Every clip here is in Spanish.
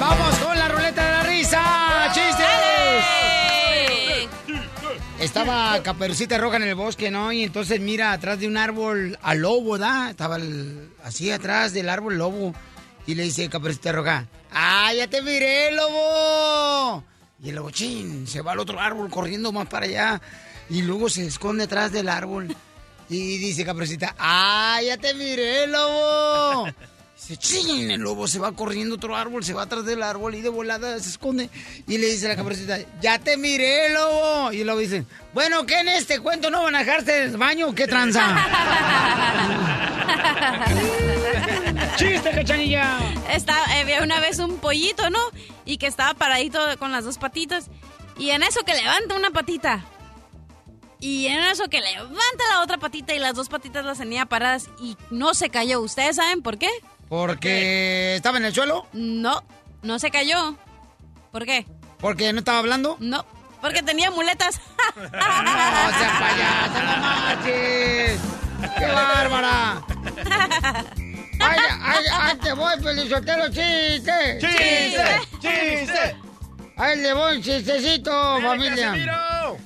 Vamos con la ruleta de la risa. ¡Chistes! Estaba Caperucita Roja en el bosque, ¿no? Y entonces mira atrás de un árbol al lobo, ¿verdad? Estaba el- así atrás del árbol el lobo. Y le dice Caperucita Roja, ¡Ah, ya te miré, lobo! Y el lobo, chin, se va al otro árbol corriendo más para allá. Y luego se esconde atrás del árbol. Y dice Caperucita, ¡Ah, ya te miré, lobo! Se chinguen, el lobo se va corriendo a otro árbol, se va atrás del árbol y de volada se esconde. Y le dice la caperucita, ya te miré, lobo. Y el lobo dice, bueno, ¿qué en este cuento no van a dejarse del baño? o ¿Qué tranza? ¡Chiste, cachanilla! Está, eh, había una vez un pollito, ¿no? Y que estaba paradito con las dos patitas. Y en eso que levanta una patita. Y en eso que levanta la otra patita y las dos patitas las tenía paradas y no se cayó. ¿Ustedes saben por qué? Porque estaba en el suelo, No, no se cayó. ¿Por qué? porque no estaba hablando. No, porque tenía muletas. ¡Qué bárbara! ¡Ay, ay, ay! ¡Te voy, pelizotero, chiste! ¡Chiste! ¡Chiste! ¡Ay, le voy un chistecito, familia!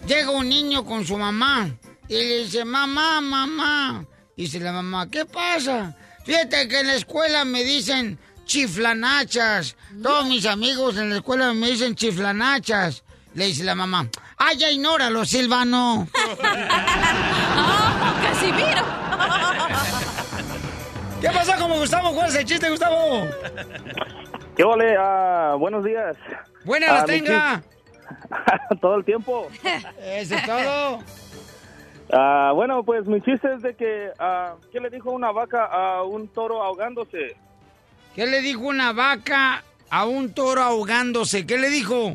Llega un niño con su mamá y le dice, mamá, mamá. Y dice la mamá, ¿qué pasa? Fíjate que en la escuela me dicen chiflanachas. Todos mis amigos en la escuela me dicen chiflanachas. Le dice la mamá, ¡ay, ya ignóralo, Silvano! ¡Oh, ¡Casimiro! ¿Qué pasó con Gustavo? ¿Cuál es el chiste, Gustavo? ¿Qué ole? Ah, buenos días. Buenas Ah, las mi tenga. chis- Todo el tiempo. Eso es todo. Ah, bueno, pues mi chiste es de que, ah, ¿qué le dijo una vaca a un toro ahogándose? ¿Qué le dijo una vaca a un toro ahogándose? ¿Qué le dijo?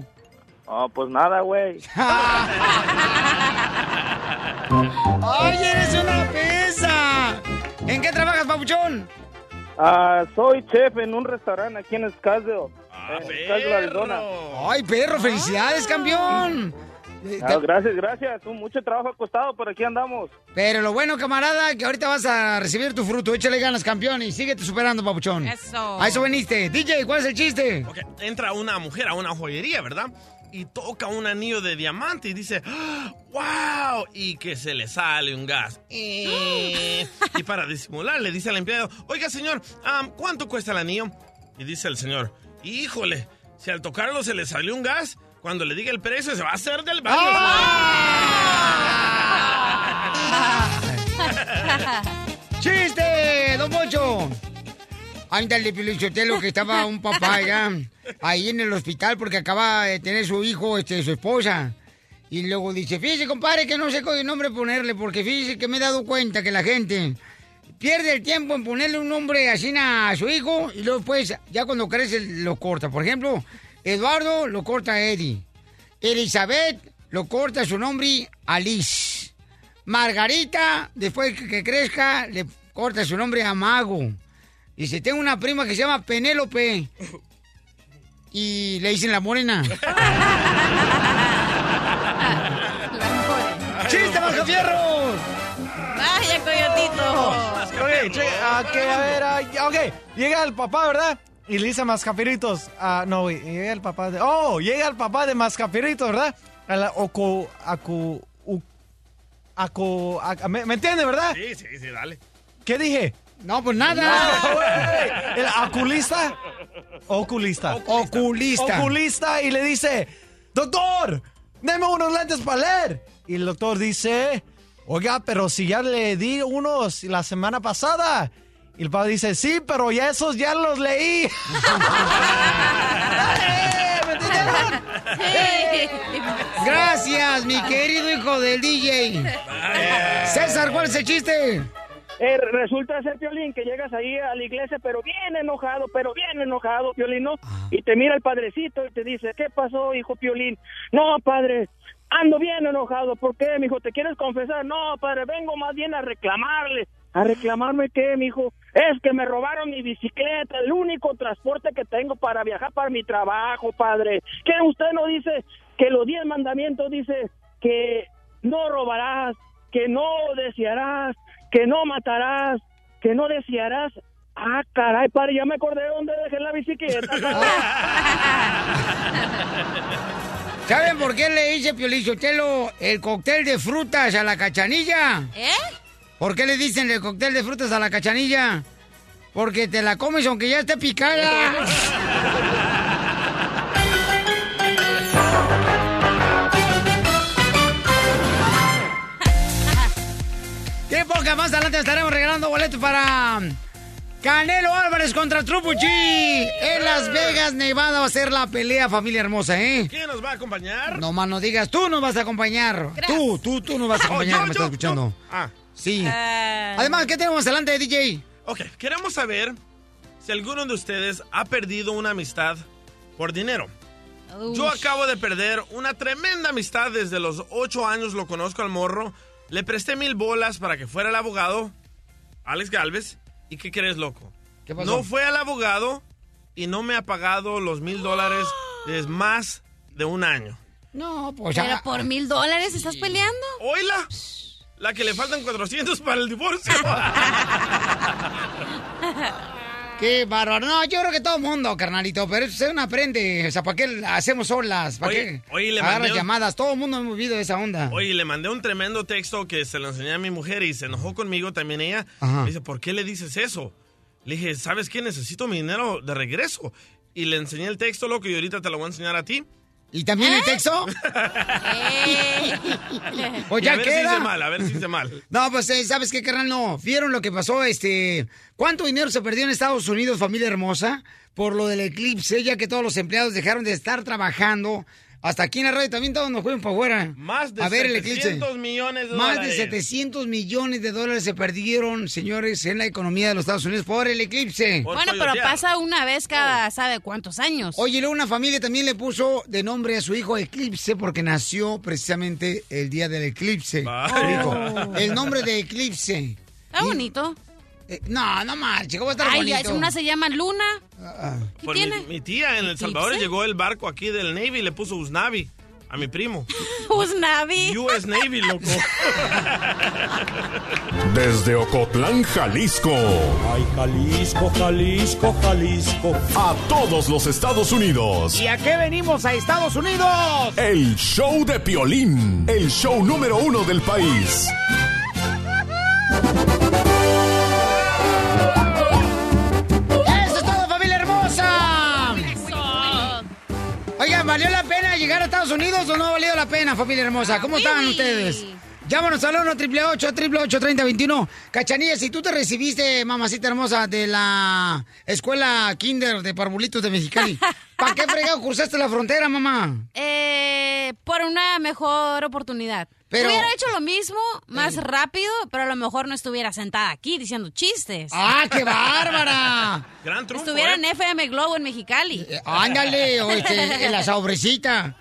Ah, pues nada, güey. ¡Ay, eres una pesa! ¿En qué trabajas, papuchón? Ah, soy chef en un restaurante aquí en Scottsdale. en Scottsdale, Arizona. ¡Ay, perro! ¡Felicidades, campeón! Eh, Ah, te- gracias, gracias. Un- Mucho trabajo ha costado, pero aquí andamos. Pero lo bueno, camarada, que ahorita vas a recibir tu fruto. Échale ganas, campeón, y síguete superando, papuchón. Eso. A eso veniste. DJ, ¿cuál es el chiste? Ok, entra una mujer a una joyería, ¿verdad? Y toca un anillo de diamante y dice, "¡Ah! ¡Wow! Y que se le sale un gas. Eh. Y y para disimular le dice al empleado, oiga señor, am, ¿cuánto cuesta el anillo? Y dice el señor, híjole, si al tocarlo se le salió un gas, cuando le diga el precio se va a hacer del baño. ¡Ah! ¡Chiste, don Pocho! Ándale, Pilichotelo, que estaba un papá ya, ahí en el hospital porque acaba de tener su hijo, este, su esposa. Y luego dice, fíjese, compadre, que no sé qué nombre ponerle, porque fíjese que me he dado cuenta que la gente pierde el tiempo en ponerle un nombre así a su hijo y luego pues ya cuando crece lo corta. Por ejemplo, Eduardo lo corta a Eddie. Elizabeth lo corta su nombre a Liz. Margarita, después que- que crezca, le corta su nombre a Mago. Y si tengo una prima que se llama Penélope. Y le dicen la morena. ¡Chiste, Mascafierros! ¡Vaya, coyotito! Ok, che, ah, que a ver, ah, ya, ok, llega el papá, ¿verdad? Y le dice a Mascafiritos, ah, no, güey, llega el papá de, oh, llega el papá de Mascafiritos, ¿verdad? A la Oco, Acu, U- Aco, a- ¿me, me entiende, verdad? Sí, sí, sí, dale. ¿Qué dije? No, pues nada. No, güey, el aculista, oculista, Oculista. oculista y le dice, doctor, deme unos lentes para leer. Y el doctor dice, oiga, pero si ya le di unos la semana pasada. Y el padre dice, sí, pero ya esos ya los leí. ¡Eh, Gracias, mi querido hijo del DJ. César, ¿cuál es el chiste? Eh, resulta ser, Piolín, que llegas ahí a la iglesia, pero bien enojado, pero bien enojado, Ah. Piolín, ¿no? Y te mira el padrecito y te dice, ¿qué pasó, hijo Piolín? No, padre, Ando bien enojado. ¿Por qué, mijo? ¿Te quieres confesar? No, padre, vengo más bien a reclamarle. ¿A reclamarme qué, mijo? Es que me robaron mi bicicleta, el único transporte que tengo para viajar para mi trabajo, padre. ¿Qué usted no dice que los diez mandamientos dice que no robarás, que no desearás, que no matarás, que no desearás? Ah, caray, padre, ya me acordé dónde dejé la bicicleta. ¿Saben por qué le hice Piolín Sotelo el cóctel de frutas a la cachanilla? ¿Eh? ¿Por qué le dicen el cóctel de frutas a la cachanilla? Porque te la comes aunque ya esté picada. ¿Qué poca más adelante estaremos regalando boletos para Canelo Álvarez contra Trupuchi en Las Vegas, Nevada va a ser la pelea familia hermosa, ¿eh? ¿Quién nos va a acompañar? No más nos digas, tú nos vas a acompañar. Gracias. Tú, tú, tú nos vas a Oh, acompañar, yo, me yo, estás escuchando. yo. Ah, Sí. Eh. Además, ¿qué tenemos delante, DJ? ok. Queremos saber si alguno de ustedes ha perdido una amistad por dinero. Yo Ush. acabo de perder una tremenda amistad desde los ocho años, lo conozco al morro. Le presté mil bolas para que fuera el abogado, Alex Galvez. ¿Y qué crees, loco? ¿Qué pasó? No fue al abogado y no me ha pagado los mil dólares desde más de un año. No, pues Pero ah, por mil dólares estás peleando. ¡Oila! La que le faltan 400 para el divorcio. Qué bárbaro. No, yo creo que todo el mundo, carnalito, pero eso se uno aprende. O sea, ¿para qué hacemos olas? ¿Para Oye, qué oye, le agarras mandé un- llamadas? Todo el mundo hemos vivido esa onda. Oye, le mandé un tremendo texto que se lo enseñé a mi mujer y se enojó conmigo también ella. Ajá. Me dice, ¿por qué le dices eso? Le dije, ¿sabes qué? Necesito mi dinero de regreso. Y le enseñé el texto, loco, y ahorita te lo voy a enseñar a ti. ¿Y también ¿Eh? el texto? Y Pues ya a ver si queda. hice mal, a ver si hice mal. No, pues, eh, ¿sabes qué, carnal? No, vieron lo que pasó, este... ¿Cuánto dinero se perdió en Estados Unidos, familia hermosa? Por lo del eclipse, ya que todos los empleados dejaron de estar trabajando. Hasta aquí en la radio también todos nos fuimos para afuera. Más de A ver el eclipse. 700 millones de Más de dólares. 700 millones de dólares se perdieron, señores, en la economía de los Estados Unidos por el eclipse. Por Bueno, pero coyotear. pasa una vez Oh. cada sabe cuántos años. Oye, luego una familia también le puso de nombre a su hijo Eclipse porque nació precisamente el día del eclipse. Vaya. Hijo, El nombre de Eclipse. Está bonito. Eh, no, no marche, ¿cómo va a estar Ay, bonito? es- una se llama Luna. Ah, ah. ¿Qué Por mi, tiene? mi tía en El Salvador ¿Eclipse? llegó el barco aquí del Navy y le puso Usnavi a mi primo. Usnavi. US Navy, loco. Desde Ocotlán, Jalisco. Ay, Jalisco, Jalisco, Jalisco. A todos los Estados Unidos. ¿Y a qué venimos a Estados Unidos? El show de Piolín. El show número uno del país. ¡Eso es todo, familia hermosa! Oigan, ¿valió la pena llegar a Estados Unidos o no ha valido la pena, familia hermosa? ¿Cómo están Sí. ustedes? Llámanos al 1 888 3021 Cachanilla, si tú te recibiste, mamacita hermosa, de la escuela kinder de parvulitos de Mexicali, ¿para qué fregado cruzaste la frontera, mamá? Eh, por una mejor oportunidad. Pero- Hubiera hecho lo mismo más rápido, pero a lo mejor no estuviera sentada aquí diciendo chistes. ¡Ah, qué bárbara! Gran triunfo. Estuviera ¿eh? en FM Globo en Mexicali. Eh, Ándale, o este, en la sobrecita.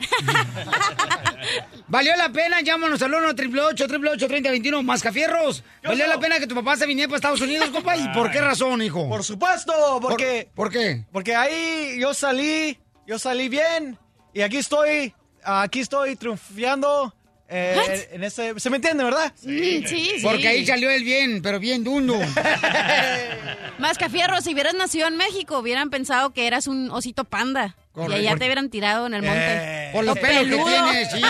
¿Valió la pena? Llámanos al 1 888 3021 Mascafierros. ¿Valió la pena que tu papá se viniera para Estados Unidos, compa? ¿Y por qué razón, hijo? Por supuesto, ¿Por- porque, ¿Por qué? porque ahí yo salí, yo salí bien y aquí estoy, aquí estoy triunfando eh, en- en ese... ¿Se me entiende, verdad? Mm, sí, sí. Porque ahí salió el bien, pero bien dundo. Más que fierro, si hubieras nacido en México, hubieran pensado que eras un osito panda. Correcto. Y allá te hubieran tirado en el monte. Eh, Por los Lo pelos que peludo. tiene, sí.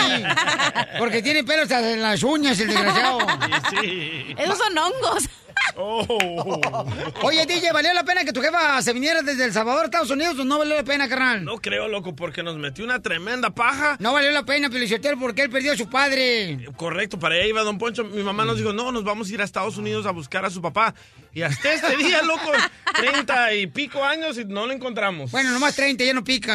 Porque tiene pelos hasta en las uñas, el desgraciado. Sí. Esos son hongos. Oh. Oye, DJ, ¿valió la pena que tu jefa se viniera desde El Salvador a Estados Unidos o no valió la pena, carnal? No, No creo, loco, porque nos metió una tremenda paja. valió la pena, Felicitero, porque él perdió a su padre. Mm. Correcto, para allá iba Don Poncho. Mi mamá nos dijo, no, nos vamos a ir a Estados Unidos a buscar a su papá. Y hasta este día, loco, treinta y pico años y no lo encontramos. Bueno, nomás 30, ya no picas.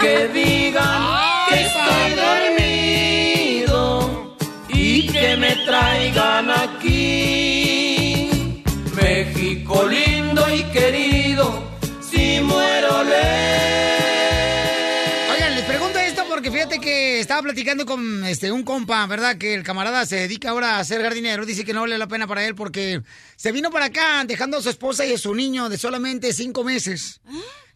Que digan que estoy dormido y que me traigan aquí. México lindo y querido, si muero le. Oigan, les pregunto esto porque fíjate que está estaba platicando con este un compa, ¿verdad? Que el camarada se dedica ahora a ser jardinero. Dice que no vale la pena para él porque se vino para acá dejando a su esposa y a su niño de solamente cinco meses.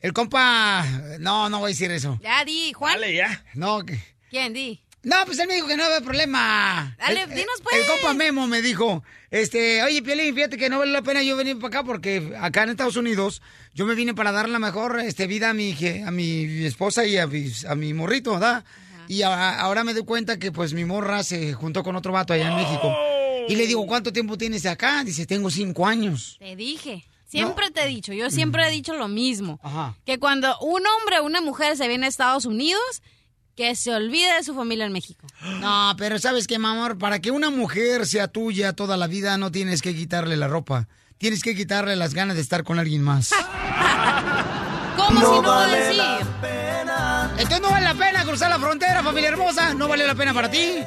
El compa... No, no voy a decir eso. Ya, di, Juan. Dale, ya. No, que- ¿Quién, di? no, pues él me dijo que no había problema. Dale, El- dinos, el- pues. El compa Memo me dijo, este, oye, Piolín, fíjate que no vale la pena yo venir para acá porque acá en Estados Unidos yo me vine para dar la mejor este, vida a mi, je- a mi esposa y a, mis- a mi morrito, ¿verdad? Y a- ahora me doy cuenta que pues mi morra se juntó con otro vato allá en México. Y le digo, ¿cuánto tiempo tienes acá? Dice, tengo cinco años. Te dije. Siempre te he dicho, yo siempre he dicho lo mismo. Ajá. Que cuando un hombre o una mujer se viene a Estados Unidos, que se olvide de su familia en México. No, pero sabes qué, mi amor, para que una mujer sea tuya toda la vida no tienes que quitarle la ropa. Tienes que quitarle las ganas de estar con alguien más. ¿Cómo No si no vale va a decir? Entonces no vale la pena cruzar la frontera, familia hermosa. No vale la pena para ti.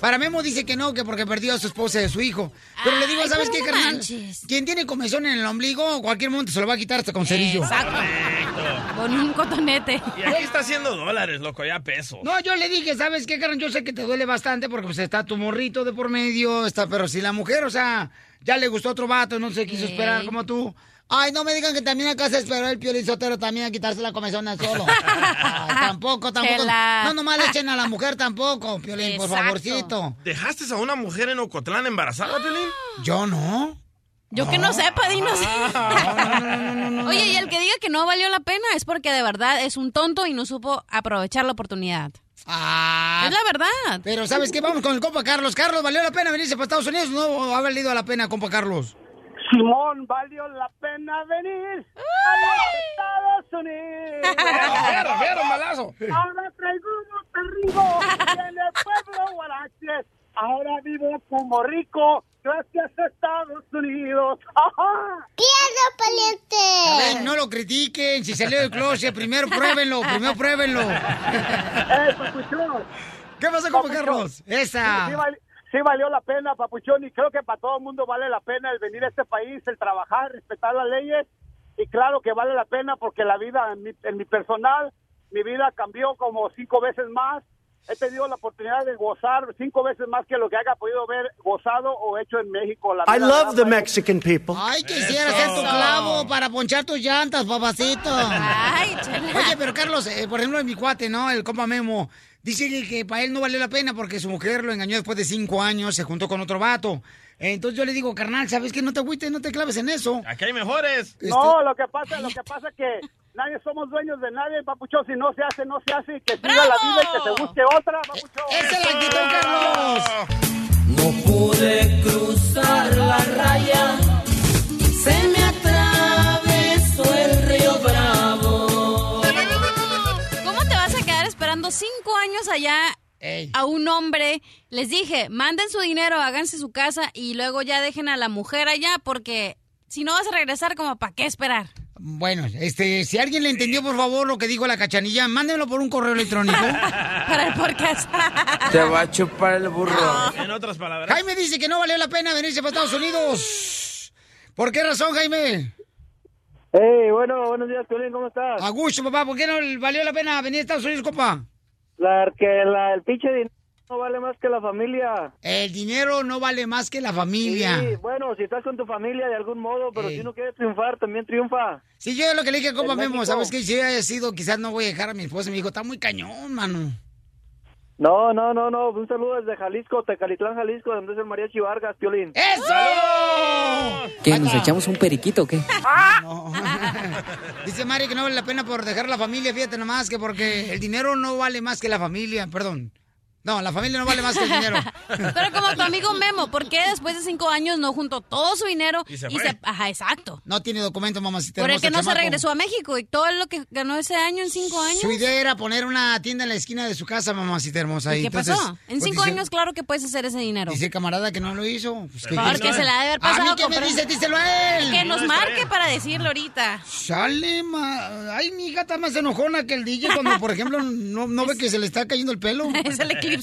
Para Memo dice que no, que porque perdió a su esposa y a su hijo. Pero le digo, Ay, ¿sabes pero qué, no carnal? manches. Quien tiene comezón en el ombligo, en cualquier momento se lo va a quitar hasta con cerillo. Perfecto. Con un cotonete. Y aquí está haciendo dólares, loco, ya pesos. No, yo le dije, ¿sabes qué, carnal? Yo sé que te duele bastante porque pues, está tu morrito de por medio, está, pero si la mujer, o sea, ya le gustó otro vato, no se quiso Ey. esperar como tú. Ay, no me digan que también acá se esperó el piolizotero también a quitarse la comezón al solo. Ay, tampoco, tampoco. Chela. No, nomás le echen a la mujer tampoco, Piolín, por Exacto. favorcito. ¿Dejaste a una mujer en Ocotlán embarazada, Piolín? Yo no. Yo que no sepa, dinos. Ah. Oye, y el que diga que no valió la pena es porque de verdad es un tonto y no supo aprovechar la oportunidad. Ah. Es la verdad. Pero ¿sabes qué? Vamos con el compa Carlos. Carlos, ¿valió la pena venirse para Estados Unidos? No ha valido la pena, compa Carlos. Simón, valió la pena venir a los Estados Unidos. ¡Vieron, vieron, malazo! Ahora traigo un perrigo en el pueblo Guaraches. Ahora vivo como rico gracias a Estados Unidos. ¡Ajá! A ver, no lo critiquen. Si salió del closet, primero pruébenlo, primero pruébenlo. ¡Eh, papuchón! ¿Qué pasó, compa Carlos? Sí, Esa. val- sí valió la pena, papuchón, y creo que para todo el mundo vale la pena el venir a este país, el trabajar, respetar las leyes, y claro que vale la pena porque la vida, en mi, en mi personal, mi vida cambió como cinco veces más. He tenido la oportunidad de gozar cinco veces más que lo que haya podido ver gozado o hecho en México. La I vida love de the la- Mexican people. Ay, quisiera ser tu clavo para ponchar tus llantas, papacito. Ay, chela. Oye, pero Carlos, eh, por ejemplo, mi cuate, ¿no? El compa Memo. Dice que, que para él no valió la pena porque su mujer lo engañó después de cinco años, se juntó con otro vato. Entonces yo le digo, carnal, ¿sabes qué? No te agüites, no te claves en eso. Este Aquí hay mejores. No, lo que pasa, lo que pasa que nadie somos dueños de nadie, papuchón. Si no se hace, no se hace. Y que siga ¡Bravo! la vida y que te busque otra, papuchón. ¡Esa es la actitud, Carlos! No pude cruzar la raya, se me atravesó el río Bravo. ¿Cómo te vas a quedar esperando cinco años allá Ey. a un hombre? Les dije, manden su dinero, háganse su casa y luego ya dejen a la mujer allá porque si no vas a regresar, como para qué esperar. Bueno, este, si alguien le entendió, por favor, lo que dijo la cachanilla, mándemelo por un correo electrónico. Para el podcast. Te va a chupar el burro. En otras palabras. Jaime dice que no valió la pena venirse para Estados Unidos. ¿Por qué razón, Jaime? Hey, bueno, buenos días, Piolín, ¿cómo estás? A gusto, papá, ¿por qué no valió la pena venir a Estados Unidos, compa? La, que la, el pinche dinero no vale más que la familia. El dinero no vale más que la familia. Sí, bueno, si estás con tu familia de algún modo, pero Ey. si uno quiere triunfar, también triunfa. Si yo lo que le dije, compa, En Memo, México. ¿sabes qué? Si hubiera sido, quizás no voy a dejar a mi esposa. Me dijo, está muy cañón, mano. No, no, no, no. Un saludo desde Jalisco, Tecalitlán, Jalisco, donde es el Mariachi Vargas, Piolín. Eh, ¡Eso! ¿Qué? ¿Nos echamos un periquito o qué? No. Dice Mari que no vale la pena por dejar la familia, fíjate nomás, que porque el dinero no vale más que la familia, perdón. No, la familia no vale más que el dinero. Pero como tu amigo Memo, ¿por qué después de cinco años no juntó todo su dinero Y se fue. Ajá, exacto. No tiene documento, mamacita. Por el hermosa, que no se chamaco. regresó a México y todo lo que ganó ese año en cinco años. Su idea era poner una tienda en la esquina de su casa, mamacita hermosa. ¿Y qué entonces, pasó? En pues, cinco dice- años, claro que puedes hacer ese dinero. Dice el camarada que no lo hizo. Pues, ¿qué Porque quieres que- se la ha de haber ¿A mí pasado qué me comprando. dice? Díselo a él. Que nos está marque bien. para decirlo ahorita. Sale, ma... Ay, mi hija está más enojona que el DJ cuando, por ejemplo, no, no ve que se le está cayendo el pelo. Es el eclipse.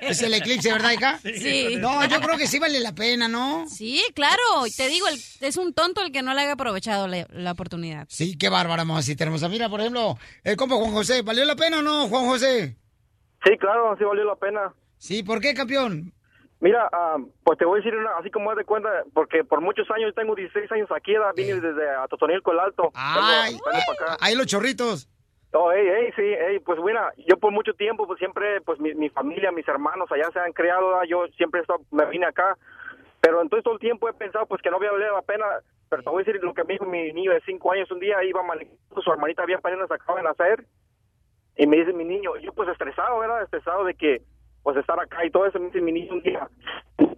Es el eclipse, ¿verdad, hija? Sí. No, yo creo que sí vale la pena, ¿no? Sí, claro. Y te digo, el- es un tonto el que no le haya aprovechado la, la oportunidad. Sí, qué bárbara, mamacita hermosa. Mira, por ejemplo, el compa Juan José, ¿valió la pena o no, Juan José? Sí, claro, sí valió la pena. Sí, ¿por qué, campeón? Mira, ah, pues te voy a decir una, así como haz de cuenta, porque por muchos años, tengo 16 años aquí, era- vine desde Atotonilco el Alto. Ay, ahí los chorritos. Oh, hey, hey, sí, hey, pues mira, yo por mucho tiempo, pues siempre, pues mi, mi familia, mis hermanos allá se han creado, yo siempre he estado- me vine acá, pero entonces todo el tiempo he pensado, pues que no había valido la pena, pero te voy a decir lo que me dijo mi niño de cinco años, un día iba manejando, su hermanita había apenas acaba de nacer, y me dice mi niño, yo pues estresado, ¿verdad? Estresado de que, pues estar acá y todo eso, me dice mi niño un día,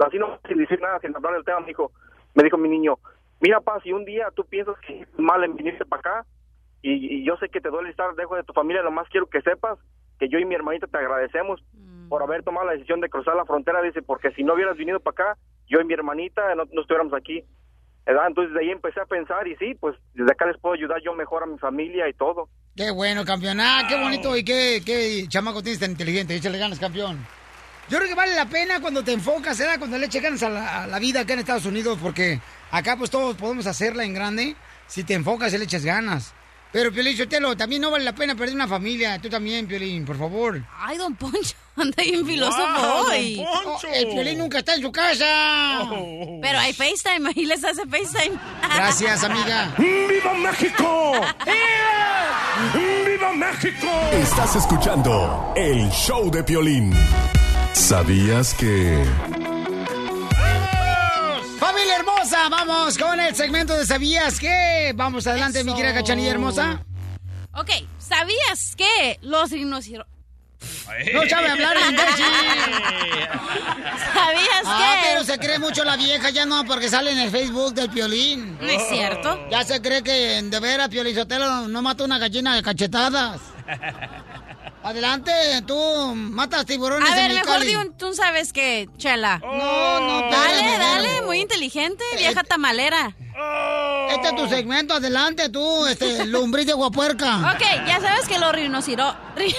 así no, sin decir nada, sin hablar del tema, me dijo, me dijo mi niño, mira, pa, si un día tú piensas que es mal en venirse para acá, y, y yo sé que te duele estar lejos de tu familia, lo más quiero que sepas que yo y mi hermanita te agradecemos por haber tomado la decisión de cruzar la frontera, dice, porque si no hubieras venido para acá, yo y mi hermanita no, no estuviéramos aquí. ¿verdad? Entonces de ahí empecé a pensar y sí, pues desde acá les puedo ayudar yo mejor a mi familia y todo. Qué bueno, campeón. Ah, qué bonito y qué, qué chamaco tienes tan inteligente. Échale ganas, campeón. Yo creo que vale la pena cuando te enfocas, ¿verdad? Cuando le eches ganas a la, a la vida acá en Estados Unidos, porque acá pues todos podemos hacerla en grande. Si te enfocas, y le echas ganas. Pero, Piolín Sotelo, también no vale la pena perder una familia. Tú también, Piolín, por favor. Ay, don Poncho, anda bien filósofo Wow, hoy. don Poncho. Oh, el Piolín nunca está en su casa. Pero hay FaceTime, ahí les hace FaceTime. Gracias, amiga. ¡Viva México! ¡Viva México! Estás escuchando el show de Piolín. ¿Sabías que... Familia hermosa, vamos con el segmento de ¿Sabías qué? Vamos adelante, mi querida cachanilla hermosa. Ok, ¿sabías que los rinocerontes... No sabe hablar el imbécil. ¿Sabías Ah, qué? pero se cree mucho la vieja, ya no, porque sale en el Facebook del Piolín. No es cierto. Ya se cree que de veras Piolín Sotelo no mata una gallina de cachetadas. Adelante, tú matas tiburones A en ver, mejor Mexicali. di un tú sabes qué, Chela. No, no, Dale, espérame, dale, espérame. muy inteligente, vieja tamalera. Este es tu segmento, adelante tú, este, lumbriz de guapuerca. Ok, ya sabes que los rinociro... ri-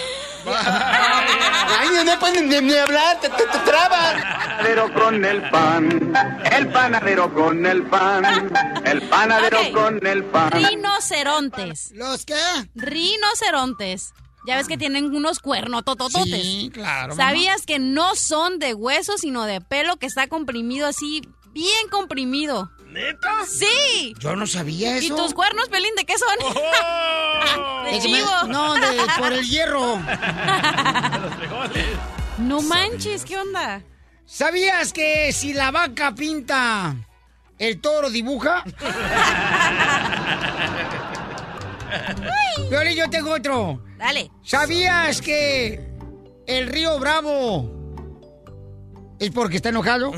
Ay, no pueden ni, hablar, te, trabas. panadero con el pan, el panadero con el pan, el panadero Ok. con el pan. Rinocerontes. Ah. ¿Los qué? Rinocerontes. Ya ves que tienen unos cuernos totototes. Sí, claro, mamá. ¿Sabías que no son de hueso, sino de pelo que está comprimido así, bien comprimido? ¿Neta? Sí. Yo no sabía ¿Y eso. tus cuernos, Pelín, de qué son? de Es que me- chivo. no, de- por el hierro. No manches, ¿qué onda? ¿Sabías que si la vaca pinta, el toro dibuja? Piolín, yo tengo otro. Dale. ¿Sabías que el río Bravo es porque está enojado?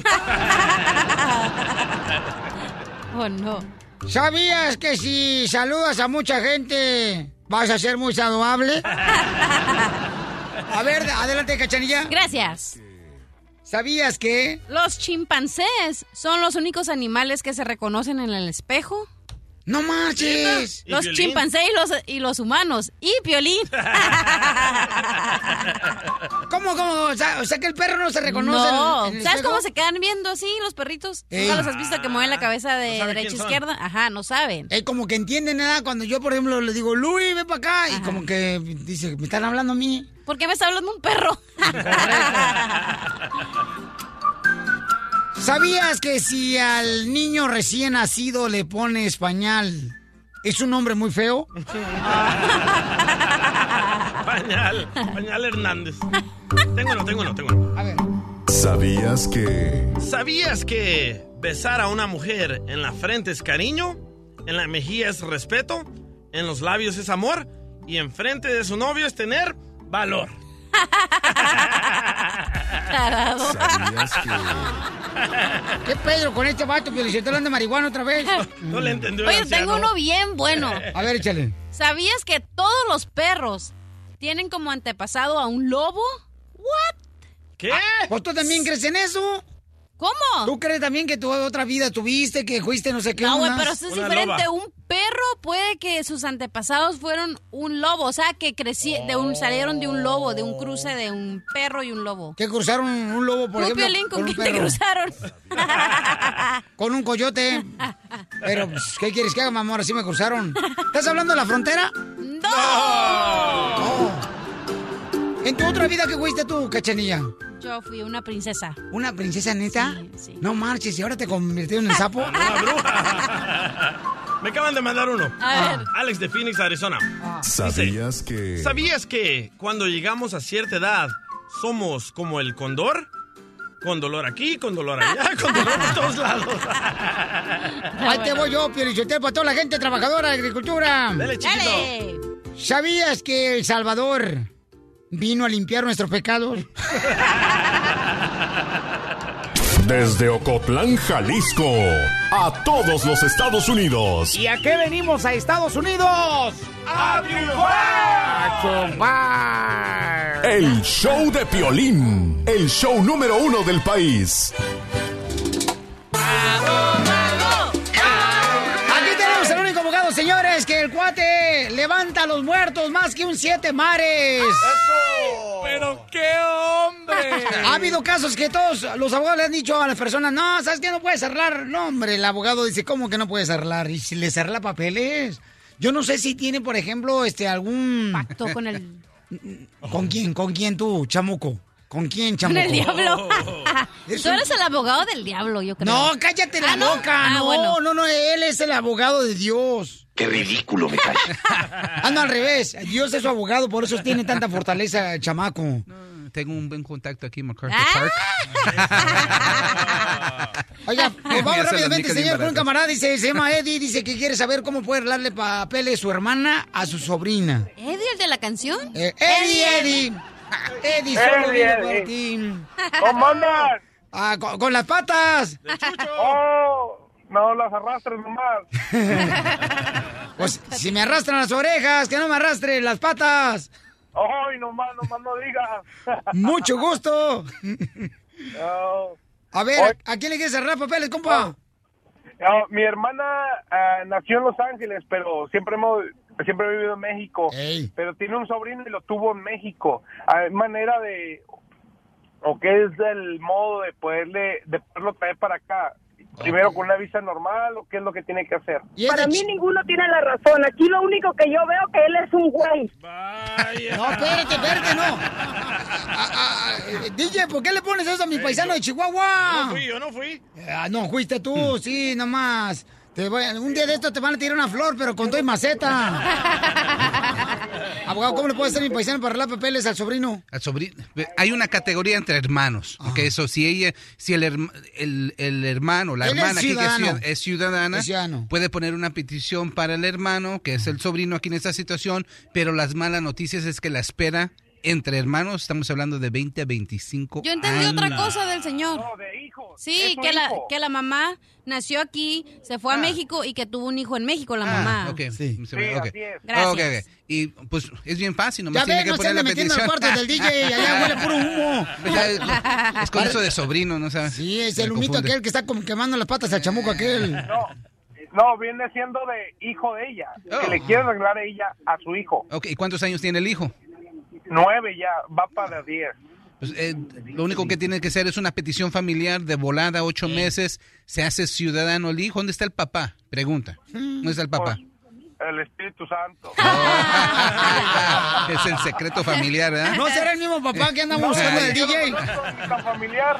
oh, no. ¿Sabías que si saludas a mucha gente vas a ser muy saludable? A ver, adelante, cachanilla. Gracias. ¿Sabías que? Los chimpancés son los únicos animales que se reconocen en el espejo. ¡No manches! Los ¿Y Piolín? chimpancés y los, y los humanos. ¡Y Piolín! ¿Cómo, cómo? O sea, o sea que el perro no se reconoce. No. en- en el ¿Sabes espejo? Eh. cómo se quedan viendo así los perritos? Ey. Nunca los has visto que mueven la cabeza de saben derecha a quién son. izquierda. Ajá, no saben. Es como que entienden nada cuando yo, por ejemplo, le digo, Luis, ven para acá. Y como que dice, me están hablando a mí. ¿Por qué me está hablando un perro? ¿Sabías que si al niño recién nacido le pone español, es un hombre muy feo? Pañal, pañal Hernández. Tengo uno, tengo uno, tengo uno. A ver. ¿Sabías que... ¿Sabías que besar a una mujer en la frente es cariño? En la mejilla es respeto, en los labios es amor y enfrente de su novio es tener valor. ¿Sabías ¿Qué pedo con este vato? Felicitó anda marihuana otra vez. No le entendió. Oye, tengo uno bien bueno. A ver, échale. ¿Sabías que todos los perros tienen como antepasado a un lobo? ¿What? ¿Eh? Ah, ¿Qué? ¿Vos Ah, Pues tú también crees en eso? ¿Cómo? ¿Tú crees también que tu otra vida tuviste, que fuiste no sé qué? No, güey, unas? pero esto es diferente. Un perro puede que sus antepasados fueron un lobo, o sea, que creci de un, salieron de un lobo, de un cruce de un perro y un lobo. Que cruzaron un lobo, por ¿Tú, ejemplo, Piolín, con un quién te perro. cruzaron? Con un coyote. Pero, pues, ¿qué quieres que haga, mi amor? Así me cruzaron. ¿Estás hablando de la frontera? ¡No! ¿En tu otra vida qué fuiste tú, cachanilla? Yo fui una princesa. ¿Una princesa neta? No marches, y Ah, ahora te convirtió en el sapo. Me acaban de mandar uno. A ver. Alex de Phoenix, Arizona. ¿Sabías que... ¿Sabías que cuando llegamos a cierta edad somos como el condor? Con dolor aquí, con dolor allá, con dolor en todos lados. Ahí te voy yo, Pielichotel, para toda la gente trabajadora de agricultura. Dale, chiquito. Dale. ¿Sabías que El Salvador vino a limpiar nuestros pecados? Desde Ocotlán, Jalisco, a todos los Estados Unidos. ¿Y a qué venimos a Estados Unidos? ¡A triunfar! El show de Piolín, el show número uno del país. Aquí tenemos al único abogado, señores, que el cuate levanta a los muertos más que un siete mares. ¡Pero qué hombre! Ha habido casos que todos los abogados le han dicho a las personas, no, ¿sabes qué? No puedes arreglar. No, hombre, el abogado dice, ¿cómo que no puedes arreglar? Y si les arregla papeles. Yo no sé si tiene, por ejemplo, este algún... Pacto con el... ¿Con quién? ¿Con quién tú, chamuco? ¿Con quién, Con chamuco? el diablo. Es Tú un- eres el abogado del diablo, yo creo. No, cállate la Ah, ¿no? boca. Ah, no, bueno. no, no, él es el abogado de Dios. Qué ridículo me Ah, no, al revés. Dios es su abogado, por eso tiene tanta fortaleza el chamaco. Tengo un buen contacto aquí en MacArthur Ah. Park. Oiga, pues Me vamos hacen las rápidamente, micas bien señor, con un baratas. camarada. Dice, se llama Eddie, dice que quiere saber cómo puede arreglarle papeles su hermana a su sobrina. ¿Eddie, el de la canción? Eh, Eddie, Eddie. Ah, Eddie, Eddie, solo vive Eddie. por ti. ¿Cómo andas? Ah, con, con las patas. Oh, no las arrastres nomás. Pues, si me arrastran las orejas, que no me arrastre las patas. Ay, nomás, nomás no digas. Mucho gusto. No. A Oye. ver, ¿a quién le quieres cerrar papeles, compa? No, mi hermana ah, nació en Los Ángeles, pero siempre hemos siempre he vivido en México. Pero tiene un sobrino y lo tuvo en México. Hay manera de o qué es el modo de poderle de poderlo traer para acá. Primero con una visa normal o qué es lo que tiene que hacer. Para mí ninguno tiene la razón. Aquí lo único que yo veo que él es un güey. No, espérate, espérate, no. Ah, eh, DJ, ¿por qué le pones eso a mi paisano de Chihuahua? Yo no fui, yo no fui. Ah, no, fuiste tú, sí, nomás. Te voy- un día de esto te van a tirar una flor, pero con todo y maceta. Abogado, ¿cómo le puede hacer mi paisano para arreglar papeles al sobrino? Ah. Al sobrino. Hay una categoría entre hermanos. ok, eso, si ella, si el, herma- el, el hermano, la Él es hermana aquí que es ciudadano. ciudad- es ciudadana, Es ciudadano. puede poner una petición para el hermano, que es el sobrino aquí en esta situación, pero las malas noticias es que la espera entre hermanos, estamos hablando de 20 a 25 Yo entendí Ah, otra años. cosa del señor. No, de hijo. Sí, que la, que la mamá nació aquí, se Ah. fue a México y que tuvo un hijo en México, la mamá. Ah, Ok, sí. Sí, ok. así es. Gracias. Ok, ok. Y pues es bien fácil, Ya nomás ves, tiene que no poner están la metiendo al petición. cuarto del DJ, allá huele puro humo. Pues ya, es con eso de sobrino, ¿no sabes? Sí, es el humito aquel que está como quemando las patas al chamuco aquel. No, viene siendo de hijo de ella. Que le quiere arreglar a ella a su hijo. Oh. Ok, ¿y cuántos años tiene el hijo? Nueve ya, va para diez. Pues, eh, lo único que tiene que hacer es una petición familiar de volada, ocho meses, se hace ciudadano el hijo. ¿Dónde está el papá? Pregunta. Mm. ¿Dónde está el papá? Pues, El Espíritu Santo. Ah, Es el secreto familiar, ¿verdad? ¿No será el mismo papá que anda buscando del eh, DJ? familiar.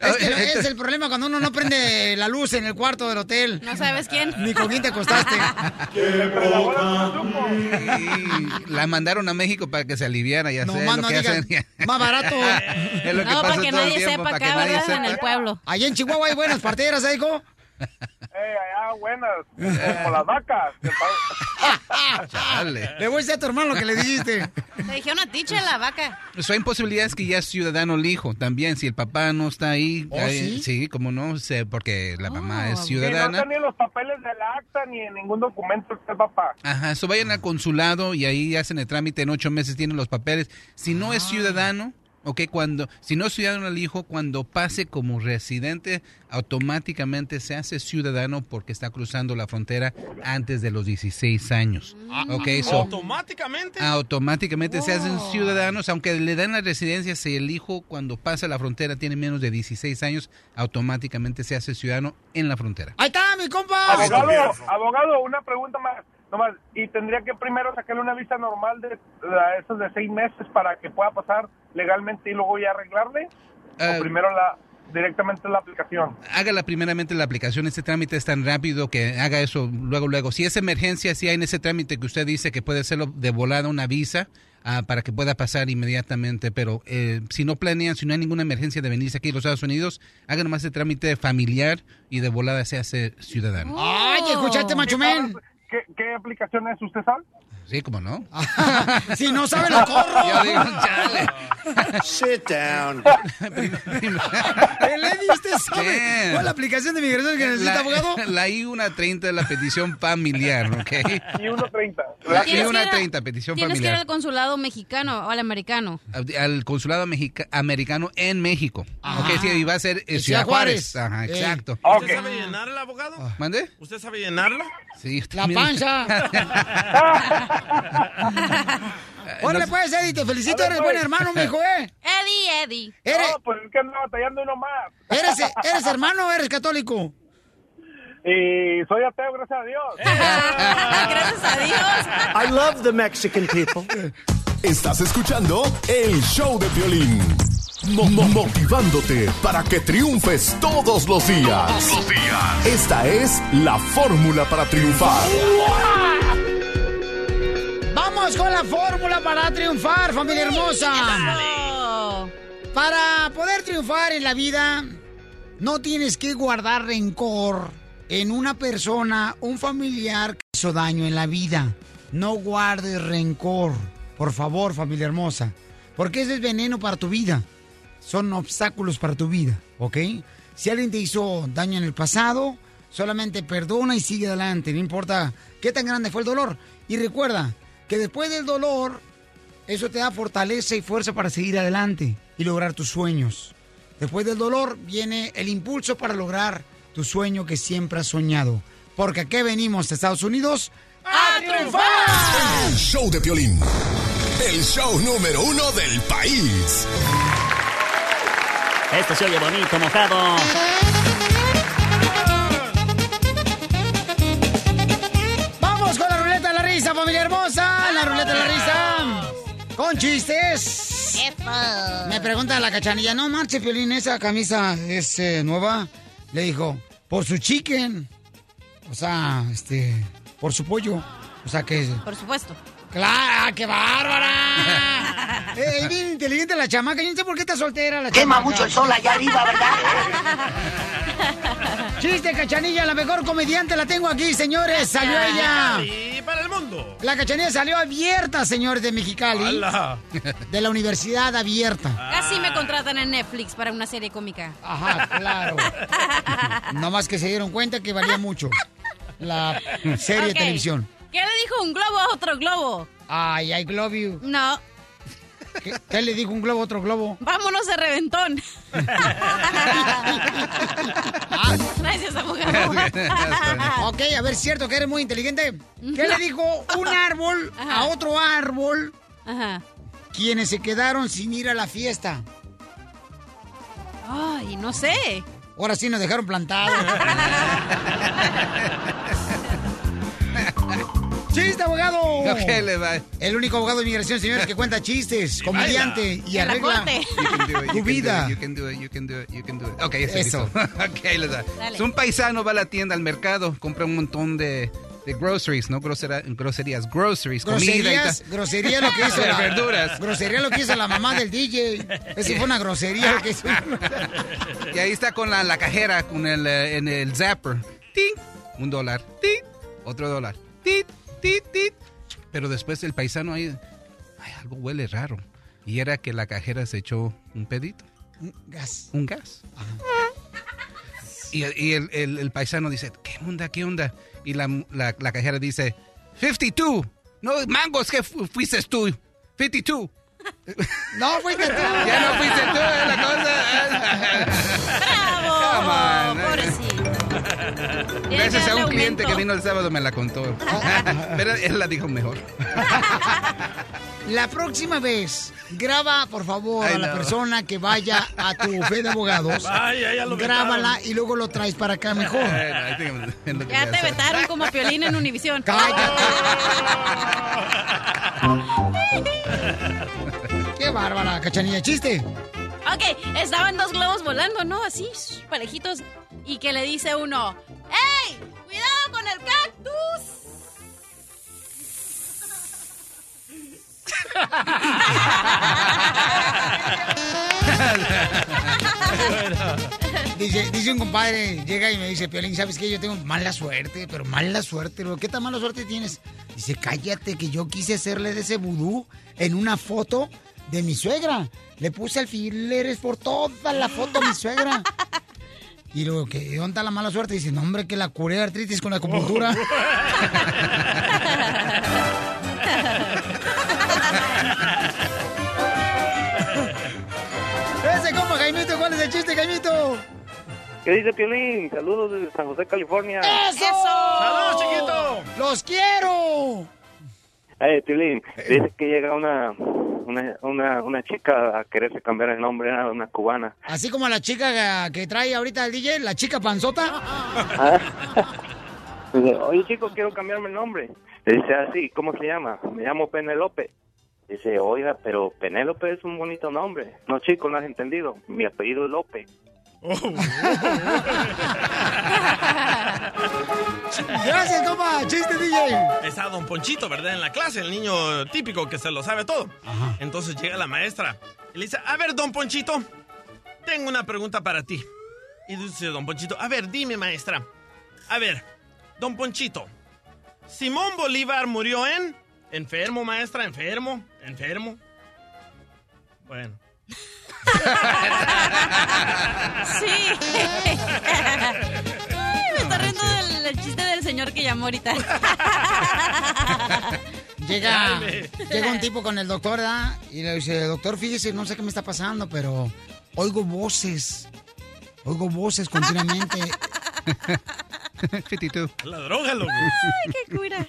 Es, que es el problema cuando uno no prende la luz en el cuarto del hotel. No sabes quién. Ni con quién te acostaste. La mandaron a México para que se aliviara, ya sé, más lo no que digas, hacen. más barato. Es lo que pasa no, para que todo el nadie tiempo, sepa para que acá, nadie ¿verdad? En sepa. el pueblo. Allá en Chihuahua hay buenas parteras, ¿eh, hijo? Eh, allá buenas, como las vacas. Le voy a decir a tu hermano lo que le dijiste. Te dijeron a ti, chela, vaca. Pues hay posibilidades que ya es ciudadano el hijo también, si el papá no está ahí. ¿Oh, ahí- sí? como no, sé, porque la Ah, mamá es Y no ciudadana. está ni en los papeles del acta ni en ningún documento que el papá. Ajá, eso vayan al consulado y ahí hacen el trámite, en ocho meses tienen los papeles. Si no es ciudadano, ok, cuando, si no es ciudadano el hijo, cuando pase como residente, automáticamente se hace ciudadano porque está cruzando la frontera antes de los 16 años. Ok, so, Automáticamente. automáticamente se hacen ciudadanos, aunque le dan la residencia, si el hijo cuando pasa la frontera tiene menos de 16 años, automáticamente se hace ciudadano en la frontera. ¡Ahí está, mi compa! Ahí está. Abogado, abogado, una pregunta más. Nomás, y tendría que primero sacarle una visa normal de, de esos de seis meses para que pueda pasar legalmente y luego ya arreglarle. Ah. Eh. o primero la directamente la aplicación. Hágala primeramente la aplicación. Este trámite es tan rápido que haga eso luego, luego. Si es emergencia, si hay en ese trámite que usted dice que puede hacerlo de volada una visa ah, para que pueda pasar inmediatamente. Pero eh, si no planean, si no hay ninguna emergencia de venirse aquí a los Estados Unidos, hagan más el trámite familiar y de volada se hace ciudadano. ¡Ay, escuchaste, macho men! Oh. ¿Qué, ¿Qué aplicación es? ¿Usted sabe? Sí, como no. Si no sabe, lo corro. Ya digo, chale. Sit down. le diste sabe? Bien. ¿Cuál la aplicación de migración que necesita, La- abogado? La I-130 de la petición familiar, ¿ok? I-130. La Tienes que ir a- I-130, petición Tienes que ir familiar. al consulado mexicano o al americano. al- al consulado mexica- americano en México. Ah. Ok, sí, y va a ser eh, En Ciudad Ciudad Juárez. Juárez. Ajá, Eh. exacto. ¿Usted sabe llenar el abogado? ¿Mande? ¿Usted sabe llenarlo? Sí, La mira. Órale, pues, Eddie, te felicito. Eh, A ver, pues. Eres buen hermano, mijo, ¿eh? Eddie, Eddie. Eres- No, pues es que ando batallando uno más. ¿Eres, ¿Eres hermano o eres católico? Y Eh, soy ateo, gracias a Dios. gracias a Dios. I love the Mexican people. Estás escuchando el show de violín. motivándote para que triunfes todos los días. Todos los días. Esta es la fórmula para triunfar. Vamos con la fórmula para triunfar, familia hermosa. Para poder triunfar en la vida, no tienes que guardar rencor en una persona, un familiar que hizo daño en la vida. No guardes rencor, por favor, familia hermosa, porque ese es veneno para tu vida. Son obstáculos para tu vida, ¿ok? Si alguien te hizo daño en el pasado, solamente perdona y sigue adelante, no importa qué tan grande fue el dolor. Y recuerda que después del dolor, eso te da fortaleza y fuerza para seguir adelante y lograr tus sueños. Después del dolor viene el impulso para lograr tu sueño que siempre has soñado. Porque aquí venimos a Estados Unidos Ah, a triunfar. El show de violín. El show número uno del país. Esto se oye bonito, mojado. Vamos con la ruleta de la risa, familia hermosa. La ruleta de la risa. Con chistes. Me pregunta la cachanilla, no marche, Piolín, esa camisa es eh, nueva. Le dijo, por su chicken. O sea, este, por su pollo. O sea que... Por supuesto. ¡Clara, ah, qué bárbara! Eh, es bien inteligente la chamaca, yo no sé por qué está soltera la Quema chamaca. mucho el sol allá arriba, ¿verdad? Chiste, cachanilla, la mejor comediante la tengo aquí, señores. Salió ella. Y para el mundo. La cachanilla salió abierta, señores de Mexicali. ¡Hala! De la universidad abierta. Ah. Casi me contratan en Netflix para una serie cómica. Ajá, claro. Nomás que se dieron cuenta que valía mucho la serie Ok. de televisión. ¿Qué le dijo un globo a otro globo? Ay, I love you. No, ¿Qué, qué le dijo un globo a otro globo? vámonos de reventón. Ah, Gracias, abogado. ok, a ver, cierto que eres muy inteligente. ¿Qué le dijo un árbol a otro árbol? Quienes se quedaron sin ir a la fiesta. Ay, no sé. Ahora sí nos dejaron plantados. ¡Chiste, abogado! Ok, le va. El único abogado de inmigración, señores, que cuenta chistes, comediante baila. y En la arregla corte. You can do it, you tu can vida. do it, you can do it, you can do it, you can do it. Ok, ya estoy Eso. listo. Ok, le da. Dale. So, Un paisano va a la tienda, al mercado, compra un montón de, de groceries, no grosera- groserías, groceries, comida y Groserías, tal. grosería lo que hizo De la, verduras. Grosería lo que hizo la mamá del DJ. Esa fue una grosería lo que hizo. Y ahí está con la, la cajera, con el, eh, en el zapper. Tin, un dólar. Tin, otro dólar. Tit, tit, tit. Pero después el paisano ahí, "Ay, algo huele raro. Y era que la cajera se echó un pedito. Un gas. Un gas. Y, y el, el- el paisano dice, ¿qué onda, qué onda? Y la, la- la cajera dice, 52. No, mangos, que fu- fuiste tú. 52. No, fuiste tú. Ya no fuiste tú, es la cosa. Come on. Gracias a un cliente que vino el sábado me la contó. Pero él la dijo mejor. La próxima vez, graba, por favor, Ay, a la no. persona que vaya a tu fe de abogados. Vaya, ya lo grábala vetaron. y luego lo traes para acá mejor. Ya te vetaron como Piolín en Univisión. Qué bárbara, cachanilla, chiste. Ok, estaban dos globos volando, ¿no? Así, shh, parejitos. Y que le dice uno, ¡Ey! ¡Cuidado con el cactus! Dice, dice un compadre, llega y me dice, Piolín, ¿sabes qué? Yo tengo mala suerte, pero mala suerte. bro. ¿Qué tan mala suerte tienes? Dice, cállate, que yo quise hacerle de ese vudú en una foto de mi suegra. Le puse alfileres por toda la foto de mi suegra. Y luego, ¿qué? ¿dónde está la mala suerte? Dice, no, hombre, que la curé de artritis con la acupuntura. ¡Ese compa, Jaimito! ¿Cuál es el chiste, Jaimito? ¿Qué dice Piolín? Saludos desde San José, California. ¡Eso! ¡Saludos, chiquito! ¡Los quiero! Eh, Piolín, dice que llega una, una, una, una chica a quererse cambiar el nombre, era una cubana. Así como la chica que trae ahorita el DJ, la chica panzota. Ah. Dice, oye chico, quiero cambiarme el nombre. Le dice así, ¿cómo se llama? Me llamo Penelope. Dice, oiga, pero Penélope es un bonito nombre. No, chico, no has entendido. Mi apellido es López. Oh, Gracias, compa. Chiste, DJ. Está Don Ponchito, ¿verdad? En la clase, el niño típico que se lo sabe todo. Entonces llega la maestra y le dice, a ver, Don Ponchito, tengo una pregunta para ti. Y dice Don Ponchito, a ver, dime, maestra. A ver, Don Ponchito, Simón Bolívar murió en... Enfermo, maestra, enfermo, enfermo. Bueno. Sí. Ay, me está riendo del, del chiste del señor que llamó ahorita. Llega, Dale. llega un tipo con el doctor, ¿verdad? Y le dice, doctor, fíjese, no sé qué me está pasando, pero oigo voces. Oigo voces continuamente. La droga, loco. Ay, qué cura.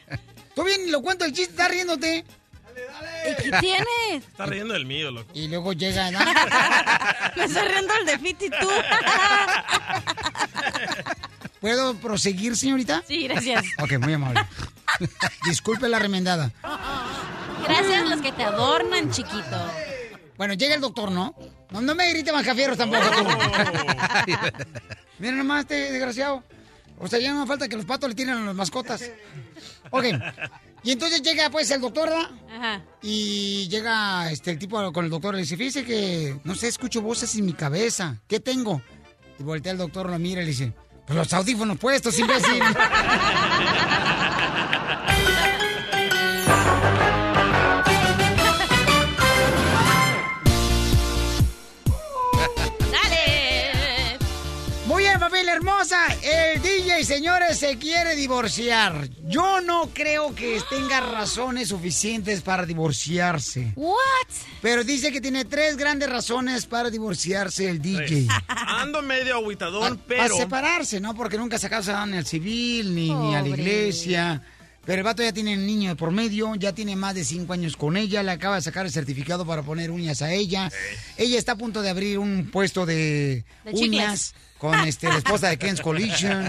Tú bien, lo cuento el chiste, está riéndote. Dale, dale. ¿Y qué tienes? Está riendo del mío, loco. Y luego llega, ¿verdad? Me está riendo el de Fiti, tú. ¿Puedo proseguir, señorita? Sí, gracias. Ok, muy amable. Disculpe la remendada. Gracias los que te adornan, chiquito. Bueno, llega el doctor, ¿no? No, no me grites mascafierros tampoco tú. Mira nomás este desgraciado. O sea, ya no falta que los patos le tiren a las mascotas. Ok. Y entonces llega pues el doctor, ¿verdad? Ajá. Y llega este, el tipo con el doctor y le dice, fíjese que, no sé, escucho voces en mi cabeza. ¿Qué tengo? Y voltea el doctor, lo mira y le dice, pues los audífonos puestos, imbécil. ¡Dale! Muy bien, familia hermosa. El DJ, señores, se quiere divorciar. Yo no creo que tenga razones suficientes para divorciarse. ¿What? Pero dice que tiene tres grandes razones para divorciarse el DJ. Ando medio agüitadón, Para pero... separarse, ¿no? Porque nunca se casan ni al civil, ni, ni a la Pobre. iglesia. Pero el vato ya tiene un niño de por medio, ya tiene más de cinco años con ella, le acaba de sacar el certificado para poner uñas a ella. Ella está a punto de abrir un puesto de, De chicles. uñas con este, la esposa de Ken's Collision.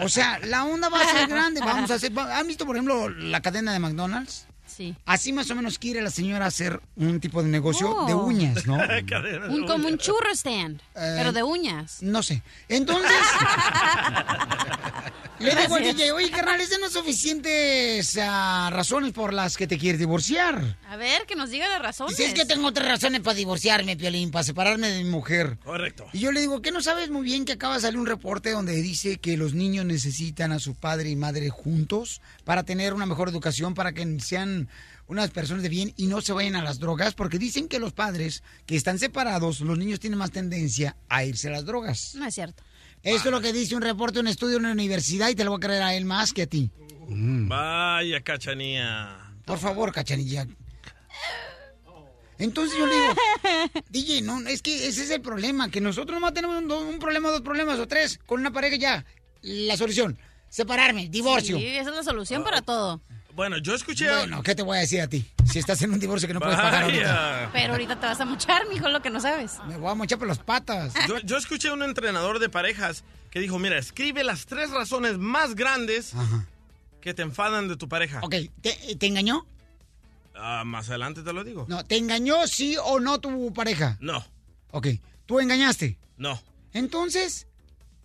O sea, la onda va a ser grande. Vamos a hacer. va- ¿Han visto, por ejemplo, la cadena de McDonald's? Sí. Así más o menos quiere la señora hacer un tipo de negocio de Oh. uñas, ¿no? Eh, Un, como un churro stand, pero de uñas. No sé. Entonces. Le digo al Gracias. DJ, oye, carnal, esas no son suficientes ah, razones por las que te quieres divorciar. A ver, que nos diga las razones. Si es que tengo otras razones para divorciarme, Piolín, para separarme de mi mujer. Correcto. Y yo le digo, ¿qué no sabes muy bien que acaba de salir un reporte donde dice que los niños necesitan a su padre y madre juntos para tener una mejor educación, para que sean unas personas de bien y no se vayan a las drogas? Porque dicen que los padres que están separados, los niños tienen más tendencia a irse a las drogas. No es cierto. Esto es lo que dice un reporte, un estudio en una universidad y te lo voy a creer a él más que a ti. Mm. Vaya, cachanía. Por favor, cachanilla. Entonces yo le digo, DJ, no, es que ese es el problema, que nosotros nomás tenemos un, un problema, dos problemas o tres, con una pareja ya. La solución, separarme, divorcio. Ah. Sí, esa es la solución para todo. Bueno, yo escuché. Bueno, ¿qué te voy a decir a ti? Si estás en un divorcio que no puedes pagar ahorita. Vaya. Pero ahorita te vas a mochar, mijo, lo que no sabes. Me voy a mochar por las patas. Yo, yo escuché a un entrenador de parejas que dijo, mira, escribe las tres razones más grandes que te enfadan de tu pareja. Ok, ¿te, te engañó? Ah, más adelante te lo digo. No, ¿te engañó sí o no tu pareja? No, Ok, ¿tú engañaste? no. Entonces,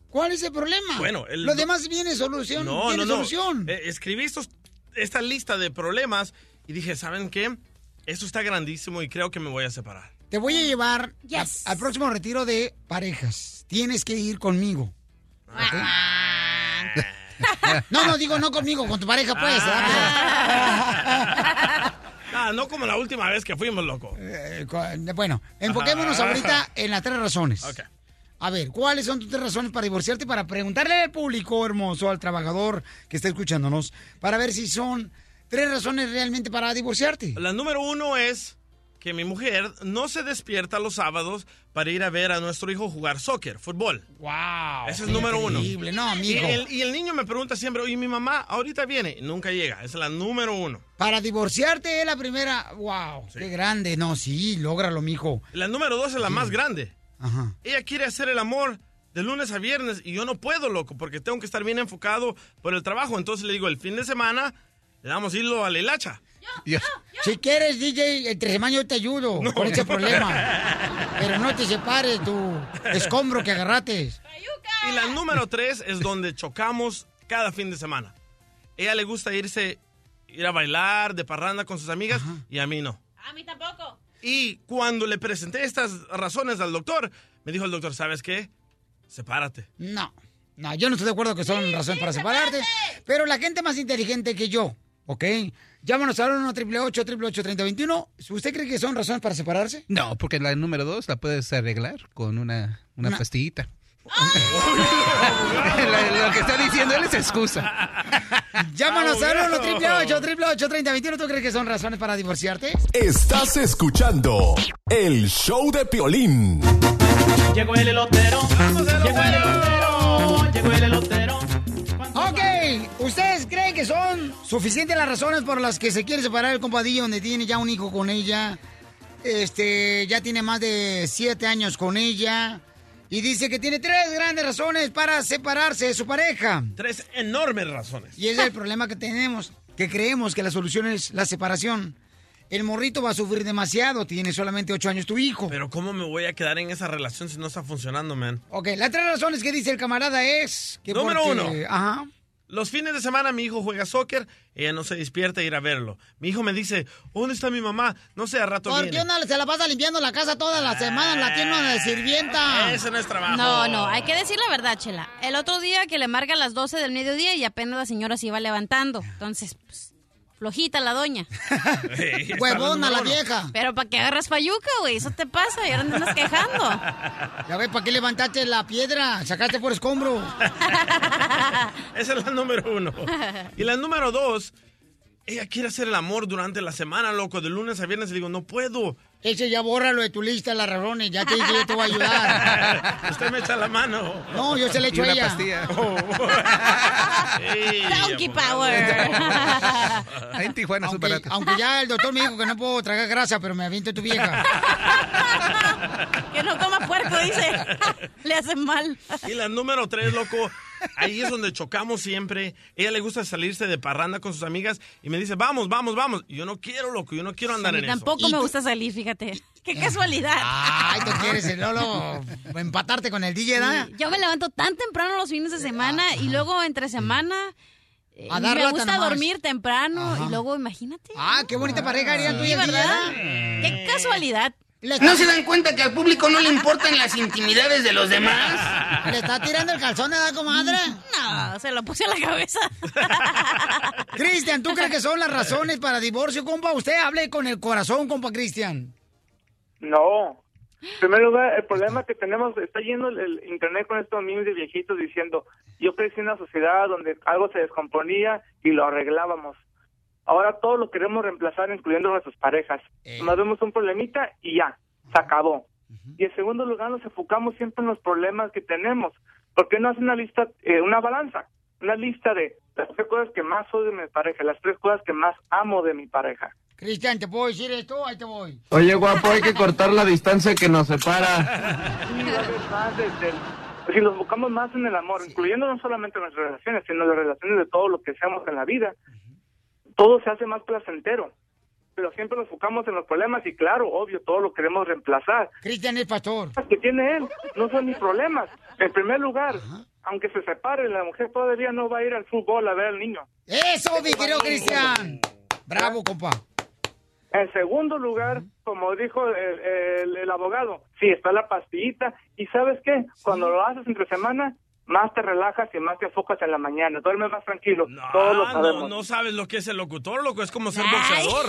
¿cuál es el problema? Bueno, el- lo demás viene solución. No, tiene no, no. solución. Eh, escribí estos- esta lista de problemas y dije, ¿saben qué? Esto está grandísimo y creo que me voy a separar. Te voy a llevar a- al próximo retiro de parejas. Tienes que ir conmigo. ¿ok? no, no, digo no conmigo, con tu pareja, pues. Ah, no como la última vez que fuimos, loco. Ah. Eh, cu- Bueno, enfoquémonos Ajá. ahorita en las tres razones. Ok. A ver, ¿cuáles son tus tres razones para divorciarte? Para preguntarle al público hermoso, al trabajador que está escuchándonos, para ver si son tres razones realmente para divorciarte. La número uno es que mi mujer no se despierta los sábados para ir a ver a nuestro hijo jugar soccer, fútbol. ¡Wow! Ese es número uno. Increíble, no, Y amigo. el, y el niño me pregunta siempre, oye, mi mamá ahorita viene. Y Nunca llega. Esa es la número uno. Para divorciarte es la primera. ¡Wow! ¡Qué grande! No, sí, lógralo, mijo. La número dos es la más grande. Ajá. Ella quiere hacer el amor de lunes a viernes y yo no puedo, loco, porque tengo que estar bien enfocado por el trabajo. Entonces le digo, el fin de semana le damos hilo a la hilacha. Si quieres, DJ, entre semana yo te ayudo con este problema. Pero no te separes tu escombro que agarrates. Y la número tres es donde chocamos cada fin de semana. Ella le gusta irse, ir a bailar, de parranda con sus amigas y a mí no. A mí tampoco. Y cuando le presenté estas razones al doctor, me dijo el doctor, ¿sabes qué? Sepárate. No, no, yo no estoy de acuerdo que son razones para separarte. Pero la gente más inteligente que yo, ¿ok? Llámanos al 1 888 3021 ¿Usted cree que son razones para separarse? No, porque la número dos la puedes arreglar con una, una pastillita. Lo- lo que está diciendo él es excusa. Llámanos al 1 Abogado. 888 3021 ¿Tú crees que son razones para divorciarte? Estás escuchando el show de Piolín. Llegó el elotero. Llegó el elotero. Llegó el elotero. Ok, ¿ustedes creen que son suficientes las razones por las que se quiere separar el compadillo donde tiene ya un hijo con ella? Este, ya tiene más de siete años con ella. Y dice que tiene tres grandes razones para separarse de su pareja. Tres enormes razones. Y ese es el problema que tenemos, que creemos que la solución es la separación. El morrito va a sufrir demasiado, tiene solamente ocho años tu hijo. Pero ¿cómo me voy a quedar en esa relación si no está funcionando, man? Ok, las tres razones que dice el camarada es... Que Número porque- uno. Ajá. Los fines de semana mi hijo juega soccer, ella no se despierta a ir a verlo. Mi hijo me dice, ¿dónde está mi mamá? No sé, a rato ¿Por qué viene. una se la pasa limpiando la casa toda la semana? La tiene una de sirvienta. Eso Ah, no es trabajo. No, no, hay que decir la verdad, Chela. El otro día que le marca a las 12 del mediodía y apenas la señora se iba levantando. Entonces, pues, flojita la doña. Huevona la vieja. Pero para que agarras payuca, güey, eso te pasa y ahora no andas quejando. Ya ves, ¿para qué levantaste la piedra? Sacaste por escombro. Esa es la número uno. Y la número dos, ella quiere hacer el amor durante la semana, loco, de lunes a viernes. Le digo, no puedo. Ese ya bórralo de tu lista, las razones. Ya te dije, yo te voy a ayudar. Usted me echa la mano. No, yo se la echo a ella. Donkey Power. Ahí en Tijuana son Aunque, baratas. aunque ya el doctor me dijo que no puedo tragar grasa, pero me aviento tu vieja. que no coma puerco, dice. Le hacen mal. Y la número tres, loco, ahí es donde chocamos siempre. Ella le gusta salirse de parranda con sus amigas y me dice, vamos, vamos, vamos. Y yo no quiero, loco, yo no quiero andar A en mí eso. tampoco me gusta salir, fíjate. Qué casualidad. Ay, tú quieres el Lolo Ah, empatarte con el DJ, ¿da? Sí, Yo me levanto tan temprano los fines de semana y luego entre semana. eh, Mm. A dar me lata gusta nomás. dormir temprano y luego imagínate. Ah, qué bonita pareja harían tú y Sí, el DJ, ¿verdad? ¿da? Qué casualidad. ¿No se dan cuenta que al público no le importan las intimidades de los demás? ¿Le está tirando el calzón a la comadre? No, se lo puse a la cabeza. Cristian, ¿tú crees que son las razones para divorcio, compa? Usted hable con el corazón, compa Cristian. No. En primer lugar, el problema que tenemos está yendo el, el internet con estos niños de viejitos diciendo, yo crecí en una sociedad donde algo se descomponía y lo arreglábamos. Ahora todo lo queremos reemplazar, incluyendo nuestras parejas. Nos vemos un problemita y ya, se acabó. Y en segundo lugar, nos enfocamos siempre en los problemas que tenemos. ¿Por qué no hace una lista, eh, una balanza? una lista de las tres cosas que más odio de mi pareja, las tres cosas que más amo de mi pareja. Cristian, ¿te puedo decir esto? Ahí te voy. Oye, guapo, hay que cortar la distancia que nos separa. Y una vez más, desde el- si nos buscamos más en el amor, incluyendo no solamente nuestras relaciones, sino las relaciones de todo lo que seamos en la vida, todo se hace más placentero. Pero siempre nos enfocamos en los problemas y claro, obvio, todo lo queremos reemplazar. Cristian es pastor. que tiene él no son mis problemas. En primer lugar, aunque se separe, la mujer todavía no va a ir al fútbol a ver al niño. Eso, mi querido Cristian. Bravo, compa. En segundo lugar, como dijo el, el- el abogado, sí, está la pastillita. ¿Y sabes qué? Cuando lo haces entre semana, más te relajas y más te enfocas en la mañana. Duermes más tranquilo. Todos lo Ah, sabemos. no, no sabes lo que es el locutor, loco. Es como ser boxeador.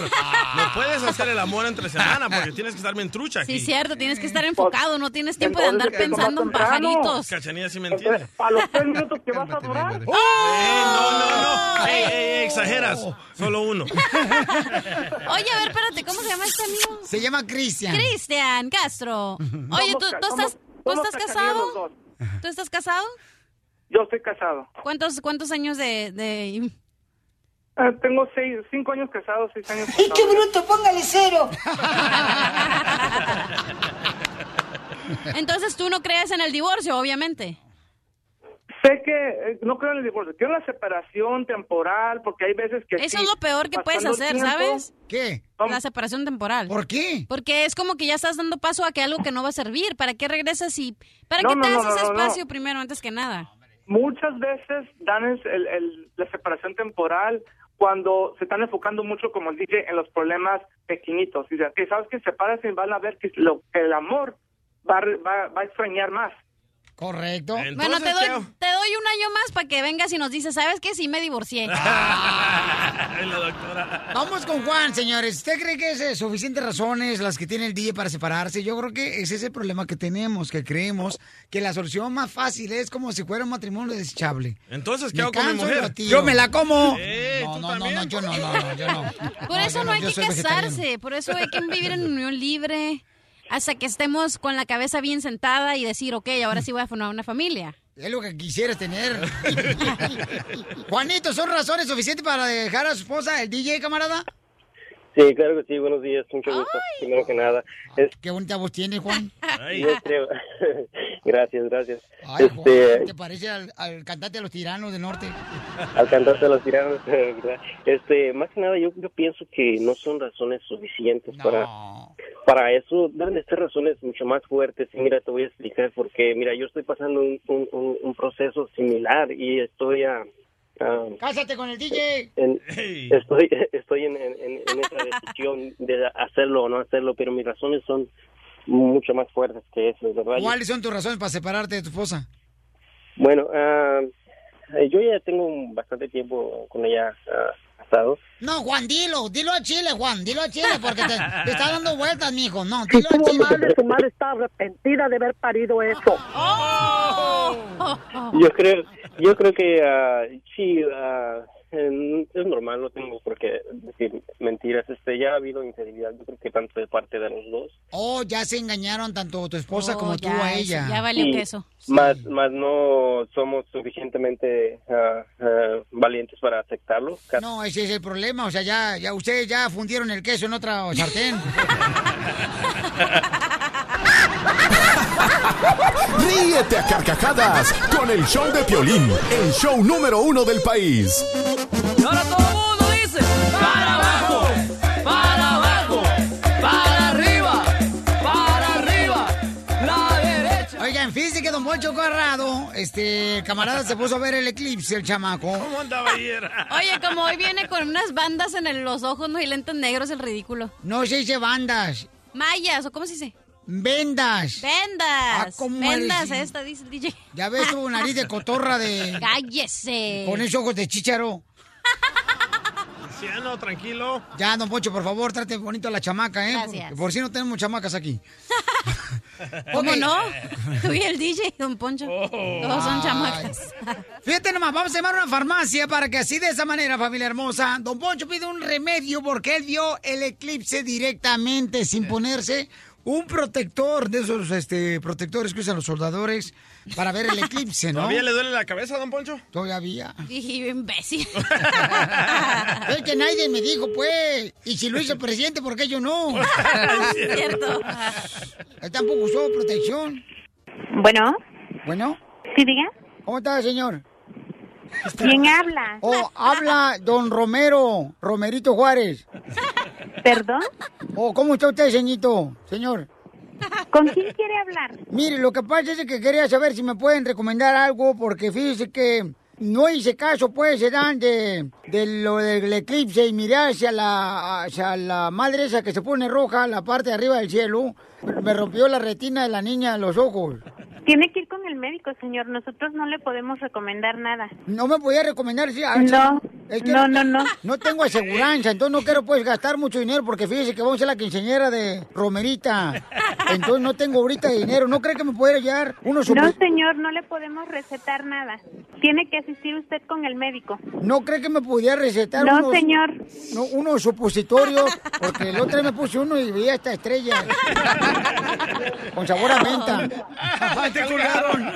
No puedes hacer el amor entre semana porque tienes que estar bien trucha aquí. Sí, cierto, tienes que estar enfocado, no tienes tiempo de andar Entonces, pensando en pajaritos. Cachanilla sí me entiende. A los tres minutos que vas a durar. No, ey, ey, ey, exageras. Solo uno. Oye, a ver, espérate, ¿cómo se llama este amigo? Se llama Cristian. Cristian Castro. Oye, ¿tú, tú somos- estás, ¿tú somos estás cachanillas los casado? ¿Tú estás casado? Yo estoy casado. ¿Cuántos, cuántos años de, de... Eh, tengo seis, cinco años casado, seis años casados. qué bruto! ¡Póngale cero! Entonces tú no crees en el divorcio, obviamente. Sé que eh, no creo en el divorcio. Quiero la separación temporal porque hay veces que. Eso sí, es lo peor que puedes pasando el tiempo- hacer, ¿sabes? ¿Qué? La separación temporal. ¿Por qué? Porque es como que ya estás dando paso a que algo que no va a servir. ¿Para qué regresas y para No, qué no, te no, haces no, no, no. espacio primero antes que nada? Muchas veces dan es- el- el- la separación temporal cuando se están enfocando mucho, como el DJ, en los problemas pequeñitos. Y que sabes que separas y van a ver que lo- el amor va, a re- va- va a extrañar más. Correcto. Bueno, te doy, te doy un año más para que vengas y nos dices, ¿sabes qué? Sí, me divorcié. La doctora. Vamos con Juan, señores. ¿Usted cree que es eh, suficientes razones las que tiene el DJ para separarse? Yo creo que ese es el problema que tenemos, que creemos que la solución más fácil es como si fuera un matrimonio desechable. Entonces, ¿qué Me hago con mi canso y mujer? lo tiro. Yo me la como. Eh, no, ¿tú no, no, también? no, yo no, no, no, yo no. Por No, eso no yo no, hay yo que soy vegetariano. casarse, por eso hay que vivir en unión libre hasta que estemos con la cabeza bien sentada y decir, ok, ahora sí voy a formar una familia. Es lo que quisieras tener. Juanito, ¿son razones suficientes para dejar a su esposa, el DJ, camarada? Sí, claro que sí. Buenos días, mucho gusto. Primero que nada. Es- Qué bonita voz tiene, Juan. yo creo- gracias, gracias. Ay, Juan, este, te parece al, al cantante de los tiranos del norte. al cantante de los tiranos, ¿verdad? este, más que nada, yo, yo pienso que no son razones suficientes para para eso. Deben de ser razones mucho más fuertes. Y mira, te voy a explicar por qué. Mira, yo estoy pasando un, un- un- un proceso similar y estoy a, a- Cásate con el DJ. en- estoy estoy en, en- en- en esa decisión de hacerlo o no hacerlo, pero mis razones son mucho más fuertes que eso, ¿verdad? Yo- ¿Cuáles son tus razones para separarte de tu esposa? Bueno, ah, eh, yo ya tengo un- bastante tiempo con ella ah, casado. No, Juan, dilo, dilo a Chile, Juan, dilo a Chile, porque te, te está dando vueltas, mijo. No, dilo a Chile. tu madre está arrepentida de haber parido eso. Yo creo, yo creo que ah, sí, ah, en- es normal, no tengo por qué decir mentiras. Este, ya ha habido infidelidad, yo creo que tanto de parte de los dos. Oh, ya se engañaron tanto tu esposa Oh, como tú ya, a eso, ella. ya valió Sí. queso. Más, más no somos suficientemente ah, ah, valientes para aceptarlo. Ca- No, ese es el problema, o sea, ya, ya ustedes ya fundieron el queso en otra sartén. Ríete a carcajadas con el show de Piolín, el show número uno del país. Y ahora todo el mundo dice, para abajo, para abajo, para arriba, para arriba. la derecha. Oigan, fíjense que Don Poncho Corrado, este, el camarada se puso a ver el eclipse, el chamaco. ¿Cómo andaba ayer? Oye, como hoy viene con unas bandas en el- los ojos ¿no? y lentes negros, el ridículo. No se dice bandas, Mayas, ¿o cómo se dice? vendas. Ah, Vendas. ¿cómo Vendas, eres? esta, dice el DJ. Ya ves tu nariz de cotorra de... Cállese. Con esos ojos de chícharo. Luciano, tranquilo. Ya, Don Poncho, por favor, trate bonito a la chamaca, ¿eh? Gracias. Por, por si no tenemos chamacas aquí. ¿Cómo Ok. no? Tú y el DJ, don Poncho. Oh. Todos son Ay. chamacas. Fíjate nomás, vamos a llamar a una farmacia para que así de esa manera, familia hermosa, Don Poncho pide un remedio porque él vio el eclipse directamente sin ponerse un protector de esos este, protectores que usan los soldadores para ver el eclipse, ¿no? ¿Todavía le duele la cabeza, don Poncho? Todavía. Dije, imbécil. Es que nadie me dijo, pues. Y si lo hizo el presidente, ¿por qué yo no? Es cierto. Él tampoco usó protección. Bueno. Bueno. Sí, diga. ¿Cómo está, señor? ¿Quién habla? Oh, habla don Romero, Romerito Juárez. ¿Perdón? Oh, ¿cómo está usted, señorito? Señor. ¿Con quién quiere hablar? Mire, lo que pasa es que quería saber si me pueden recomendar algo, porque fíjese que no hice caso, pues, se dan de, de lo del eclipse y miré hacia la, hacia la madre esa que se pone roja, la parte de arriba del cielo. Me rompió la retina de la niña los ojos. Tiene que ir con el médico, señor. Nosotros no le podemos recomendar nada. No me podía recomendar, sí. ah, No, no, no, no. No tengo aseguranza, entonces no quiero pues gastar mucho dinero porque fíjese que vamos a ser la quinceañera de Romerita. Entonces no tengo ahorita dinero. ¿No cree que me pudiera llegar unos No, supli- señor, no le podemos recetar nada. Tiene que asistir usted con el médico. ¿No cree que me pudiera recetar No, unos, señor. no, unos supositorios? Porque el otro día me puse uno y veía esta estrella. Con sabor a menta. ¡Te colgaron!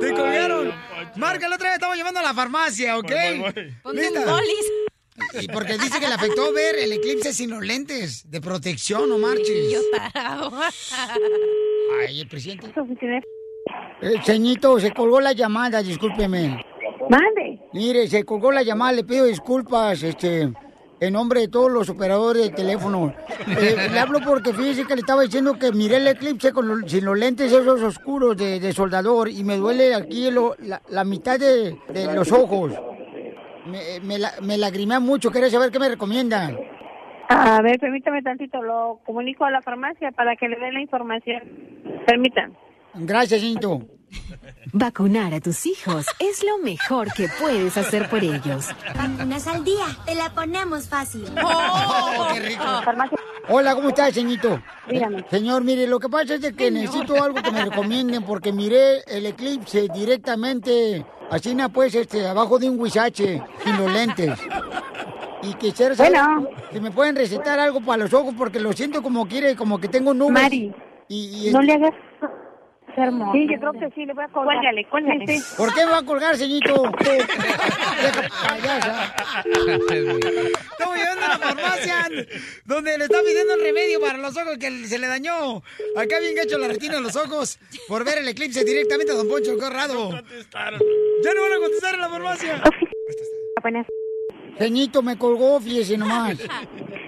¡Te colgaron! Marca, el otro día estaba llevando a la farmacia, ¿ok? Voy, voy, voy. ¿Lista? Ponte un bolis. Y porque dice que le afectó ver el eclipse sin los lentes de protección, no marches. Yo tarado. Ay, el presidente. Eh, Señito, se colgó la llamada, discúlpeme. Mande. Mire, se colgó la llamada, le pido disculpas, este, en nombre de todos los operadores de teléfono. Eh, le hablo porque fíjese que le estaba diciendo que miré el eclipse con los- sin los lentes esos oscuros de, de soldador y me duele aquí lo- la, la mitad de, de los ojos. Me, me, la- me lagrimea mucho, quería saber qué me recomiendan. A ver, permítame tantito. Lo comunico a la farmacia para que le den la información. Permitan. Gracias, Cinto. Vacunar a tus hijos es lo mejor que puedes hacer por ellos. Vacunas al día, te la ponemos fácil. Oh, qué rico. Hola, ¿cómo estás, señorito? Dígame. Señor, mire, lo que pasa es de que necesito algo que me recomienden porque miré el eclipse directamente, así na, pues, este, abajo de un huizache, sin los lentes. Y quisiera saber Bueno. si me pueden recetar algo para los ojos porque lo siento como quiere, como que tengo nubes. Mari, Y, y- no le hagas Sí, yo creo que sí, le voy a colgar. Cuélgale, cuélgale. ¿Por qué me va a colgar, señorito? Deja payasa. Estamos llevando a la farmacia donde le está pidiendo el remedio para los ojos que se le dañó. Acá bien hecho la retina de los ojos por ver el eclipse directamente a Don Poncho Corrado. Ya no van a contestar en la farmacia. Buenas. Señito, me colgó, fíjese nomás.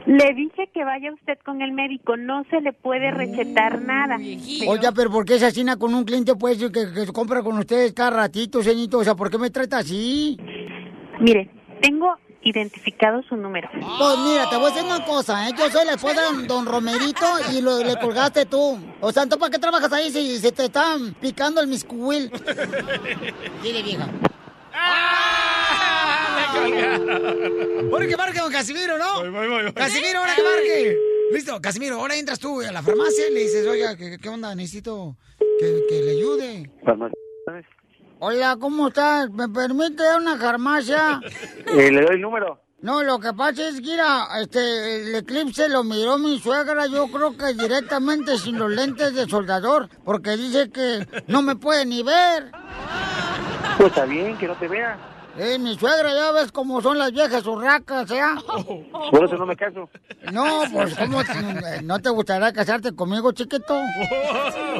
Le dije que vaya usted con el médico, no se le puede recetar nada. Oye, pero ¿por qué se asina con un cliente pues que, que compra con ustedes cada ratito, señito? O sea, ¿por qué me trata así? Mire, tengo identificado su número. Pues mira, te voy a decir una cosa, ¿eh? Yo soy la esposa de don Romerito y lo, le colgaste tú. O sea, ¿entonces para qué trabajas ahí si se te están picando el miscuil? Dile, vieja. Ahora que marque, don Casimiro, ¿no? Voy, voy, voy. Casimiro, ahora que marque. Listo, Casimiro, ahora entras tú a la farmacia y le dices, oiga, ¿qué, qué onda? Necesito que, que le ayude. Hola, ¿cómo estás? ¿Me permite dar una farmacia? Eh, le doy el número. No, lo que pasa es que, mira, este, el eclipse lo miró mi suegra, yo creo que directamente sin los lentes de soldador, porque dice que no me puede ni ver. Pues está bien, que no te vea. Eh, mi suegra, ya ves cómo son las viejas urracas, ¿ya? Por eso no me caso. No, pues, ¿cómo? te- ¿No te gustaría casarte conmigo, chiquito?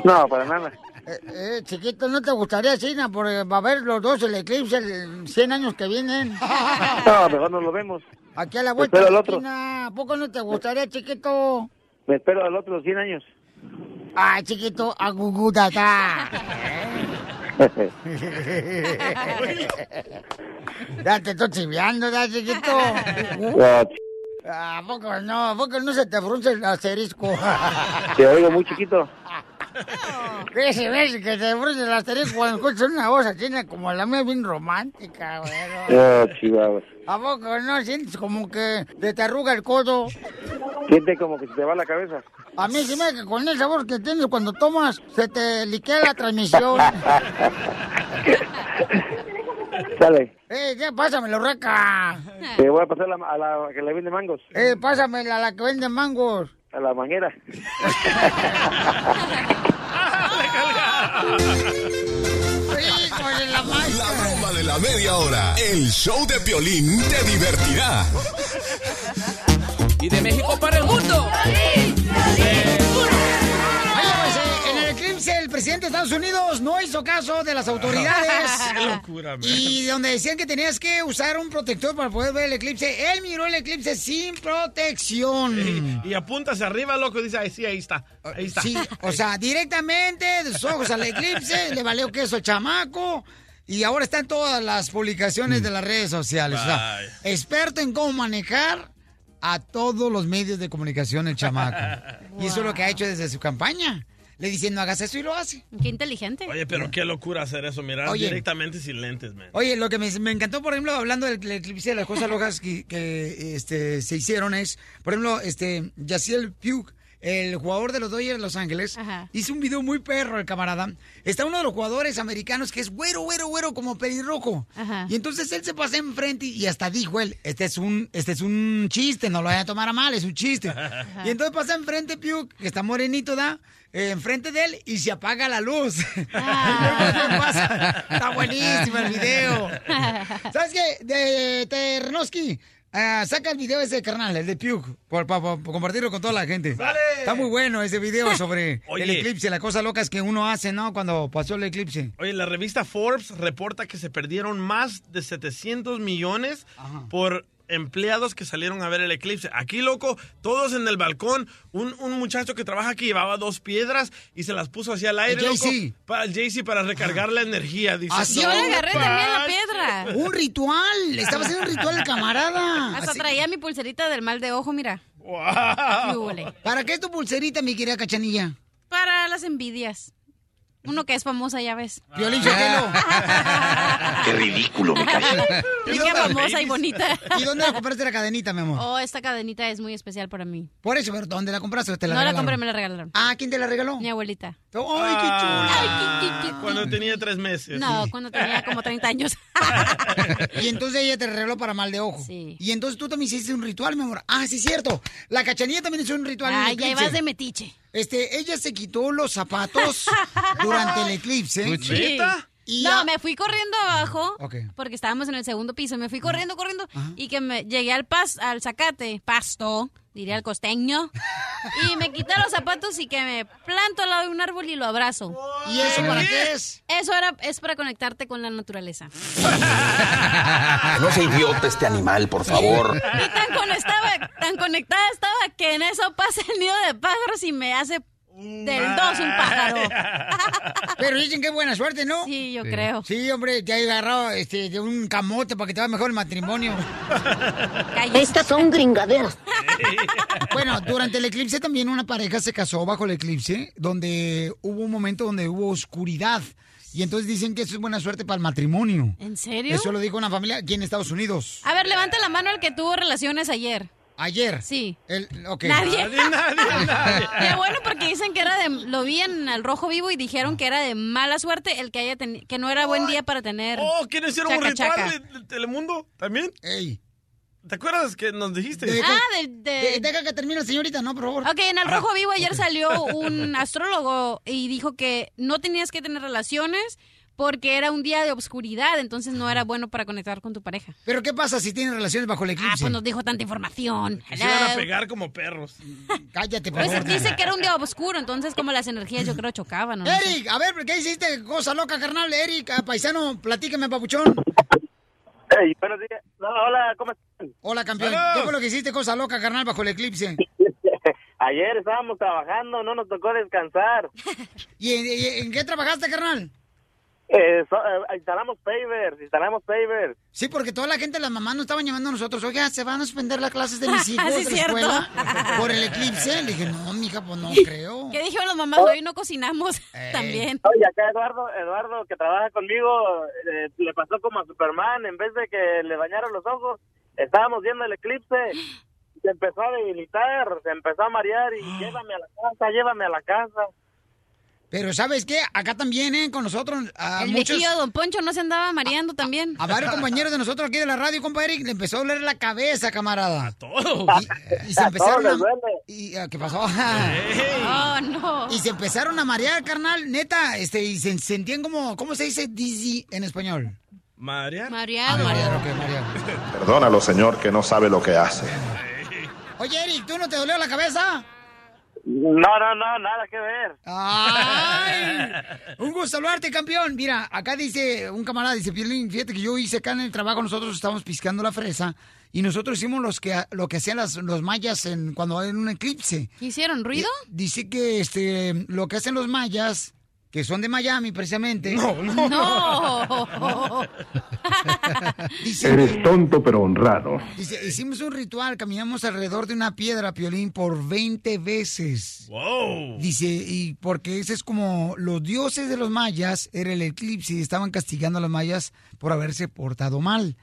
No, para nada. Eh, eh, chiquito, ¿no te gustaría, China? Porque va a haber los dos el eclipse el 100 años que vienen. No, mejor no lo vemos. Aquí a la vuelta Espero de al la otro. esquina. ¿A poco no te gustaría, chiquito? Me espero al otro 100 años. Ay, chiquito, agugudata. ya te estoy chiviando, ya, chiquito. Ah, ¿A poco no? ¿A poco no se te frunce el asterisco? Ah, Te oigo muy chiquito. ¿Qué se ve si que te frunce el asterisco cuando escuchas una voz así como la mía bien romántica, güey? Ah, chihuahua. ¿A poco no sientes como que te, te arruga el codo? Siente como que se te va la cabeza. A mí sí me que con el sabor que tienes cuando tomas, se te liquea la transmisión. Sale. eh, ya pásamelo, reca. Te voy a pasar la- a la que le vende mangos. Eh, pásamela la que vende mangos. a la manguera. la broma de la media hora. El show de Piolín te divertirá. Y de México para el mundo. Oye, pues, eh, en el eclipse el presidente de Estados Unidos no hizo caso de las autoridades. Qué locura, man. Y donde decían que tenías que usar un protector para poder ver el eclipse, él miró el eclipse sin protección. Y apunta hacia arriba, loco, dice, ahí sí, ahí está. Ahí está. Sí, o sea, directamente de sus ojos al eclipse, le valió queso al chamaco. Y ahora está en todas las publicaciones de las redes sociales. O sea, experto en cómo manejar a todos los medios de comunicación el chamaco. Y eso es lo que ha hecho desde su campaña. Le dicen, no hagas eso y lo hace. Qué inteligente. Oye, pero qué locura hacer eso, mirar Oye. directamente sin lentes, man. Oye, lo que me, me encantó, por ejemplo, hablando del, del eclipse de las cosas locas que, que, este, se hicieron es, por ejemplo, este, Yaciel Pugh, el jugador de los Dodgers de Los Ángeles, hizo un video muy perro, el camarada. Está uno de los jugadores americanos que es güero, güero, güero, como pelirrojo. Y entonces él se pasa enfrente y, y hasta dijo él, este es un, este es un chiste, no lo vaya a tomar a mal, es un chiste. Y entonces pasa enfrente Pugh, que está morenito, da, eh, enfrente de él y se apaga la luz. Y luego se pasa. Está buenísimo el video. ¿Sabes qué? De Ternoski. ah, saca el video ese carnal, el de Puke, para compartirlo con toda la gente. Está muy bueno ese video sobre Oye. el eclipse, las cosas locas que uno hace, ¿no? Cuando pasó el eclipse. Oye, la revista Forbes reporta que se perdieron más de 700 millones por empleados que salieron a ver el eclipse. Aquí, loco, todos en el balcón. Un, un muchacho que trabaja aquí llevaba dos piedras y se las puso hacia el aire, El loco, JC. para el JC para recargar la energía. Dice, Así "No, es. la piedra. Ah, Un ritual. Estaba haciendo un ritual el camarada. Hasta Así- traía mi pulserita del mal de ojo, mira. ¿Qué hubole? ¿Para qué es tu pulserita, mi querida cachanilla? Para las envidias. Uno que es famosa, ya ves. Violín Sotelo. Qué ridículo, me cae. Y qué famosa y bonita. ¿Y dónde la compraste la cadenita, mi amor? Oh, esta cadenita es muy especial para mí. Por eso, pero ¿dónde la compraste? o ¿Te la no la regalaron? compré, me la regalaron. Ah, ¿quién te la regaló? Mi abuelita. ¡Ay, qué Ah, Ay, qué- qué- qué- Cuando tenía tres meses. No, cuando tenía como 30 años. Y entonces ella te regaló para mal de ojo. Y entonces tú también hiciste un ritual, mi amor. Ah, sí, es cierto. La cachanilla también hizo un ritual. en el Ay, ya eclipse. ibas de metiche. Este, ella se quitó los zapatos durante el eclipse. Sí. no, me fui corriendo abajo Ok. porque estábamos en el segundo piso. Me fui corriendo, corriendo y que me llegué al pas, al zacate, pasto, diría al costeño, y me quité los zapatos y que me planto al lado de un árbol y lo abrazo. ¿Y eso para qué es? Eso era, es para conectarte con la naturaleza. No se idiota este animal, por favor. Y tan conectada, tan conectada estaba que en eso pasa el nido de pájaros y me hace del dos un pájaro. Pero dicen que buena suerte, ¿no? Sí, yo creo. Sí, hombre, te ha agarrado este, de un camote para que te vaya mejor el matrimonio. Estas son gringaderas. Bueno, durante el eclipse también una pareja se casó bajo el eclipse, donde hubo un momento donde hubo oscuridad. Y entonces dicen que eso es buena suerte para el matrimonio. ¿En serio? Eso lo dijo una familia aquí en Estados Unidos. A ver, levanta la mano el que tuvo relaciones ayer. Ayer. Sí. El, ok. Nadie. Nadie, nadie, Qué bueno porque dicen que era de lo vi en el rojo vivo y dijeron que era de mala suerte el que haya teni- que no era buen día para tener. Oh, ¿quién hicieron un ritual chaca, chaca. de, de Telemundo también? ¿Te acuerdas que nos dijiste? Ah, del- de, de- deja que termine, señorita, no, por favor. Ok, en el Ah, Rojo Vivo ayer ok. salió un astrólogo y dijo que no tenías que tener relaciones porque era un día de obscuridad, entonces no era bueno para conectar con tu pareja. Pero ¿qué pasa si tienen relaciones bajo el eclipse? Ah, pues nos dijo tanta información. Que se iban a Hello. pegar como perros. Cállate, por Pues favor. dice que era un día oscuro, entonces como las energías yo creo chocaban. ¿o no? Eric, a ver, ¿qué hiciste? Cosa loca, carnal. Eric, ah, paisano, platícame, papuchón. Ey, buenos días. No, hola, ¿cómo están? Hola, campeón. Hello. ¿Qué fue lo que hiciste? Cosa loca, carnal, bajo el eclipse. Ayer estábamos trabajando, no nos tocó descansar. ¿Y en, y en qué trabajaste, carnal? Eh, so- eh, instalamos pavers, instalamos pavers. Sí, porque toda la gente, las mamás nos estaban llamando a nosotros. Oiga, se van a suspender las clases de mis hijos Ah, sí, de la cierto. escuela por el eclipse. Le dije, no, mija, pues no creo. Eh. ¿Qué dijeron las mamás? Hoy no cocinamos también. Oh. Oye, acá Eduardo, Eduardo que trabaja conmigo, eh, le pasó como a Superman, en vez de que le bañaron los ojos, estábamos viendo el eclipse, se empezó a debilitar, se empezó a marear y llévame a la casa, llévame a la casa. Pero ¿sabes qué? Acá también, ¿eh? Con nosotros. A El muchos, viejillo Don Poncho no se andaba mareando también. a varios compañeros de nosotros aquí de la radio, compa Eric, le empezó a doler la cabeza, camarada. A todos. Y, y se A empezaron todos a. les duele. y, ah, ¿Qué pasó? Ah. Ey. Oh, no. Y se empezaron a marear, carnal, neta. Este, y se sentían como. ¿Cómo se dice dizzy en español? María. María. Perdónalo, Señor, que no sabe lo que hace. Oye, Eric, ¿tú no te dolió la cabeza? No, no, no, nada que ver. ¡Ay! Un gusto saludarte, campeón. Mira, acá dice un camarada, dice, Piolín, fíjate que yo hice acá en el trabajo, nosotros estábamos piscando la fresa y nosotros hicimos los que, lo que hacían las, los mayas en, cuando hay un eclipse. ¿Hicieron ruido? Y- dice que este, lo que hacen los mayas, que son de Miami precisamente. No, no. No. Eres tonto pero honrado. Dice, hicimos un ritual, caminamos alrededor de una piedra, Piolín, por 20 veces. Wow. Dice, y porque ese es como los dioses de los mayas, era el eclipse y estaban castigando a los mayas por haberse portado mal.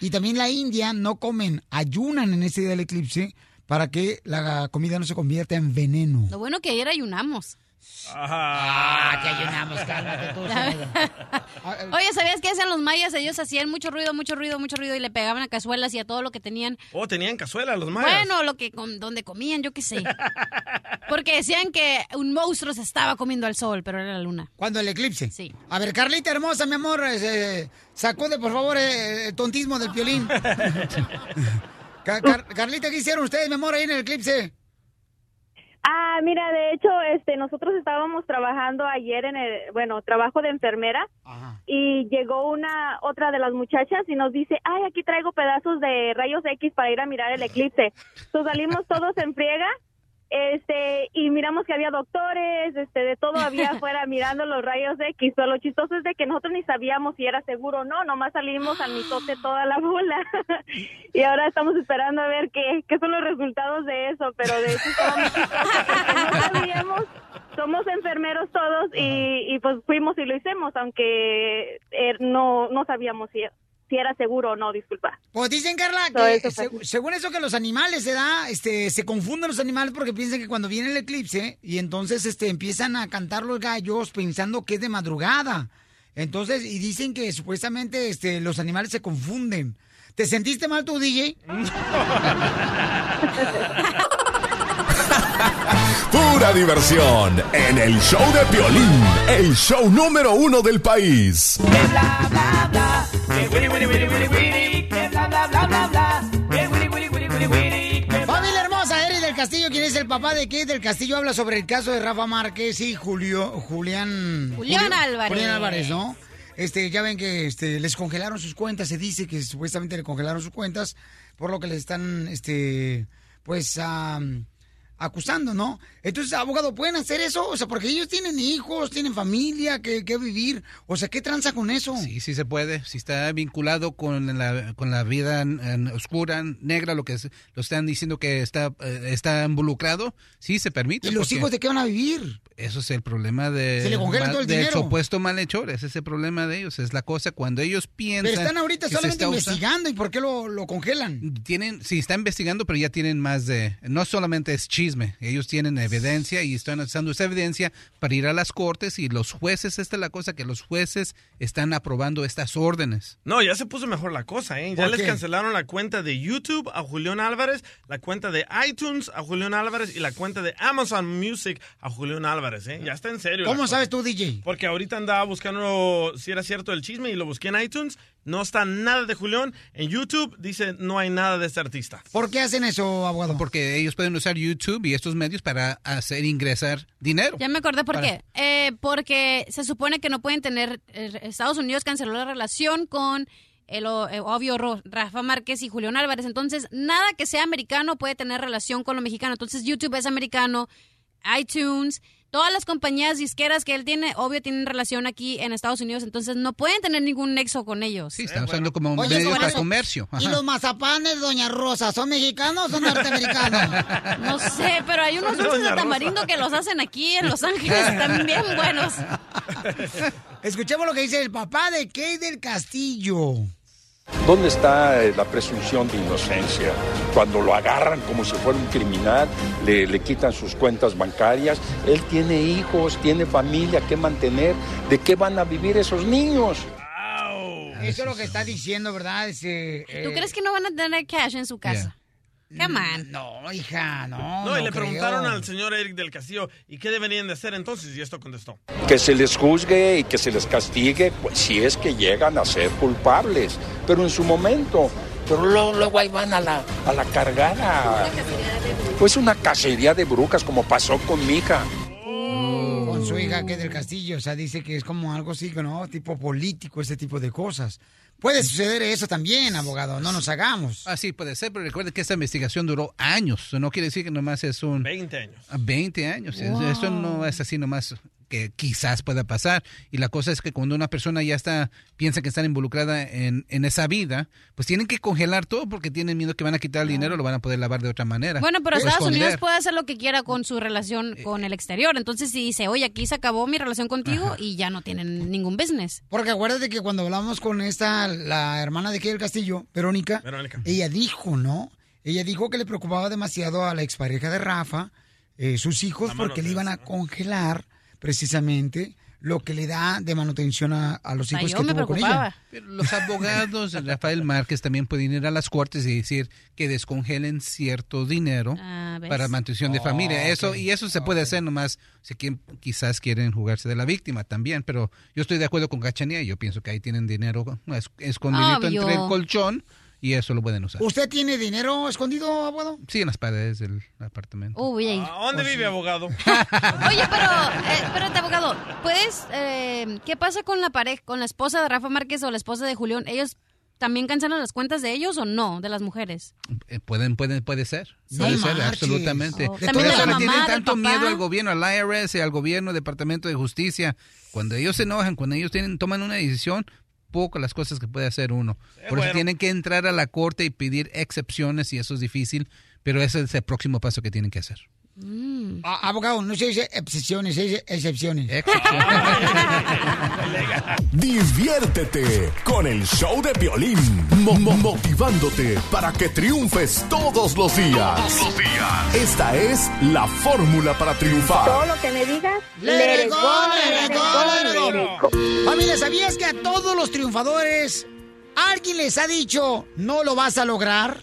Y también la India no comen, ayunan en ese día del eclipse para que la comida no se convierta en veneno. Lo bueno que ayer ayunamos. Ah, que ayunamos, cálmate tú, Oye, ¿sabías qué hacían los mayas? Ellos hacían mucho ruido, mucho ruido, mucho ruido y le pegaban a cazuelas y a todo lo que tenían. Oh, tenían cazuela los mayas. Bueno, lo que com- donde comían, yo qué sé. Porque decían que un monstruo se estaba comiendo al sol, pero era la luna. Cuando el eclipse. Sí. A ver, Carlita hermosa, mi amor, eh, sacude por favor eh, el tontismo del piolín. Ca- Car- Carlita, ¿qué hicieron ustedes, mi amor, ahí en el eclipse? Ah, mira, de hecho, este, nosotros estábamos trabajando ayer en el, bueno, trabajo de enfermera y llegó una otra de las muchachas y nos dice, ay, aquí traigo pedazos de rayos X para ir a mirar el eclipse. Entonces salimos todos en friega, este, y miramos que había doctores, este, de todo había afuera mirando los rayos X. Pero lo chistoso es de que nosotros ni sabíamos si era seguro o no, nomás salimos al mitote toda la bola. y ahora estamos esperando a ver qué, qué son los resultados de eso, pero de hecho estábamos- no sabíamos. Somos enfermeros todos y, y pues fuimos y lo hicimos, aunque eh, no, no sabíamos si, si era seguro o no, disculpa. Pues dicen, Carla, Todo que eso fue Eh, seg- según eso que los animales se da, este, se confunden los animales porque piensan que cuando viene el eclipse y entonces este, empiezan a cantar los gallos pensando que es de madrugada. Entonces, y dicen que supuestamente este, los animales se confunden. ¿Te sentiste mal tú, DJ? Pura diversión en el show de Piolín, el show número uno del país. Familia hermosa, Eric del Castillo, quien es el papá de Kate del Castillo, habla sobre el caso de Rafa Márquez y Julio, Julián... Julián Julio- Álvarez. Julián Álvarez, ¿no? Este, ya ven que este, les congelaron sus cuentas, se dice que supuestamente le congelaron sus cuentas, por lo que les están, este, pues, am, acusando, ¿no? Entonces, abogado, ¿pueden hacer eso? O sea, porque ellos tienen hijos, tienen familia que, que vivir, o sea, ¿qué tranza con eso? Y si se puede, si está vinculado con la, con la vida eh, oscura, negra, lo que es- lo están diciendo que está, eh, está involucrado, sí se permite. ¿Y los porque hijos de qué van a vivir? Eso es el problema de, Se le congela todo el del dinero. supuesto malhechor, ese es el problema de ellos, es la cosa cuando ellos piensan... Pero están ahorita que se solamente está usa- investigando, ¿y por qué lo, lo congelan? tienen, sí, está investigando, pero ya tienen más de, no solamente es chisme, ellos tienen evidencia y están usando esa evidencia para ir a las cortes y los jueces, esta es la cosa, que los jueces están aprobando estas órdenes. No, ya se puso mejor la cosa, ¿eh? Ya ¿Por les qué? cancelaron la cuenta de YouTube a Julián Álvarez, la cuenta de iTunes a Julián Álvarez y la cuenta de Amazon Music a Julián Álvarez, ¿eh? Ya está en serio. la ¿Cómo cosa. sabes tú, DJ? Porque ahorita andaba buscando si era cierto el chisme y lo busqué en iTunes. No está nada de Julián. En YouTube dice no hay nada de este artista. ¿Por qué hacen eso, abogado? Porque ellos pueden usar YouTube y estos medios para hacer ingresar dinero. Ya me acordé por Para- qué. Eh, porque se supone que no pueden tener. eh, Estados Unidos canceló la relación con el, o- el obvio Ro- Rafa Márquez y Julián Álvarez. Entonces, nada que sea americano puede tener relación con lo mexicano. Entonces, YouTube es americano, iTunes. Todas las compañías disqueras que él tiene, obvio, tienen relación aquí en Estados Unidos, entonces no pueden tener ningún nexo con ellos. Sí, Están usando como medios por para eso- comercio. ¿Y ajá. los mazapanes, doña Rosa, son mexicanos o son norteamericanos? No sé, pero hay unos dulces de tamarindo que los hacen aquí en Los Ángeles, están bien buenos. Escuchemos lo que dice el papá de Kate del Castillo. ¿Dónde está eh, la presunción de inocencia? Cuando lo agarran como si fuera un criminal, le, le quitan sus cuentas bancarias, él tiene hijos, tiene familia que mantener, ¿de qué van a vivir esos niños? Eso es lo que está diciendo, ¿verdad? Este, eh, ¿Tú crees que no van a tener cash en su casa? Come on. No, hija, no. No, y le preguntaron al señor Eric del Castillo, ¿y qué deberían de hacer entonces? Y esto contestó. Que se les juzgue y que se les castigue pues, si es que llegan a ser culpables, pero en su momento. Pero luego, luego ahí van a la, a la cargada. Pues una cacería de brujas como pasó con mi hija. Oh. Con su hija que es del castillo, o sea, dice que es como algo así, ¿no? Tipo político, ese tipo de cosas. Puede suceder eso también, abogado, no nos hagamos. Así puede ser, pero recuerde que esta investigación duró años. No quiere decir que nomás es un... 20 años. a 20 años. Es- Wow. Eso no es así nomás que quizás pueda pasar. Y la cosa es que cuando una persona ya está, piensa que está involucrada en, en esa vida, pues tienen que congelar todo porque tienen miedo que van a quitar el dinero, lo van a poder lavar de otra manera. Bueno, pero O Estados esconder. Unidos puede hacer lo que quiera con su relación Eh, con el exterior. Entonces, si dice, oye, aquí se acabó mi relación contigo y ya no tienen ningún business. Porque acuérdate que cuando hablamos con esta, la hermana de aquí del castillo, Verónica, Verónica. ella dijo, ¿no? Ella dijo que le preocupaba demasiado a la expareja de Rafa, eh, sus hijos, La porque le iban a congelar precisamente lo que le da de manutención a, a los hijos que tuvo con ella. Pero los abogados, Rafael Márquez, también pueden ir a las cortes y decir que descongelen cierto dinero Ah, ¿ves? para mantención de Oh, familia. Eso ok, Y eso se puede hacer nomás si quien, quizás quieren jugarse de la víctima también. Pero yo estoy de acuerdo con Cachanía. Yo pienso que ahí tienen dinero es- escondidito Obvio. entre el colchón y eso lo pueden usar. ¿Usted tiene dinero escondido, abogado? Sí, en las paredes del apartamento. Uy, ahí. ¿A dónde Pues vive, abogado? Oye, pero, eh, Ah. espérate, abogado, ¿puedes, eh, qué pasa con la pareja, con la esposa de Rafa Márquez o la esposa de Julián? ¿Ellos también cancelan las cuentas de ellos o no, de las mujeres? Eh, Pueden, pueden, puede ser. Sí. Puede No ser, marches. absolutamente. Oh. Por También de eso la le tienen mamá, del tanto papá. miedo al gobierno, al IRS, y al gobierno, Departamento de Justicia. Cuando ellos se enojan, cuando ellos tienen, toman una decisión, poco las cosas que puede hacer uno. Por eso bueno. tienen que entrar a la corte y pedir excepciones, y eso es difícil, pero ese es el próximo paso que tienen que hacer. A- abogado, no se dice excepciones, se dice excepciones. Diviértete con el show de Piolín, mo- mo- motivándote para que triunfes todos los días. Todos los días. Esta es la fórmula para Todo triunfar. lo que me digas, Let let it it go, go, let let it it go, go, let it let go. Familia, ¿sabías que a todos los triunfadores alguien les ha dicho no lo vas a lograr?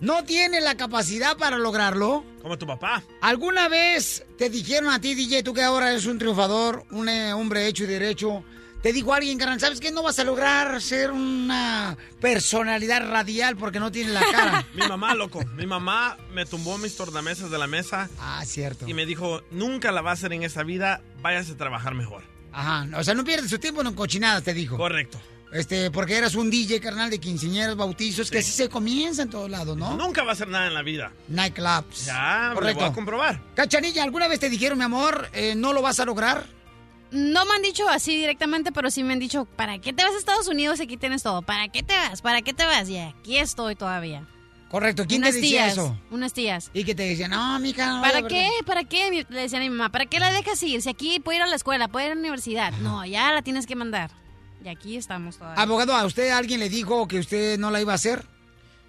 ¿No tienes la capacidad para lograrlo? Como tu papá. ¿Alguna vez te dijeron a ti, DJ, tú que ahora eres un triunfador, un eh, hombre hecho y derecho? Te dijo alguien, carnal, ¿sabes qué? No vas a lograr ser una personalidad radial porque no tienes la cara. Mi mamá, loco. Mi mamá me tumbó mis tornamesas de la mesa. Ah, cierto. Y me dijo, nunca la va a hacer en esta vida, váyase a trabajar mejor. Ajá, o sea, no pierdes su tiempo en cochinadas, te dijo. Correcto. Este, porque eras un DJ, carnal, de quinceañeros, bautizos, que así se comienza en todos lados, ¿no? Nunca va a hacer nada en la vida. Nightclubs. Ya, me lo voy a comprobar. Cachanilla, ¿alguna vez te dijeron, mi amor, eh, no lo vas a lograr? No me han dicho así directamente, pero sí me han dicho, ¿para qué te vas a Estados Unidos? Aquí tienes todo. ¿Para qué te vas? ¿Para qué te vas? Y aquí estoy todavía. Correcto, ¿quién unas te decía tías, eso? Unas tías. Y que te decían, no, mija. no, ¿Para la qué? verdad". ¿Para qué? Mi- Le decía a mi mamá, ¿para qué la dejas ir? Si aquí puede ir a la escuela, puede ir a la universidad. No, ya la tienes que mandar. Y aquí estamos todavía. Abogado, ¿a usted alguien le dijo que usted no la iba a hacer?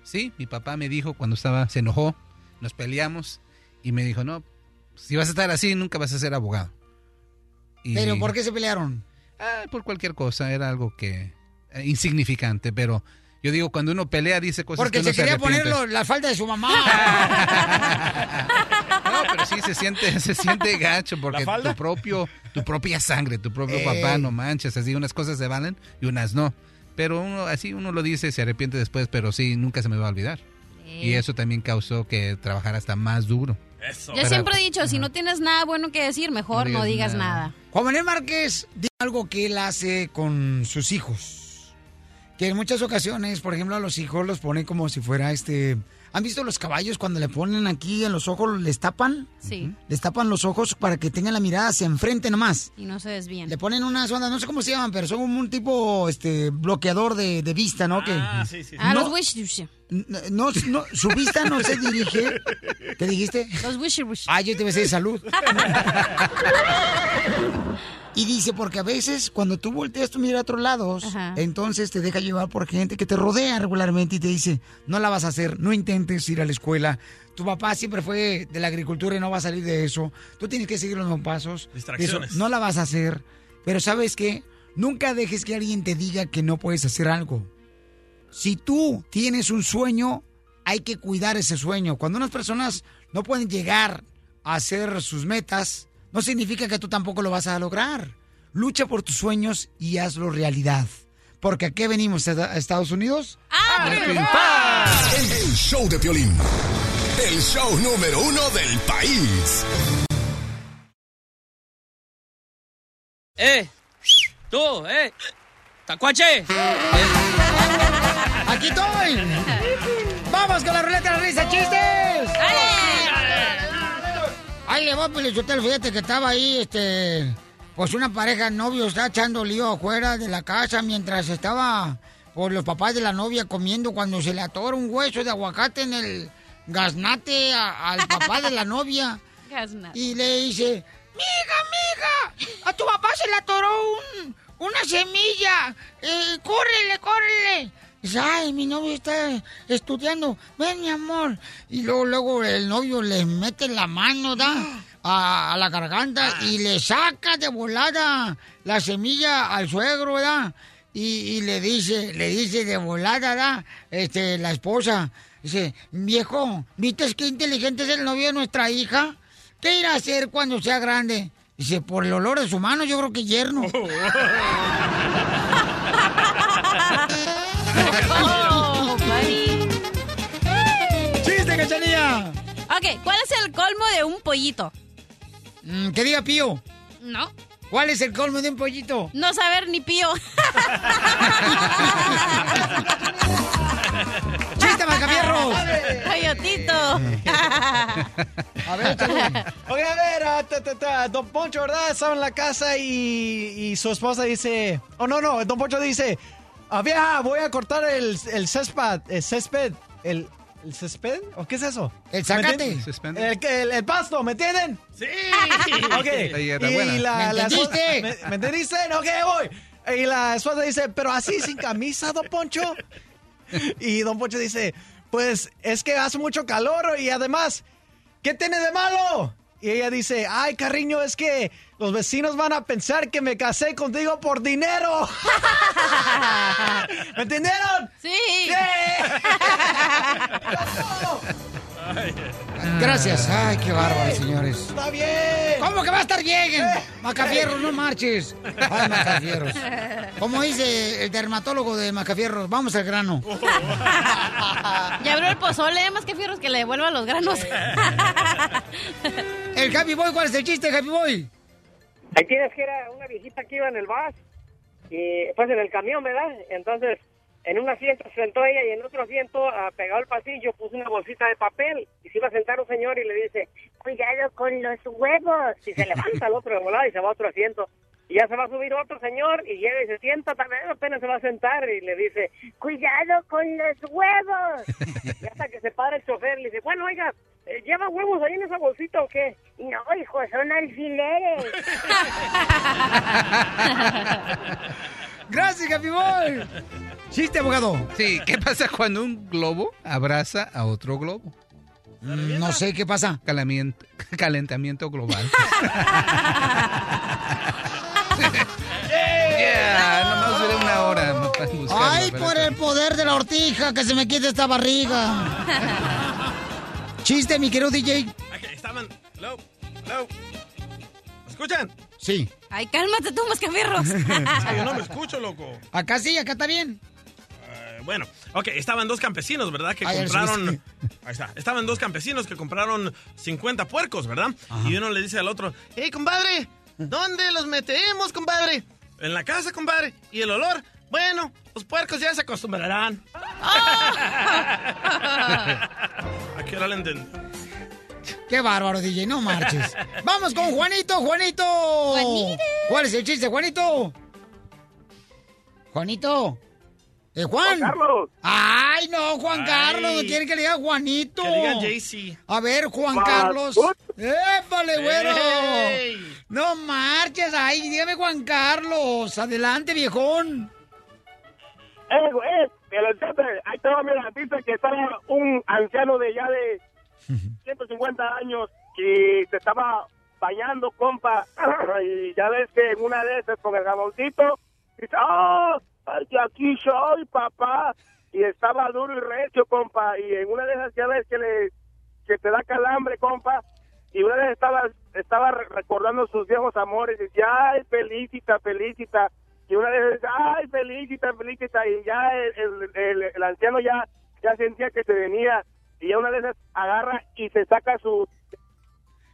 Sí, mi papá me dijo cuando estaba, se enojó, nos peleamos y me dijo, no, si vas a estar así, nunca vas a ser abogado. Y- ¿Pero por qué se pelearon? Ah, por cualquier cosa, era algo que eh, insignificante, pero yo digo, cuando uno pelea dice Pues cosas Porque que uno se quería arrepiente. poner lo- la falda de su mamá. No, pero sí se siente, se siente gacho porque tu propio, tu propia sangre, tu propio Ey. papá, no manches, así unas cosas se valen y unas no. Pero uno, así uno lo dice, se arrepiente después, pero sí, nunca se me va a olvidar. Eh. Y eso también causó que trabajara hasta más duro. Yo Para- siempre he dicho, si no tienes nada bueno que decir, mejor no digas nada. Juan Manuel Márquez dijo algo que él hace con sus hijos. Que en muchas ocasiones, por ejemplo, a los hijos los pone como si fuera este. ¿Han visto los caballos cuando le ponen aquí en los ojos, les tapan? Sí. Les tapan los ojos para que tengan la mirada hacia enfrente nomás. Y no se desvíen. Le ponen unas ondas, no sé cómo se llaman, pero son un tipo este bloqueador de, de vista, ¿no? Que, Ah, no, los wish no, no, su vista no se dirige. ¿Qué dijiste? Los wish Ah, yo te iba a decir salud. Y dice, porque a veces cuando tú volteas tu mira a otros lados, entonces te deja llevar por gente que te rodea regularmente y te dice, no la vas a hacer, no intentes ir a la escuela. Tu papá siempre fue de la agricultura y no va a salir de eso. Tú tienes que seguir los mismos pasos. Distracciones. Eso, no la vas a hacer. Pero ¿sabes qué? Nunca dejes que alguien te diga que no puedes hacer algo. Si tú tienes un sueño, hay que cuidar ese sueño. Cuando unas personas no pueden llegar a hacer sus metas, no significa que tú tampoco lo vas a lograr. Lucha por tus sueños y hazlo realidad. Porque ¿a qué venimos a Estados Unidos? ¡A triunfar! El show de Piolín. El show número uno del país. ¡Eh! ¡Tú, eh! ¡Tacuache! ¡Aquí estoy! ¡Vamos con la ruleta de la risa, chistes! Ahí le va, Pelichotel, fíjate que estaba ahí, este... Pues una pareja de novios está echando lío afuera de la casa mientras estaba... Por los papás de la novia comiendo cuando se le atora un hueso de aguacate en el gaznate a- al papá de la novia. Y le dice, ¡Miga, miga! ¡A tu papá se le atoró un- una semilla! Eh, ¡Córrele, córrele! Dice, ay, mi novio está estudiando. Ven, mi amor. Y luego, luego el novio le mete la mano, ¿da? A, a la garganta y le saca de volada la semilla al suegro, ¿da? Y, y le dice, le dice de volada, ¿da? Este, la esposa. Dice, viejo, ¿viste qué inteligente es el novio de nuestra hija? ¿Qué irá a hacer cuando sea grande? Dice, por el olor de su mano, yo creo que yerno. Oh. ¡Chiste, cachanilla! Ok, ¿cuál es el colmo de un pollito? Mm, que diga pío. No. ¿Cuál es el colmo de un pollito? No saber ni pío. ¡Chiste, Macafierros! ¡Coyotito! A ver, Ok, a ver, ah, ta, ta, ta, Don Poncho, ¿verdad? Estaba en la casa y, y su esposa dice... Oh, no, no, Don Poncho dice... Ah, vieja, voy a cortar el, el césped, el césped, el... ¿El césped? ¿O qué es eso? El zacate. zacate. El, el- el pasto, ¿me entienden? Sí. Ok. Ahí está y buena. la, ¿Me la esposa- entendiste? ¿Me, me entendiste? Ok, voy. Y la esposa dice, pero así sin camisa, Don Poncho. Y Don Poncho dice, pues es que hace mucho calor y además, ¿qué tiene de malo? Y ella dice, ay, cariño, es que los vecinos van a pensar que me casé contigo por dinero. ¿Me entendieron? Sí. Gracias. Ay, qué bárbaro, señores. Está bien. ¿Cómo que va a estar bien? Macafierros, no marches. Ay, Macafierros. Como dice el dermatólogo de Macafierros, vamos al grano. Ya abrió el pozole, más que fierros que le devuelva los granos. El Happy Boy, ¿cuál es el chiste, Happy Boy? Ahí tienes que era una viejita que iba en el bus, y pues en el camión, ¿verdad? Entonces, en un asiento se sentó ella y en otro asiento, ah, pegado al pasillo, puso una bolsita de papel y se iba a sentar un señor y le dice, cuidado con los huevos. Y se levanta el otro de volada y se va a otro asiento. Y ya se va a subir otro señor y llega y se sienta, también apenas se va a sentar y le dice, cuidado con los huevos. Y hasta que se para el chofer y le dice, bueno, oiga, eh, ¿lleva huevos ahí en esa bolsita o qué? No, hijo, son alfileres. Gracias, Happy Boy. Chiste, abogado. Sí, ¿qué pasa cuando un globo abraza a otro globo? No sé qué pasa. Calamiento- calentamiento global. yeah, nomás duré una hora más para buscarlo, Ay, pero por está el poder de la ortija, que se me quite esta barriga. Chiste, mi querido DJ. Ok, estaban. Hello, hello. ¿Me escuchan? Sí. Ay, cálmate tú, más que Es que yo no me escucho, loco. Acá sí, acá está bien. Eh, bueno, ok, estaban dos campesinos, ¿verdad? Que Ay, el compraron. Ahí está. Estaban dos campesinos que compraron 50 puercos, ¿verdad? Y uno le dice al otro, ¡Ey, compadre! ¿Dónde los metemos, compadre? en la casa, compadre. Y el olor, bueno, los puercos ya se acostumbrarán. ¿A qué hora le entendí? Qué bárbaro, DJ, no marches. Vamos con Juanito, Juanito. ¿Cuál es el chiste, Juanito? Juanito. Eh, Juan. Carlos. Ay, no, Juan Ay. Carlos. Tienen que le diga Juanito. Que le digan JC. A ver, Juan Juan- Carlos. ¡Épale, güero! ¡Ey! No marches, ay, dígame Juan Carlos. Adelante, viejón. Eh, güey, pelotita, ahí estaba mi artista que estaba un anciano de ya de 150 años que se estaba bañando, compa, y ya ves que en una de esas con el jaboncito, dice, ¡ah! que aquí soy, papá. Y estaba duro y recio, compa, y en una de esas ya ves que, le, que te da calambre, compa, y una vez estaba, estaba re- recordando sus viejos amores, y decía, ¡ay, felicita, felicita! Y una vez, ¡ay, felicita, felicita! Y ya el, el- el- el anciano ya, ya sentía que se venía, y ya una vez agarra y se saca su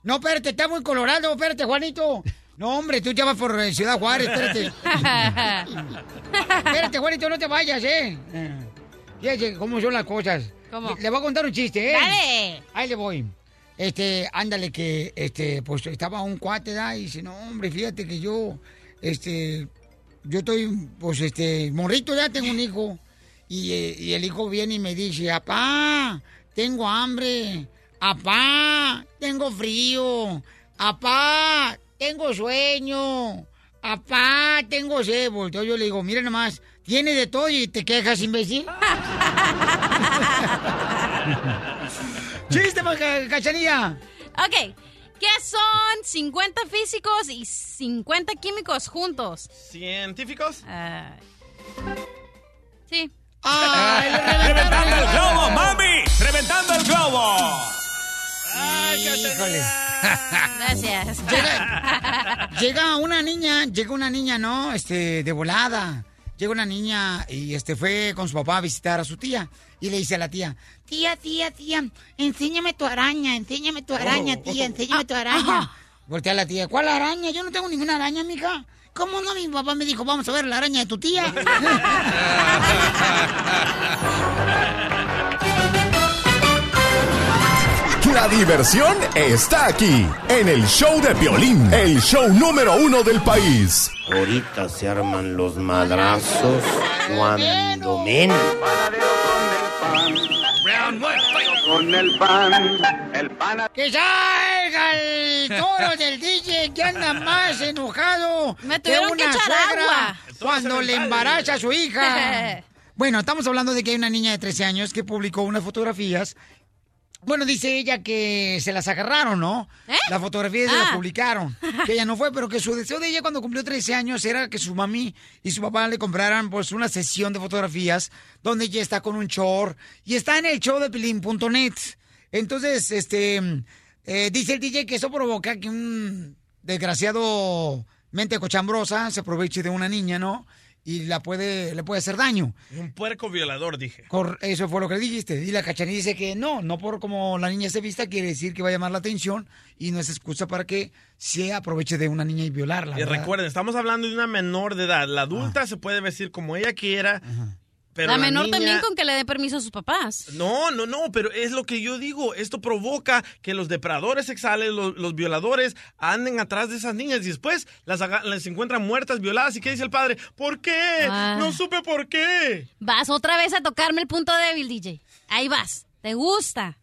No, espérate, está muy colorado, espérate, Juanito. No, hombre, tú ya vas por eh, Ciudad Juárez, espérate. espérate, Juanito, no te vayas, ¿eh? Eh, Fíjate cómo son las cosas. ¿Cómo? Le, le voy a contar un chiste, ¿eh? Dale. Ahí le voy. Este, ándale, que, este, pues estaba un cuate, ¿da? Y dice, no, hombre, fíjate que yo, este, yo estoy, pues, este, morrito, ya tengo un hijo. Y, eh, y el hijo viene y me dice, apá, tengo hambre. Apá, tengo frío. Apá, tengo sueño. Apá, tengo sed. Volteo yo y le digo, mira nomás, tiene de todo y te quejas, imbécil. ¡Chiste, pa- ca- cachanilla! Ok. ¿Qué son 50 físicos y 50 químicos juntos? ¿Científicos? Ah. Sí. Ah, ¡Reventando el globo, mami! ¡Reventando el globo! Híjole. Gracias. Llega una niña, llega una niña, ¿no? Este, de volada. Llega una niña y este fue con su papá a visitar a su tía. Y le dice a la tía, Tía, tía, tía, enséñame tu araña, enséñame tu araña, tía, enséñame tu araña. Voltea a la tía, ¿cuál araña? Yo no tengo ninguna araña, mija. ¿Cómo no? Mi papá me dijo, vamos a ver la araña de tu tía. La diversión está aquí, en el show de Piolín, el show número uno del país. Ahorita se arman los madrazos cuando menos. Con el pan. ¡Que salga el toro del DJ que anda más enojado Me que tuvieron que una echar agua. suegra cuando Entonces, le vale. embaraza a su hija! Bueno, estamos hablando de que hay una niña de 13 años que publicó unas fotografías. Bueno, dice ella que se las agarraron, ¿no? Las fotografías se las Ah. publicaron. Que ella no fue, pero que su deseo de ella cuando cumplió 13 años era que su mami y su papá le compraran pues una sesión de fotografías donde ella está con un chor y está en el show de Pilín.net. Entonces, este, eh, dice el DJ que eso provoca que un desgraciado mente cochambrosa se aproveche de una niña, ¿no? Y la puede, le puede hacer daño. Un puerco violador, dije. Cor- eso fue lo que dijiste. Y la cachanilla dice que no, no por como la niña se vista quiere decir que va a llamar la atención y no es excusa para que se aproveche de una niña y violarla. Y ¿verdad? recuerden, estamos hablando de una menor de edad. La adulta se puede vestir como ella quiera. Pero la menor niña- también con que le dé permiso a sus papás. No, no, no, pero es lo que yo digo. Esto provoca que los depredadores sexuales, los, los violadores, anden atrás de esas niñas y después las, aga- las encuentran muertas, violadas. ¿Y qué dice el padre? ¿Por qué? Ah. Eh, No supe por qué. Vas otra vez a tocarme el punto débil, DJ. Ahí vas. ¿Te gusta?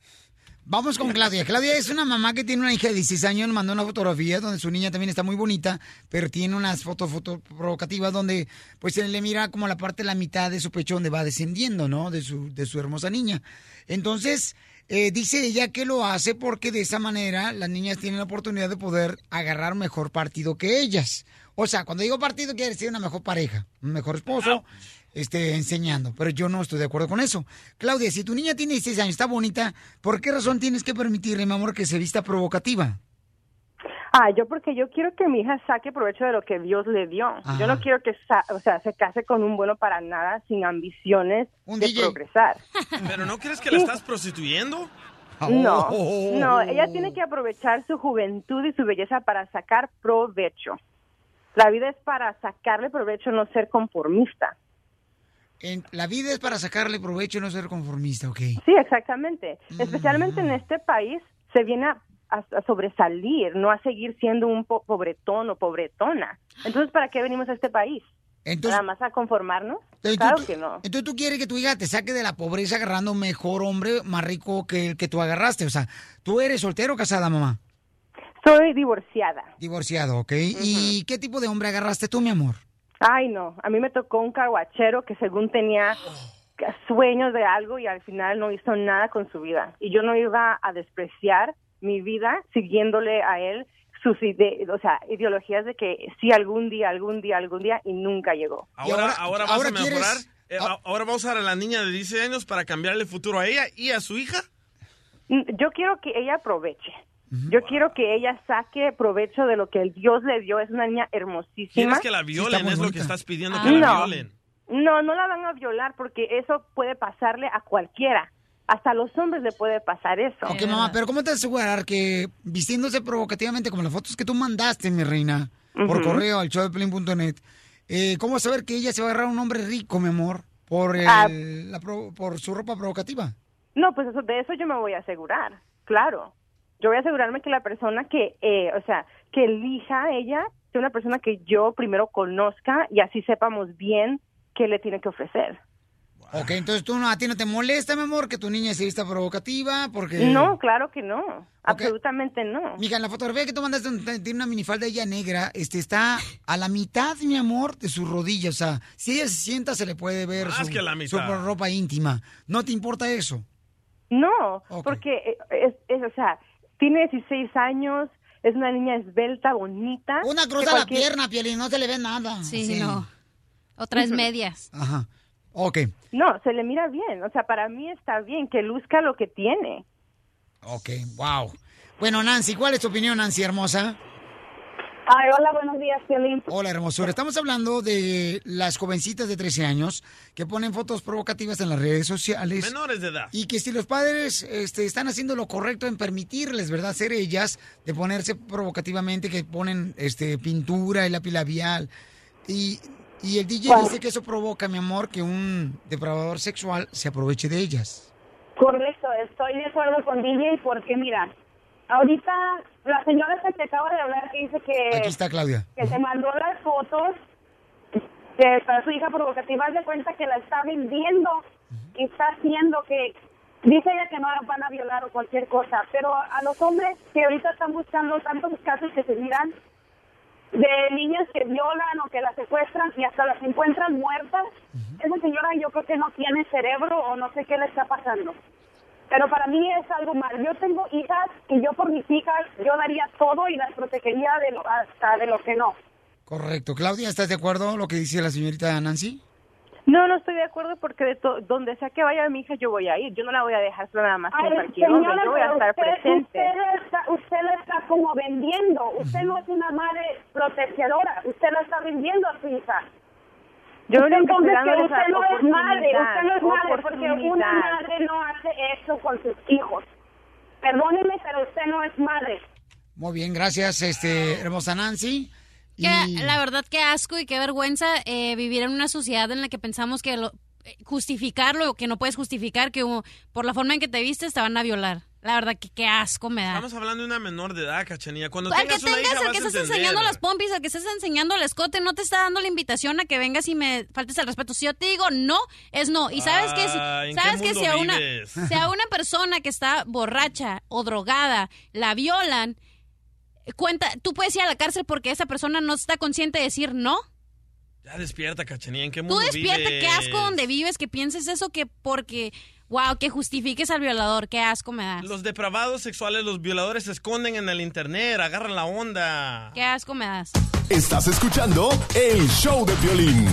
Vamos con Claudia. Claudia es una mamá que tiene una hija de 16 años, mandó una fotografía donde su niña también está muy bonita, pero tiene unas fotos foto provocativas donde pues se le mira como la parte de la mitad de su pecho donde va descendiendo, ¿no? De su, de su hermosa niña. Entonces, eh, dice ella que lo hace porque de esa manera las niñas tienen la oportunidad de poder agarrar mejor partido que ellas. O sea, cuando digo partido quiere decir una mejor pareja, un mejor esposo, este, enseñando. Pero yo no estoy de acuerdo con eso. Claudia, si tu niña tiene 16 años, está bonita, ¿por qué razón tienes que permitirle, mi amor, que se vista provocativa? Ah, yo porque yo quiero que mi hija saque provecho de lo que Dios le dio. Yo no quiero que, sa- o sea, se case con un bueno para nada, sin ambiciones de progresar. ¿Pero no crees que la estás prostituyendo? No, Oh. no, ella tiene que aprovechar su juventud y su belleza para sacar provecho. La vida es para sacarle provecho, no ser conformista. En- la vida es para sacarle provecho y no ser conformista, ¿ok? Sí, exactamente. Especialmente Mm. en este país se viene a, a- a sobresalir, no a seguir siendo un po- pobretón o pobretona. Entonces, ¿para qué venimos a este país? Entonces- ¿Nada más a conformarnos? Entonces, Claro tú- que no. Entonces tú quieres que tu hija te saque de la pobreza agarrando un mejor hombre más rico que el que tú agarraste. O sea, tú eres soltero o casada, mamá. Soy divorciada. Divorciado, ¿ok? ¿Y qué tipo de hombre agarraste tú, mi amor? Ay, no. A mí me tocó un carguachero que según tenía sueños de algo y al final no hizo nada con su vida. Y yo no iba a despreciar mi vida siguiéndole a él sus ide- o sea, ideologías de que sí algún día, algún día, algún día y nunca llegó. Ahora, ahora, vas ahora a mejorar. quieres- eh, a- ahora vas a usar a la niña de 10 años para cambiarle el futuro a ella y a su hija. Mm, Yo quiero que ella aproveche. Yo quiero que ella saque provecho de lo que el Dios le dio. Es una niña hermosísima. Quieres que la violen, es lo que estás pidiendo que la Ah. No. violen. No, no la van a violar porque eso puede pasarle a cualquiera. Hasta a los hombres le puede pasar eso. Ok, mamá, pero ¿cómo te vas a asegurar que vistiéndose provocativamente como las fotos que tú mandaste, mi reina, por Ujú. correo al showdeplin.net, eh, ¿cómo saber que ella se va a agarrar a un hombre rico, mi amor, por, el- Ah. la pro- por su ropa provocativa? No, pues eso, de eso yo me voy a asegurar, claro. Yo voy a asegurarme que la persona que, eh, o sea, que elija ella sea una persona que yo primero conozca y así sepamos bien qué le tiene que ofrecer. Ok, entonces tú no, a ti no te molesta, mi amor, que tu niña se vista provocativa, porque... No, claro que no, absolutamente no. Mija, en la fotografía que tú mandaste donde tiene una minifalda ella negra, este está a la mitad, mi amor, de sus rodillas. O sea, si ella se sienta, se le puede ver Más su, que la su mitad. ropa íntima. ¿No te importa eso? No, porque eh, es, es, o sea, tiene 16 años, es una niña esbelta, bonita. Una cruza la pierna, Piolín, no se le ve nada. Sí, no. Otra es medias. Ajá. Ok, No, se le mira bien, o sea, para mí está bien que luzca lo que tiene. ok, wow. Bueno, Nancy, ¿cuál es tu opinión, Nancy hermosa? Ay, hola, buenos días, Piolín. Hola, hermosura. Estamos hablando de las jovencitas de 13 años que ponen fotos provocativas en las redes sociales. Menores de edad. Y que si los padres este, están haciendo lo correcto en permitirles, ¿verdad? Ser ellas, de ponerse provocativamente, que ponen este, pintura y lápiz labial. Y, y el DJ Bueno. dice que eso provoca, mi amor, que un depravador sexual se aproveche de ellas. Correcto, estoy de acuerdo con DJ porque, mira, ahorita la señora que te acaba de hablar que dice que... Aquí está Claudia. que se mandó las fotos que para su hija provocativa, haz de cuenta que la está vendiendo y está haciendo que dice ella que no la van a violar o cualquier cosa, pero a los hombres que ahorita están buscando tantos casos que se miran de niñas que violan o que las secuestran y hasta las encuentran muertas, esa señora yo creo que no tiene cerebro o no sé qué le está pasando. Pero para mí es algo mal. Yo tengo hijas y yo por mis hijas yo daría todo y las protegería de lo- hasta de lo que no. Correcto. Claudia, ¿estás de acuerdo con lo que dice la señorita Nancy? No, no estoy de acuerdo porque de to- donde sea que vaya mi hija yo voy a ir. Yo no la voy a dejar sola nada más con Ay, cualquier hombre. señora, Ah, Yo voy a pero estar usted, presente. Usted la está, usted la está como vendiendo. Usted no es una madre protegedora. Usted la está vendiendo a su hija. Yo lo único que estoy Entonces, dando que es la usted no es madre, usted no es madre, porque una oportunidad. madre no hace eso con sus hijos. Perdóneme, pero usted no es madre. Muy bien, gracias, este, hermosa Nancy. Que, La verdad, qué asco y qué vergüenza eh, vivir en una sociedad en la que pensamos que lo- eh, justificarlo o que no puedes justificar, que uh, por la forma en que te vistes te van a violar. La verdad, que qué asco me da. Estamos hablando de una menor de edad, cachanilla. Cuando al que tengas una tengas, hija al vas que a estás entender. enseñando las pompis, al que estás enseñando el escote, no te está dando la invitación a que vengas y me faltes al respeto. Si yo te digo no, es no. Y sabes que Ah, si, ¿en sabes qué que si mundo a una, vives? si a una persona que está borracha o drogada la violan, cuenta, tú puedes ir a la cárcel porque esa persona no está consciente de decir no. Ya despierta, cachanilla. ¿En qué Tú mundo despierta, vives? qué asco donde vives, que pienses eso, que porque, wow, que justifiques al violador, qué asco me das. Los depravados sexuales, los violadores se esconden en el internet, agarran la onda. Qué asco me das. Estás escuchando el show de violín.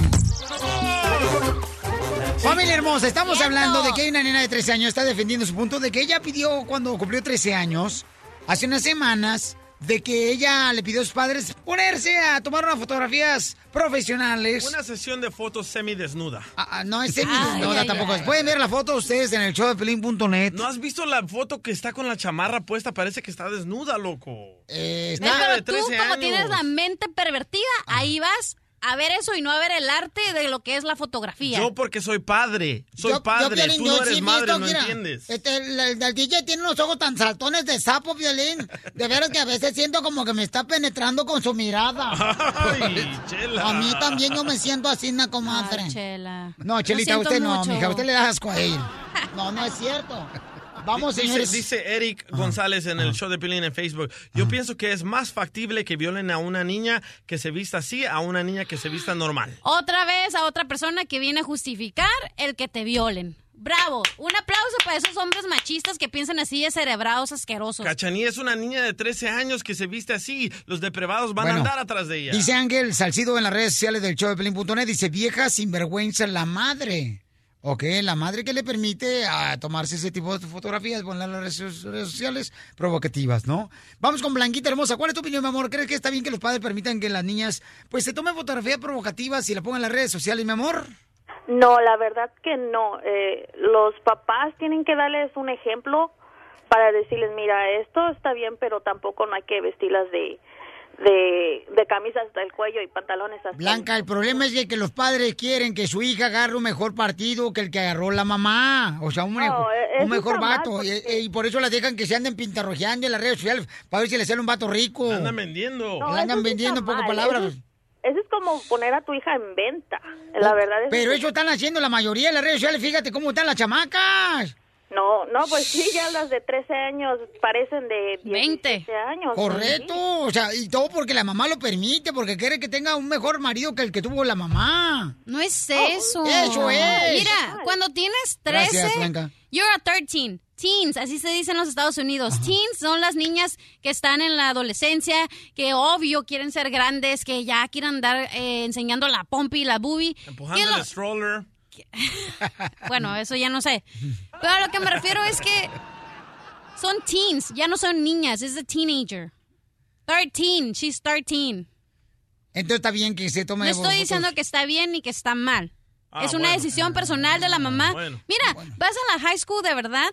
Familia hermosa, estamos hablando de que hay una nena de 13 años, está defendiendo su punto de que ella pidió cuando cumplió 13 años, hace unas semanas, de que ella le pidió a sus padres ponerse a tomar unas fotografías profesionales. Una sesión de fotos semidesnuda. Ah, no, es semidesnuda tampoco. Pueden ver la foto ustedes en el show de Pelín.net. ¿No has visto la foto que está con la chamarra puesta? Parece que está desnuda, loco. Eh, pero tú, como tienes la mente pervertida, ahí vas a ver eso y no a ver el arte de lo que es la fotografía. Yo porque soy padre. Soy padre. Piolín, Tú yo no eres sí he madre, visto, ¿no mira, entiendes? Este, el, el- el DJ tiene unos ojos tan saltones de sapo, Violín. De veras que a veces siento como que me está penetrando con su mirada. Ay, chela. A mí también yo me siento así, una comadre. Chela. No, Lo Chelita, siento usted no, mucho. mija, usted le da asco a él. No, no es cierto. Vamos, dice, señores. Dice Eric González en el show de Pilín en Facebook. Yo pienso que es más factible que violen a una niña que se vista así a una niña que se vista normal. Otra vez a otra persona que viene a justificar el que te violen. Bravo. Un aplauso para esos hombres machistas que piensan así de cerebrados asquerosos. Cachanía es una niña de 13 años que se viste así. Los depravados van Bueno, a andar atrás de ella. Dice Ángel Salcido en las redes sociales del show de Pelín.net, dice, vieja sinvergüenza la madre. Ok, la madre que le permite a tomarse ese tipo de fotografías, ponerlas en las redes redes sociales provocativas, ¿no? Vamos con Blanquita Hermosa. ¿Cuál es tu opinión, mi amor? ¿Crees que está bien que los padres permitan que las niñas pues se tomen fotografías provocativas y la pongan en las redes sociales, mi amor? No, la verdad que no. Eh, los papás tienen que darles un ejemplo para decirles, mira, esto está bien, pero tampoco no hay que vestirlas de, de, de camisa hasta el cuello y pantalones hasta Blanca, el problema es de que los padres quieren que su hija agarre un mejor partido que el que agarró la mamá. O sea, un, mejo- Oh, e-, eso un mejor está mal, vato. Y, y por eso la dejan que se anden pintarrojeando en las redes sociales para ver si le sale un vato rico. Andan vendiendo. No, La eso sí andan vendiendo en está pocas mal. palabras. Eso, eso es como poner a tu hija en venta. La verdad es Pero que- eso están haciendo la mayoría de las redes sociales. Fíjate cómo están las chamacas. No, no, pues sí, ya las de 13 años parecen de 20 años. Correcto. O sea, y todo porque la mamá lo permite, porque quiere que tenga un mejor marido que el que tuvo la mamá. No es eso. Oh, Eso es. Mira, cuando tienes 13, Gracias, Blanca. you're a 13. Teens, así se dice en los Estados Unidos. Teens son las niñas que están en la adolescencia, que obvio quieren ser grandes, que ya quieren andar eh, enseñando la pompi y la boobie. Empujando Que lo- el stroller. Bueno, eso ya no sé. Pero a lo que me refiero es que son teens, ya no son niñas, es a teenager. 13, she's 13. Entonces está bien que se tome No estoy fotos. diciendo que está bien ni que está mal. Ah, es una bueno. decisión personal de la mamá. Bueno. Mira, vas a la high school de verdad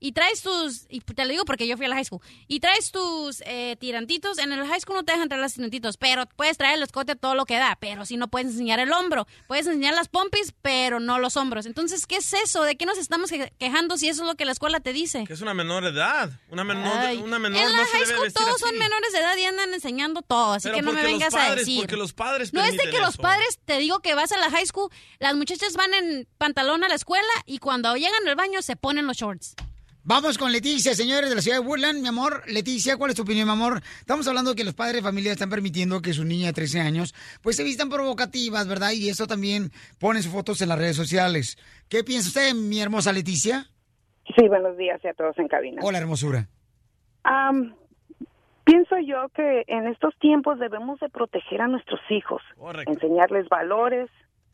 y traes tus, y te lo digo porque yo fui a la high school, y traes tus eh, tirantitos. En el high school no te dejan traer los tirantitos, pero puedes traer el escote todo lo que da, pero si no puedes enseñar el hombro. Puedes enseñar las pompis, pero no los hombros. Entonces, ¿qué es eso? ¿De qué nos estamos que- quejando si eso es lo que la escuela te dice? Es una menor de edad. Una menor, Ay, una menor en la no se high debe school vestir todos así. son menores de edad y andan enseñando todo, así Pero que no me porque los vengas a padres- decir. Porque los padres No es de que permiten los eso. padres, te digo que vas a la high school, las muchachas van en pantalón a la escuela y cuando llegan al baño se ponen los shorts. Vamos con Leticia, señores de la ciudad de Woodland, mi amor. Leticia, ¿cuál es tu opinión, mi amor? Estamos hablando de que los padres de familia están permitiendo que su niña de 13 años pues se vistan provocativas, ¿verdad? Y eso también pone sus fotos en las redes sociales. ¿Qué piensa usted, mi hermosa Leticia? Sí, buenos días a todos en cabina. Hola, hermosura. Am, pienso yo que en estos tiempos debemos de proteger a nuestros hijos, enseñarles valores,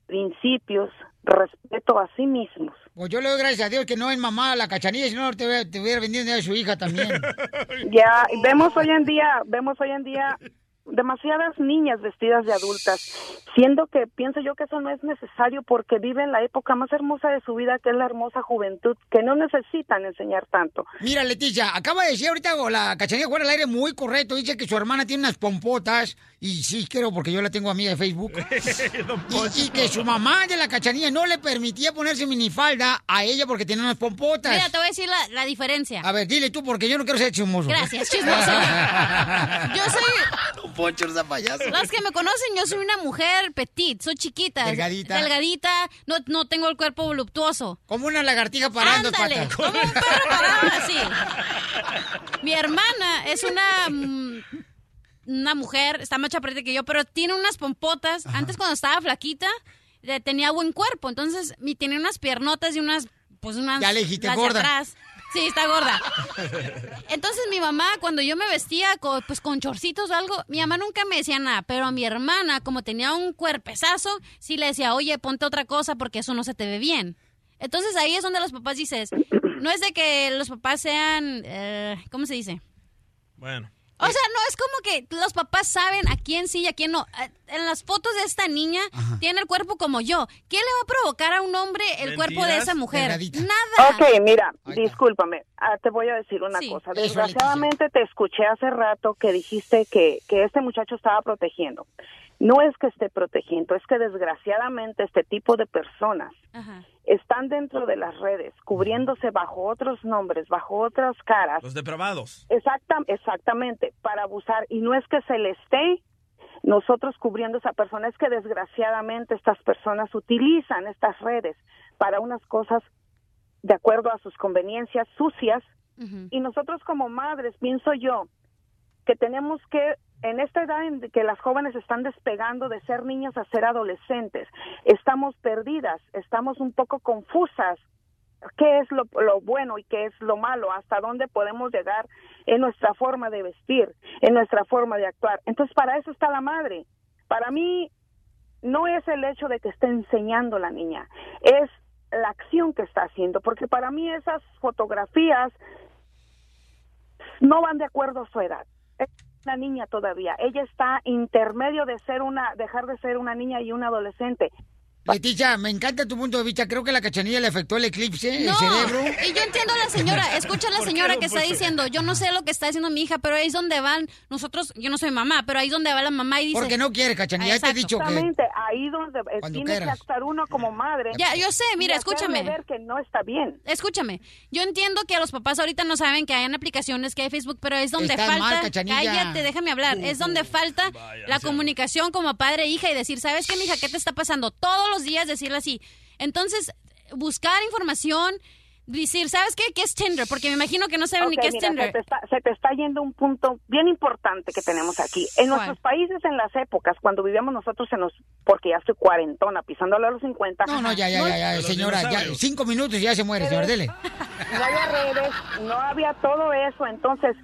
principios, respeto a sí mismos. Pues yo le doy gracias a Dios que no es mamá la cachanilla, si no te hubiera, te hubiera vendido a su hija también. Ya vemos hoy en día, vemos hoy en día demasiadas niñas vestidas de adultas, siendo que pienso yo que eso no es necesario porque viven la época más hermosa de su vida, que es la hermosa juventud, que no necesitan enseñar tanto. Mira, Leticia, acaba de decir ahorita o la cachanilla fuera al aire muy correcto. Dice que su hermana tiene unas pompotas. Y sí, creo, porque yo la tengo amiga de Facebook. y, y que su mamá de la cachanilla no le permitía ponerse minifalda a ella porque tenía unas pompotas. Mira, te voy a decir la, la diferencia. A ver, dile tú, porque yo no quiero ser chismoso. Gracias, chismoso. Ah. Yo soy, Poncho esa payaso. las que me conocen, yo soy una mujer petit, soy chiquita. Delgadita. Delgadita, no, no tengo el cuerpo voluptuoso. Como una lagartija parando Ándale, patas. como un perro parado así. Mi hermana es una mm, una mujer, está más chaparrita que yo, pero tiene unas pompotas. Antes cuando estaba flaquita, le tenía buen cuerpo, entonces mi tiene unas piernotas y unas pues unas Ya le dijiste las de gorda. atrás. Sí, está gorda. Entonces mi mamá, cuando yo me vestía co- pues con chorcitos o algo, mi mamá nunca me decía nada, pero a mi hermana, como tenía un cuerpezazo, sí le decía, oye, ponte otra cosa porque eso no se te ve bien. Entonces ahí es donde los papás dices, no es de que los papás sean, eh, ¿cómo se dice? Bueno. O sea, no, es como que los papás saben a quién sí y a quién no. Eh, En las fotos de esta niña tiene el cuerpo como yo. ¿Qué le va a provocar a un hombre el cuerpo de Mentiras. esa mujer? Delgadita. Nada. Ok, mira, discúlpame, ah, te voy a decir una Sí. cosa. Eso, Desgraciadamente te escuché hace rato que dijiste que, que este muchacho estaba protegiendo. No es que esté protegiendo, es que desgraciadamente este tipo de personas Ajá. están dentro de las redes, cubriéndose bajo otros nombres, bajo otras caras, Los depravados. Exacta- exactamente, para abusar. Y no es que se le esté nosotros cubriendo esa persona, es que desgraciadamente estas personas utilizan estas redes para unas cosas de acuerdo a sus conveniencias sucias. Y nosotros como madres, pienso yo, que tenemos que, en esta edad en que las jóvenes están despegando de ser niñas a ser adolescentes, estamos perdidas, estamos un poco confusas qué es lo, lo bueno y qué es lo malo, hasta dónde podemos llegar en nuestra forma de vestir, en nuestra forma de actuar. Entonces, para eso está la madre. Para mí, no es el hecho de que esté enseñando la niña, es la acción que está haciendo, porque para mí esas fotografías no van de acuerdo a su edad. Es una niña todavía. Ella está intermedio de ser una, dejar de ser una niña y un adolescente. Leticia, me encanta tu punto de vista. Creo que la cachanilla le afectó el eclipse, No, el cerebro. y yo entiendo a la señora, escucha a la ¿Por qué, señora don que está Poncho? diciendo, yo no sé lo que está diciendo mi hija, pero ahí es donde van nosotros, yo no soy mamá, pero ahí es donde va la mamá y dice... Porque no quiere, cachanilla. Ya te he dicho que. Exactamente, ahí donde eh, tiene quieras. que actuar uno como madre. Ya, yo sé, mira, y hacerle escúchame. ver que no está bien. Escúchame, yo entiendo que los papás ahorita no saben que hayan aplicaciones, que hay Facebook, pero es donde Estás mal, falta. cachanilla. cállate, déjame hablar. es donde falta la comunicación como padre e hija y decir, ¿sabes qué, mija? ¿Qué te está pasando? Todos los días decirle así. Entonces, buscar información, decir, ¿sabes qué? ¿Qué es Tinder? Porque me imagino que no saben Ok, ni qué es mira, se, Tinder. te está, se te está yendo un punto bien importante que tenemos aquí. En ¿Cuál? nuestros países, en las épocas, cuando vivíamos nosotros en los... Porque ya estoy cuarentona, pisándole a los 50. No, no, ya, ya, ya, ya, señora. ya, cinco minutos y ya se muere, señor. Dele. no había redes, no había todo eso, entonces,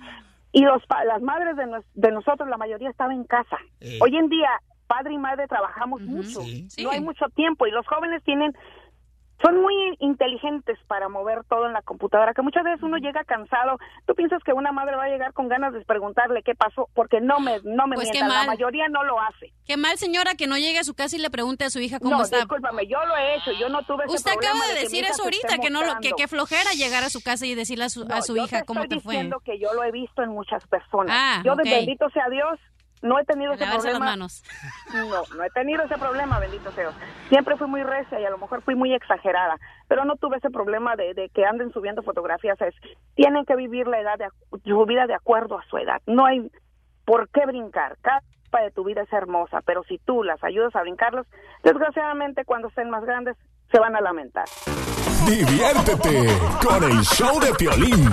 y los pa- las madres de, nos- de nosotros, la mayoría estaba en casa. Eh. Hoy en día, padre y madre trabajamos mucho, no hay mucho tiempo, y los jóvenes tienen, son muy inteligentes para mover todo en la computadora, que muchas veces uno llega cansado, tú piensas que una madre va a llegar con ganas de preguntarle qué pasó, porque no me, no me Pues qué mientan, la mal. mayoría no lo hace. Qué mal, señora, que no llegue a su casa y le pregunte a su hija cómo No, está. discúlpame, yo lo he hecho, yo no tuve ese Usted acaba problema de de que mi decir hija eso se esté ahorita, que no lo, que, mostrando. que flojera llegar a su casa y decirle a su, a No, su yo hija cómo te estoy fue. diciendo que yo lo he visto en muchas personas. Ah, yo, ok. de bendito sea Dios, no he tenido A ese lavarse las problema. manos. No, no he tenido ese problema, bendito sea Dios. Siempre fui muy recia y a lo mejor fui muy exagerada, pero no tuve ese problema de, de que anden subiendo fotografías. Es, tienen que vivir la edad de, ac- su vida de acuerdo a su edad. No hay por qué brincar. Cada etapa de tu vida es hermosa, pero si tú las ayudas a brincarlos, desgraciadamente cuando estén más grandes se van a lamentar. Diviértete con el show de Piolín.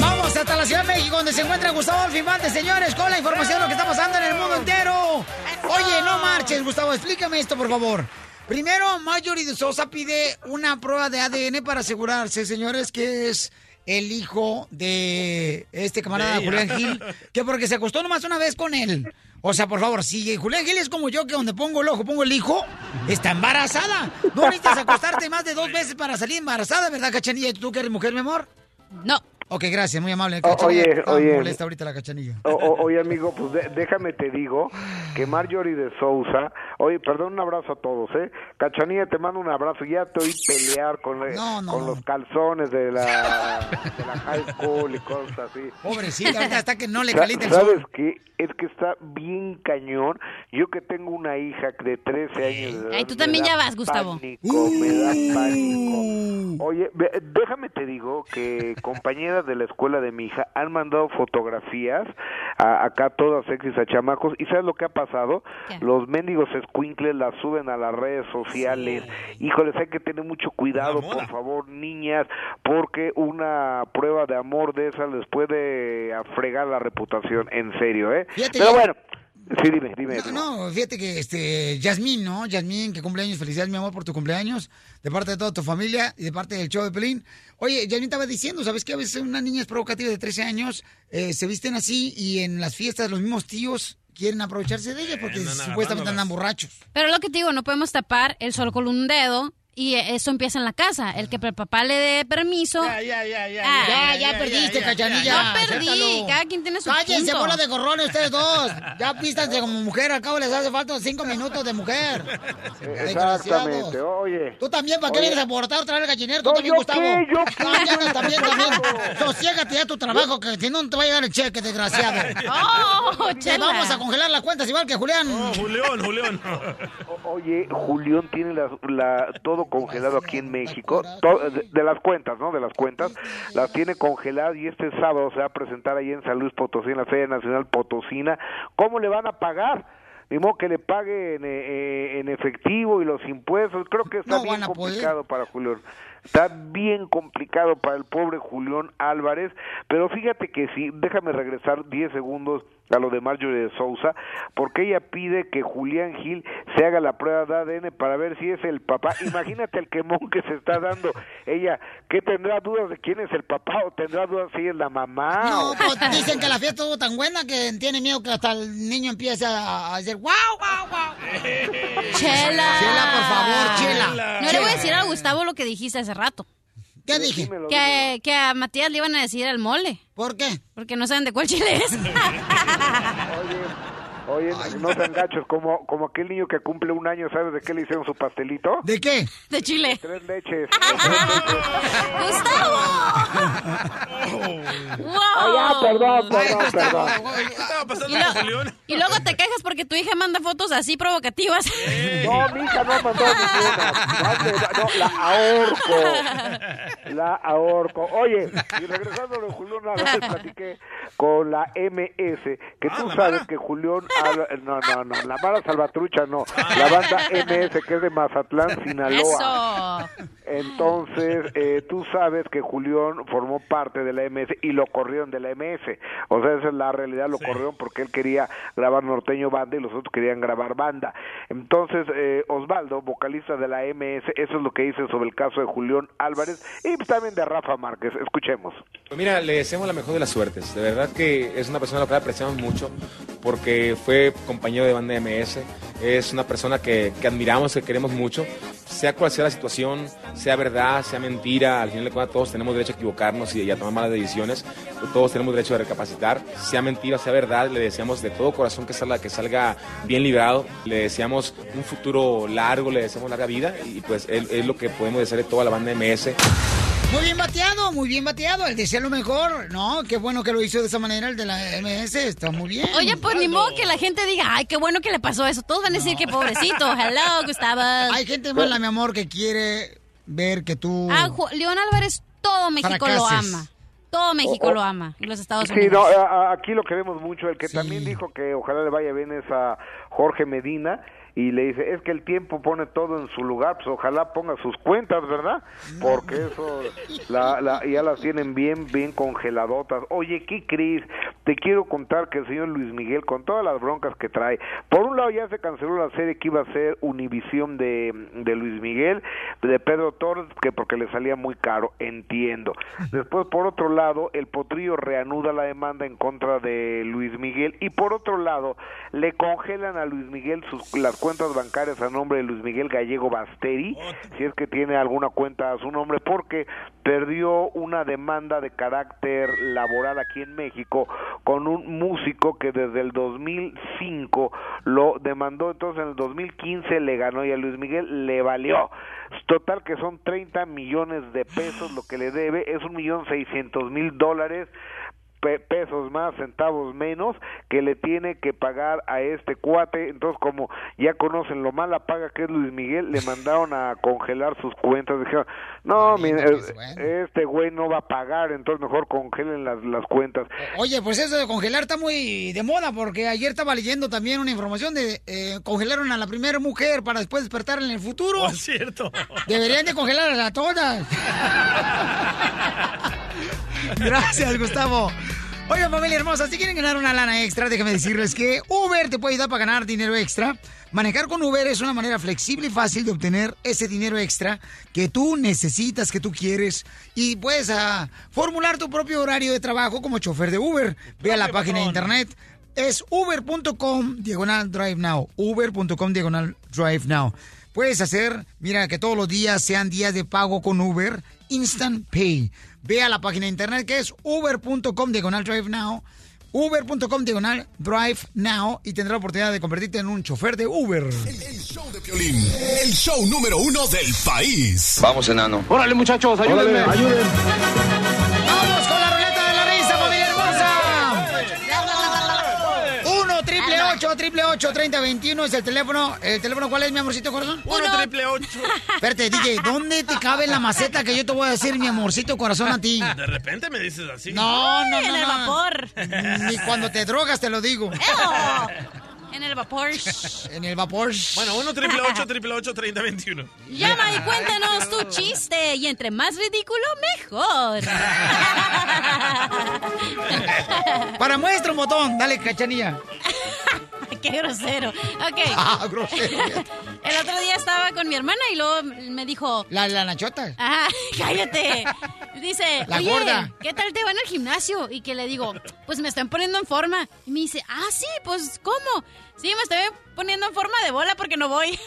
Vamos hasta la Ciudad de México, donde se encuentra Gustavo Alfimante, señores, con la información de lo que está pasando en el mundo entero. Oye, no marches, Gustavo, explícame esto, por favor. Primero, Marjorie de Sosa pide una prueba de ADN para asegurarse, señores, que es el hijo de este camarada De ella. Julián Gil, que porque se acostó nomás una vez con él. O sea, por favor, si Julián Gil es como yo, que donde pongo el ojo, pongo el hijo, está embarazada. No necesitas acostarte más de dos veces para salir embarazada, ¿verdad, Cachanilla? ¿Tú que eres mujer, mi amor? No. Ok, gracias, muy amable. O- Cachanilla, oye, estaba oye. molesta ahorita la cachanilla. O- o- oye, amigo, pues de- déjame te digo que Marjorie de Sousa, oye, perdón, un abrazo a todos, ¿eh? Cachanilla, te mando un abrazo, ya te oí pelear con, eh, No, no, con no. los calzones de la, de la high school y cosas así. Pobrecita, ahorita hasta que no le Sa- caliente el ¿Sabes sol. qué? Es que está bien cañón. Yo que tengo una hija de 13 años de edad, Ay, tú me también da ya vas, Gustavo. Pánico, me da Mm. pánico. Oye, ve- déjame te digo que compañeras de la escuela de mi hija han mandado fotografías a, acá todas sexys a chamacos y ¿sabes lo que ha pasado? Los mendigos escuincles las suben a las redes sociales. Híjoles, hay que tener mucho cuidado, por favor, niñas, porque una prueba de amor de esa les puede ah, fregar la reputación, en serio, ¿eh? Fíjate, Pero yo- bueno, sí, dime, dime. dime. No, fíjate que este, Yasmín, ¿no? Yasmín, que cumpleaños, felicidades, mi amor, por tu cumpleaños, de parte de toda tu familia y de parte del show de Pelín. Oye, Yasmín estaba diciendo, ¿sabes qué? A veces unas niñas provocativas de 13 años eh, se visten así y en las fiestas los mismos tíos quieren aprovecharse de ellas porque andan supuestamente agarrándolas. andan borrachos. Pero lo que te digo, no podemos tapar el sol con un dedo y eso empieza en la casa. El que el papá le dé permiso. Ya, ya, ya, ya. Ah. ya, ya, ya, perdiste, ya, Cachanilla. ya, ya, No perdí, acéptalo. cada quien tiene su Cállense, punto. bola de gorrones ustedes dos. Ya pístanse como mujer, al cabo les hace falta cinco minutos de mujer. Exactamente, oye. Tú también, ¿para qué Oye. vienes a abortar otra vez el gallinero? Tú No, también, ¿yo Gustavo. qué? ¿Yo qué? No, ya no, también, también. Sosiégate ya tu trabajo, que si no, no te va a llegar el cheque, desgraciado. Oh, te chela. vamos a congelar las cuentas igual que Julián. Oh, Julián, Julián. O- Oye, Julián tiene la, la- todo congelado aquí en México, to- de, de las cuentas, ¿no? De las cuentas, las tiene congeladas y este sábado se va a presentar ahí en San Luis Potosí, en la Feria Nacional Potosina. ¿Cómo le van a pagar? ni modo que le paguen eh, en efectivo y los impuestos. Creo que está No bien van a poder. complicado para Julián. Está bien complicado para el pobre Julián Álvarez, pero fíjate que sí, déjame regresar 10 segundos a lo de Marjorie de Sousa, porque ella pide que Julián Gil se haga la prueba de ADN para ver si es el papá. Imagínate el quemón que se está dando ella, que tendrá dudas de quién es el papá o tendrá dudas si es la mamá. No, o- pues dicen que la fiesta estuvo tan buena que tiene miedo que hasta el niño empiece a, a hacer wow, wow, wow. Chela. Chela, por favor, Chela. Ah. No le voy a decir a Gustavo lo que dijiste hace rato. ¿Qué dije? Que, que a Matías le iban a decir al mole. ¿Por qué? Porque no saben de cuál chile es. Oye, no sean gachos, como, como aquel niño que cumple un año, ¿sabes de qué le hicieron su pastelito? ¿De qué? De chile. Tres leches. ¡Wow! perdón, perdón, perdón. Y, lo- y luego te quejas porque tu hija manda fotos así provocativas. No, mi hija no mandó ninguna. Mande- No, la ahorco. La ahorco. Oye, y regresando a lo de Julián, una vez platiqué con la MS, que tú sabes que Julián... habla- No, no, no, la Mara Salvatrucha no. La banda MS, que es de Mazatlán, Sinaloa. Eso. Entonces, eh, tú sabes que Julián formó parte de la MS y lo corrieron de la MS. O sea, esa es la realidad, lo corrieron porque él quería grabar norteño banda y los otros querían grabar banda. Entonces, eh, Osvaldo, vocalista de la MS, eso es lo que dice sobre el caso de Julián Álvarez y también de Rafa Márquez. Escuchemos. Pues Mira, le deseamos la mejor de las suertes. De verdad que es una persona a la que apreciamos mucho porque fue compañero de banda MS. Es una persona que, que admiramos, que queremos mucho. Sea cual sea la situación, sea verdad, sea mentira, al final de cuentas todos tenemos derecho a equivocarnos y a tomar malas decisiones. Todos tenemos derecho a recapacitar. Sea mentira, sea verdad, le deseamos de todo corazón que salga, que salga bien librado. Le deseamos un futuro largo, le deseamos larga vida y pues es, es lo que podemos desearle a toda la banda MS. Muy bien bateado, muy bien bateado. El desea lo mejor. No, qué bueno que lo hizo de esa manera el de la MS. Está muy bien. Oye, pues ni modo que la gente diga, ay, qué bueno que le pasó eso. Todos van a decir que pobrecito. Hello, Gustavo. Hay gente mala, mi amor, que quiere ver que tú. Ah, Ju- León Álvarez, todo México lo Fracases. ama. Todo México Oh, oh. lo ama. Y los Estados Sí, Unidos. no, eh. a- a- aquí lo queremos mucho. El que también dijo que ojalá le vaya bien es a Jorge Medina y le dice, es que el tiempo pone todo en su lugar, pues ojalá ponga sus cuentas, ¿verdad? Porque eso la, la- ya las tienen bien, bien congeladotas. Oye, ¿qué crees? Te quiero contar que el señor Luis Miguel, con todas las broncas que trae, por un lado ya se canceló la serie que iba a ser Univisión de, de Luis Miguel, de Pedro Torres, que porque le salía muy caro, entiendo. Después, por otro lado, el Potrillo reanuda la demanda en contra de Luis Miguel y por otro lado, le congelan a Luis Miguel sus, las cuentas bancarias a nombre de Luis Miguel Gallego Basteri, si es que tiene alguna cuenta a su nombre, porque perdió una demanda de carácter laboral aquí en México con un músico que desde el 2005 lo demandó, entonces en el 2015 le ganó y a Luis Miguel le valió. Total que son 30 millones de pesos lo que le debe, es un millón seiscientos mil dólares pe- pesos más, centavos menos, que le tiene que pagar a este cuate. Entonces, como ya conocen lo mala paga que es Luis Miguel, le mandaron a congelar sus cuentas. Dijeron, no, mira, este güey no va a pagar, entonces mejor congelen las, las cuentas. Oye, pues eso de congelar está muy de moda porque ayer estaba leyendo también una información de eh, congelaron a la primera mujer para después despertar en el futuro. es cierto. Deberían de congelar a todas. Gracias, Gustavo. Oigan, familia hermosa, si quieren ganar una lana extra, déjenme decirles que Uber te puede ayudar para ganar dinero extra. Manejar con Uber es una manera flexible y fácil de obtener ese dinero extra que tú necesitas, que tú quieres. Y puedes ah, formular tu propio horario de trabajo como chofer de Uber. Ve a la página de internet. Es uber.com diagonal drive now. Uber.com diagonal drive now. Puedes hacer, mira, que todos los días sean días de pago con Uber Instant Pay. Ve a la página de internet que es uber.com diagonal drive now. Uber.com diagonal drive now y tendrás la oportunidad de convertirte en un chofer de Uber. Piolín, el show número uno del país. Vamos, enano. Órale, muchachos, ayúdenme. Órale, ¡Vamos con la ruleta de la risa, familia hermosa! 1 triple 8 triple 8 30 21 es el teléfono. ¿El teléfono cuál es, mi amorcito corazón? 1 triple 8. Espérate, DJ, ¿dónde te cabe la maceta que yo te voy a decir, mi amorcito corazón, a ti? De repente me dices así. No, no, no. Ay, en el no. Ni cuando te drogas te lo digo. En el vapor. En el vapor. Bueno, 1 triple 8 triple 8 30 21. Llama y cuéntanos tu chiste. Y entre más ridículo, mejor. Para muestra un botón, dale, cachanilla. Qué grosero. Ok. Ah, grosero. El otro día estaba con mi hermana y luego me dijo. La, la nachota. Ah, cállate. Dice, La Oye, gorda. ¿qué tal te va en el gimnasio? Y que le digo, pues me están poniendo en forma. Y me dice, ah, sí, pues ¿cómo? Sí, me estoy poniendo en forma de bola porque no voy.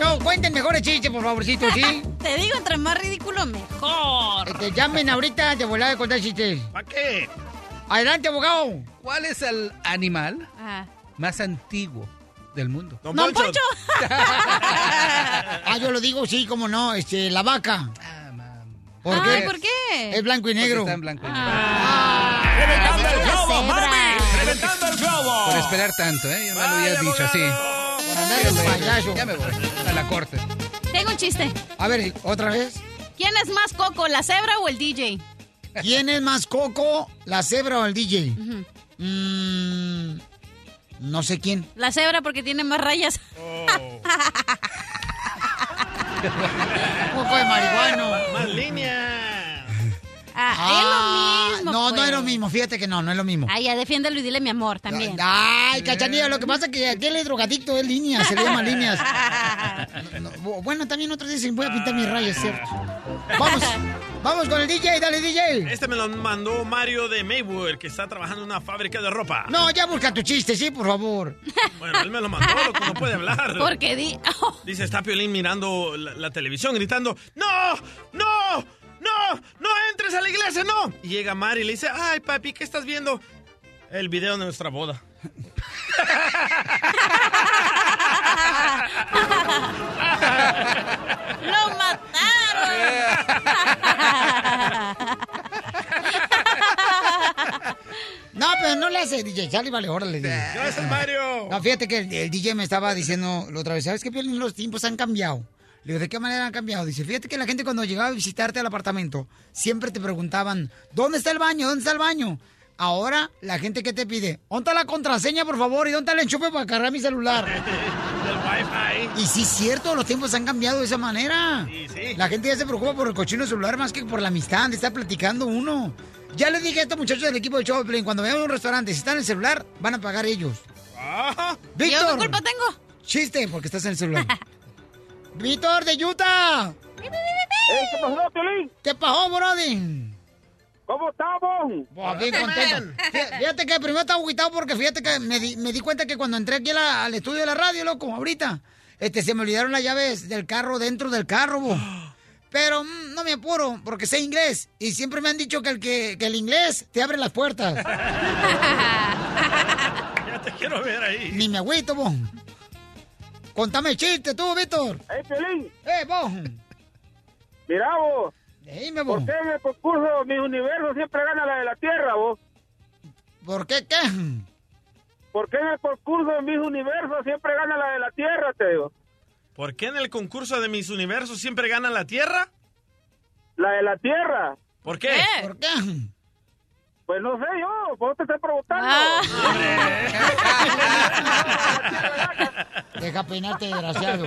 No, cuenten mejores chistes, por favorcito, ¿Ah, ¿sí? Te digo, entre más ridículo, mejor. Este, llamen ahorita de volada de contar chistes. ¿Para qué? Adelante, abogado. ¿Cuál es el animal más antiguo del mundo? Don ¡Don Poncho! Ah, yo lo digo, sí, como no, este, la vaca. Ah, ¿Por Ay, qué? ¿por qué? Es blanco y negro. Ah, Está en blanco y negro. ¡Reventando el la globo, cebra. mami! ¡Reventando el globo! Por esperar tanto, ¿eh? Yo me lo había dicho así. Por andar de payaso. Ya me voy. A la corte. Tengo un chiste. A ver, otra vez. ¿Quién es más coco, la cebra o el DJ? ¿Quién es más coco, la cebra o el DJ? Mm, no sé quién. La cebra porque tiene más rayas. Coco de marihuano. Más líneas. Ah, Ah, es lo mismo. No, no pues. es lo mismo. Fíjate que no, no es lo mismo. Ay, ya defiéndelo y dile mi amor también. Ay, cachanilla, lo que pasa es que aquel es drogadicto, es línea, se le llama líneas. No, bu- bueno, también otros dicen, voy a pintar mis rayas, ¿cierto? Vamos, vamos con el DJ, dale DJ. Este me lo mandó Mario de Maywood, que está trabajando en una fábrica de ropa. No, ya busca tu chiste, sí, por favor. Bueno, él me lo mandó, loco, no puede hablar. Porque di. oh. Dice, está Piolín mirando la, la televisión, gritando, ¡No! ¡No! ¡No! ¡No entres a la iglesia, no! Y llega Mari y le dice, ¡Ay, papi, ¿qué estás viendo? El video de nuestra boda. ¡Lo mataron! No, pero no le hace DJ, sale, vale, órale. DJ. Gracias, Mario. No, fíjate que el, el DJ me estaba diciendo la otra vez, ¿sabes qué, Piolín? Los tiempos han cambiado. Le digo, ¿de qué manera han cambiado? Dice, fíjate que la gente cuando llegaba a visitarte al apartamento, siempre te preguntaban, ¿dónde está el baño? ¿Dónde está el baño? Ahora, la gente que te pide, ¿dónde está la contraseña, por favor? ¿Y dónde está el enchufe para cargar mi celular? Del Wi-Fi. Y sí, es cierto, los tiempos han cambiado de esa manera. La gente ya se preocupa por el cochino celular más que por la amistad, de estar platicando uno. Ya les dije a estos muchachos del equipo de Choplin, cuando vayan a un restaurante, si están en el celular, van a pagar ellos. Víctor. ¿Yo qué culpa tengo? Chiste, porque estás en el celular. Víctor de Utah. Eh, ¿Qué pasó, Piolín? ¿Qué pasó, Brody? ¿Cómo estamos? Pues bien contento. Fí- Fíjate que primero estaba agüitado porque fíjate que me di, me di cuenta que cuando entré aquí a la- al estudio de la radio, loco, ahorita, este, se me olvidaron las llaves del carro dentro del carro, bo. Pero mm, no me apuro porque sé inglés y siempre me han dicho que el, que, que el inglés te abre las puertas. Ya te quiero ver ahí. Ni me agüito, bo. Contame el chiste tú, Víctor. ¡Eh, Piolín! ¡Eh, bo! Mirá, vos. Dime, bo. ¿Por qué en el concurso mi universo siempre gana la de la Tierra, vos? ¿Por qué qué? ¿Por qué en el concurso mi universo siempre gana la de la Tierra, te digo? ¿Por qué en el concurso de mis universos siempre gana la tierra? La de la Tierra. ¿Por qué? ¿Por qué? Pues no sé yo, vos te estás preguntando. Ah. Deja peinarte, desgraciado.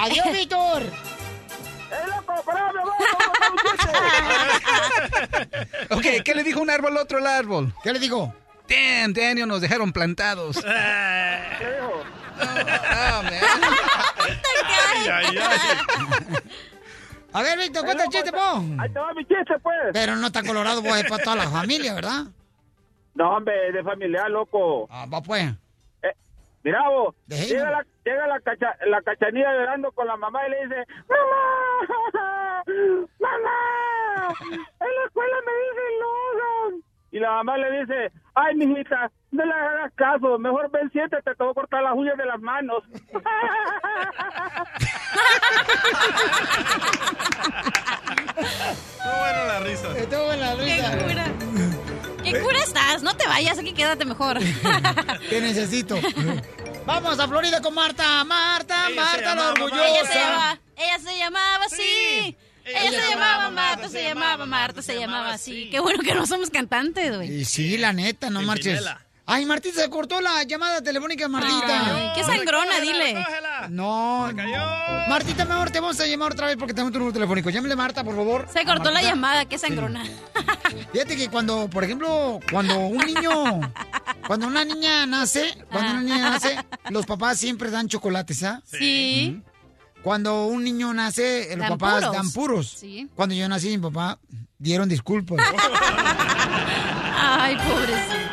Adiós, Víctor. ¡Eh, loco, parame, vos! vamos a un chiste! Ok, ¿qué le dijo un árbol al otro al árbol? ¿Qué le digo? Damn, Daniel, nos dejaron plantados. ¿Qué dijo? Ay, ay, ay. A ver, Víctor, cuenta el chiste, po. Ahí te va mi chiste, pues. Pero no está colorado, pues, es para toda la familia, ¿verdad? No, hombre, de familiar, loco. Ah, va, pues. Mirá vos, Dejemos. llega, la, llega la, cacha- la cachanilla llorando con la mamá y le dice, mamá, mamá, en la escuela me dicen Logan. Y la mamá le dice, ay, mijita, no le hagas caso, mejor ven, siéntate, te voy a cortar las uñas de las manos. Muy buena la risa. Estuvo en la ¡Qué risa. cura! ¡Qué cura estás! No te vayas, aquí quédate mejor. Te necesito. Vamos a Florida con Marta. Marta, Ella se Marta, la llamaba Ella Marta. se, orgullosa. llamaba, ella se llamaba así. Ella se llamaba Marta, se llamaba Marta, se llamaba así. Qué bueno que no somos cantantes, güey. Y sí, la neta, no marches. Pimpinela. Ay, Martita, se cortó la llamada telefónica, Martita. Ay, qué sangrona, dile. No. Martita, mi amor, te vamos a llamar otra vez porque tengo tu número telefónico. Llámale Marta, por favor. Se cortó la Marta. llamada, qué sangrona. Fíjate que cuando, por ejemplo, cuando un niño, cuando una niña nace, cuando una niña nace, los papás siempre dan chocolates, ¿ah? Sí. Cuando un niño nace, eh, los Dan papás puros. dan puros. Sí. Cuando yo nací, mi papá dieron disculpas. Ay, pobrecito.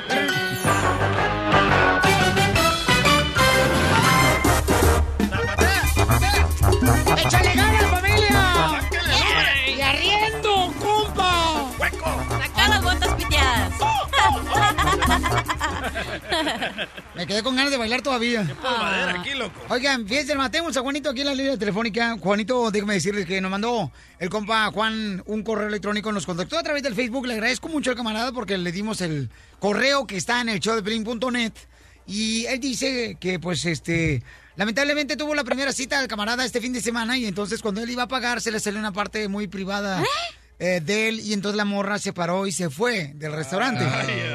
¡Échale ganas, familia! ¡Y arriendo, compa! Saca las botas piteadas. Me quedé con ganas de bailar todavía. madera aquí, loco. Oigan, fíjense, matemos a Juanito aquí en la línea telefónica. Juanito, déjame decirles que nos mandó el compa Juan un correo electrónico, nos contactó a través del Facebook. Le agradezco mucho al camarada porque le dimos el correo que está en el show de Pelín.net. Y él dice que, pues, este. Lamentablemente tuvo la primera cita del camarada este fin de semana y entonces cuando él iba a pagar se le salió una parte muy privada eh, de él y entonces la morra se paró y se fue del restaurante.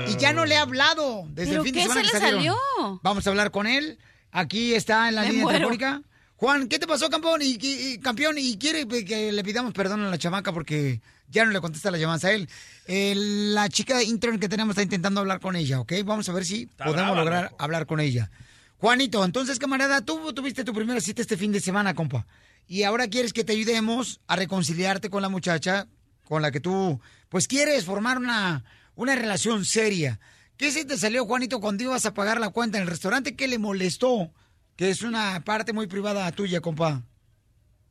Y ya no le he hablado desde ¿Pero el fin de qué semana se que le salieron. salió? Vamos a hablar con él. Aquí está en la Me línea muero. telefónica. Juan, ¿qué te pasó, campeón? Y, y- y- campeón, y quiere pe- que le pidamos perdón a la chamaca porque ya no le contesta la llamada a él. Eh, la chica intern que tenemos está intentando hablar con ella, ¿ok? Vamos a ver si podemos brava, lograr hablar con ella. Juanito, entonces, camarada, tú tuviste tu primera cita este fin de semana, compa. Y ahora quieres que te ayudemos a reconciliarte con la muchacha con la que tú, pues, quieres formar una, una relación seria. ¿Qué se te salió, Juanito, cuando ibas a pagar la cuenta en el restaurante? ¿Qué le molestó? Que es una parte muy privada tuya, compa.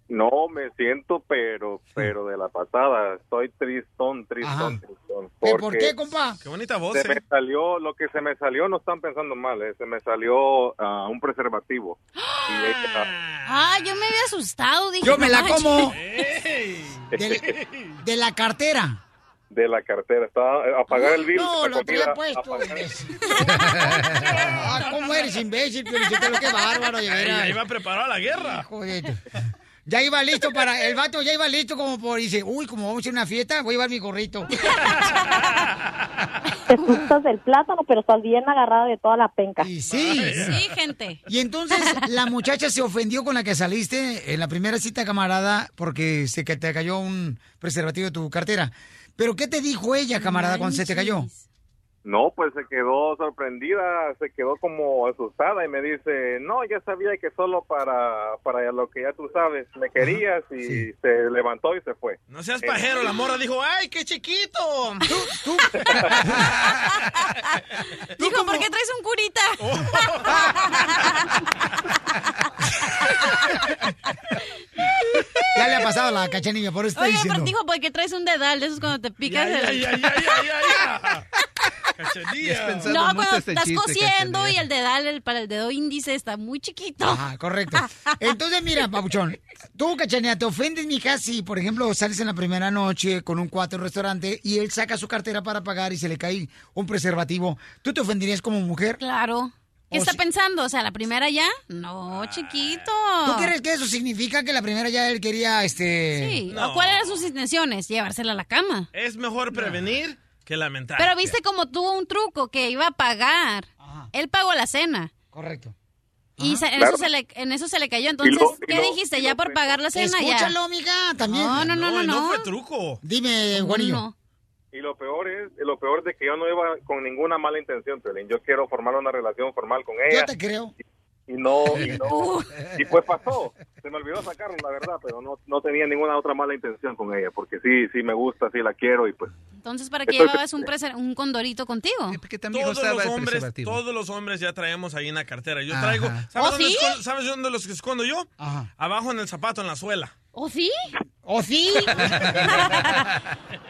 No, me siento, pero, pero de la pasada. Estoy tristón, tristón, tristón. ¿Por, qué, compa? Qué bonita voz, eh. se me salió, lo que se me salió, no están pensando mal, eh, se me salió ah, un preservativo. ¡Ah! Y ella- Ah, yo me había asustado, dije. Yo me no la manches. como. De la cartera. de la cartera, estaba eh, a pagar el bill. No, la lo traía comida, puesto. a pagar- Ah, ¿Cómo eres, imbécil? Piolichotelo? qué bárbaro, de veras. Ahí va preparado a la guerra. Hijo de tu- Ya iba listo para. El vato ya iba listo como por. Dice, uy, como vamos a ir a una fiesta, voy a llevar mi gorrito. Te gustas del plátano, pero estás bien agarrada de toda la penca. Y sí. Sí, gente. Y entonces la muchacha se ofendió con la que saliste en la primera cita, camarada, porque se que te cayó un preservativo de tu cartera. Pero ¿qué te dijo ella, camarada, cuando se te cayó? No, pues se quedó sorprendida, se quedó como asustada y me dice, no, ya sabía que solo para, para lo que ya tú sabes, me querías y se levantó y se fue. No seas pajero, la morra dijo, ¡ay, qué chiquito! Dijo, ¿por qué traes un curita? Ya le ha pasado la cachanilla, por eso está Oye, pero diciendo. dijo, ¿por qué traes un dedal? De esos cuando te picas Ya, el... ya, ya, No, cuando este estás cosiendo y el dedal el- para el dedo índice está muy chiquito. Ajá, correcto. Entonces, mira, Papuchón, tú, Cachanea, te ofendes, mija, si, por ejemplo, sales en la primera noche con un cuatro en un restaurante y él saca su cartera para pagar y se le cae un preservativo. ¿Tú te ofenderías como mujer? Claro. ¿Qué O está si- pensando? O sea, la primera ya. No, chiquito. ¿Tú crees que eso significa que la primera ya él quería, este... Sí. ¿O ¿Cuáles eran sus intenciones? Llevársela a la cama. Es mejor prevenir que lamentar. Pero viste como tuvo un truco que iba a pagar. Él pagó la cena. Correcto. Y se- en, Ah, Claro. eso se le, en eso se le cayó. Entonces, lo- y ¿qué lo- dijiste? ¿Ya por pagar la cena? ya. Escúchalo, amiga, también. No, no, no, no, y no no. fue truco. Dime, Juanillo. Y lo peor es, lo peor es de que yo no iba con ninguna mala intención, Piolín. Yo quiero formar una relación formal con ella. Yo te creo. Y no, y no. y pues pasó. Se me olvidó sacarlo, la verdad, pero no, no tenía ninguna otra mala intención con ella, porque sí, sí me gusta, sí la quiero y pues Entonces, ¿para qué Estoy- llevabas un, preser- un condorito contigo? Todos los, hombres, todos los hombres ya traemos ahí en la cartera. Yo traigo. Ajá. ¿Sabes, ¿Oh, dónde, sí? escondo, ¿sabes dónde los que escondo yo? Abajo en el zapato, en la suela. ¿O ¿Oh, sí? ¿O sí?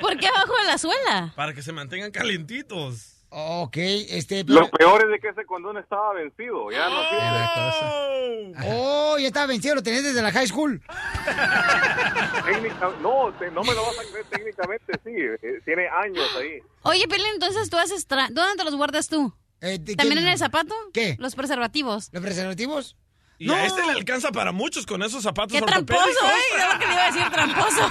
¿Por qué abajo de la suela? Para que se mantengan calentitos. Ok, este... Lo peor es de que ese condón estaba vencido, ya no sirve. Oh, ya estaba vencido, lo tenés desde la high school. Técnica- no, te- no me lo vas a creer técnicamente, sí, eh, tiene años ahí. Oye, Pelín, entonces tú haces... tra- ¿Dónde te los guardas tú? ¿También en el zapato? Eh, ¿Qué? Los preservativos. ¿Los preservativos? Y a este le alcanza para muchos con esos zapatos ¡Qué tramposo! ortopédicos. ¿eh? Era lo que le iba a decir, tramposo.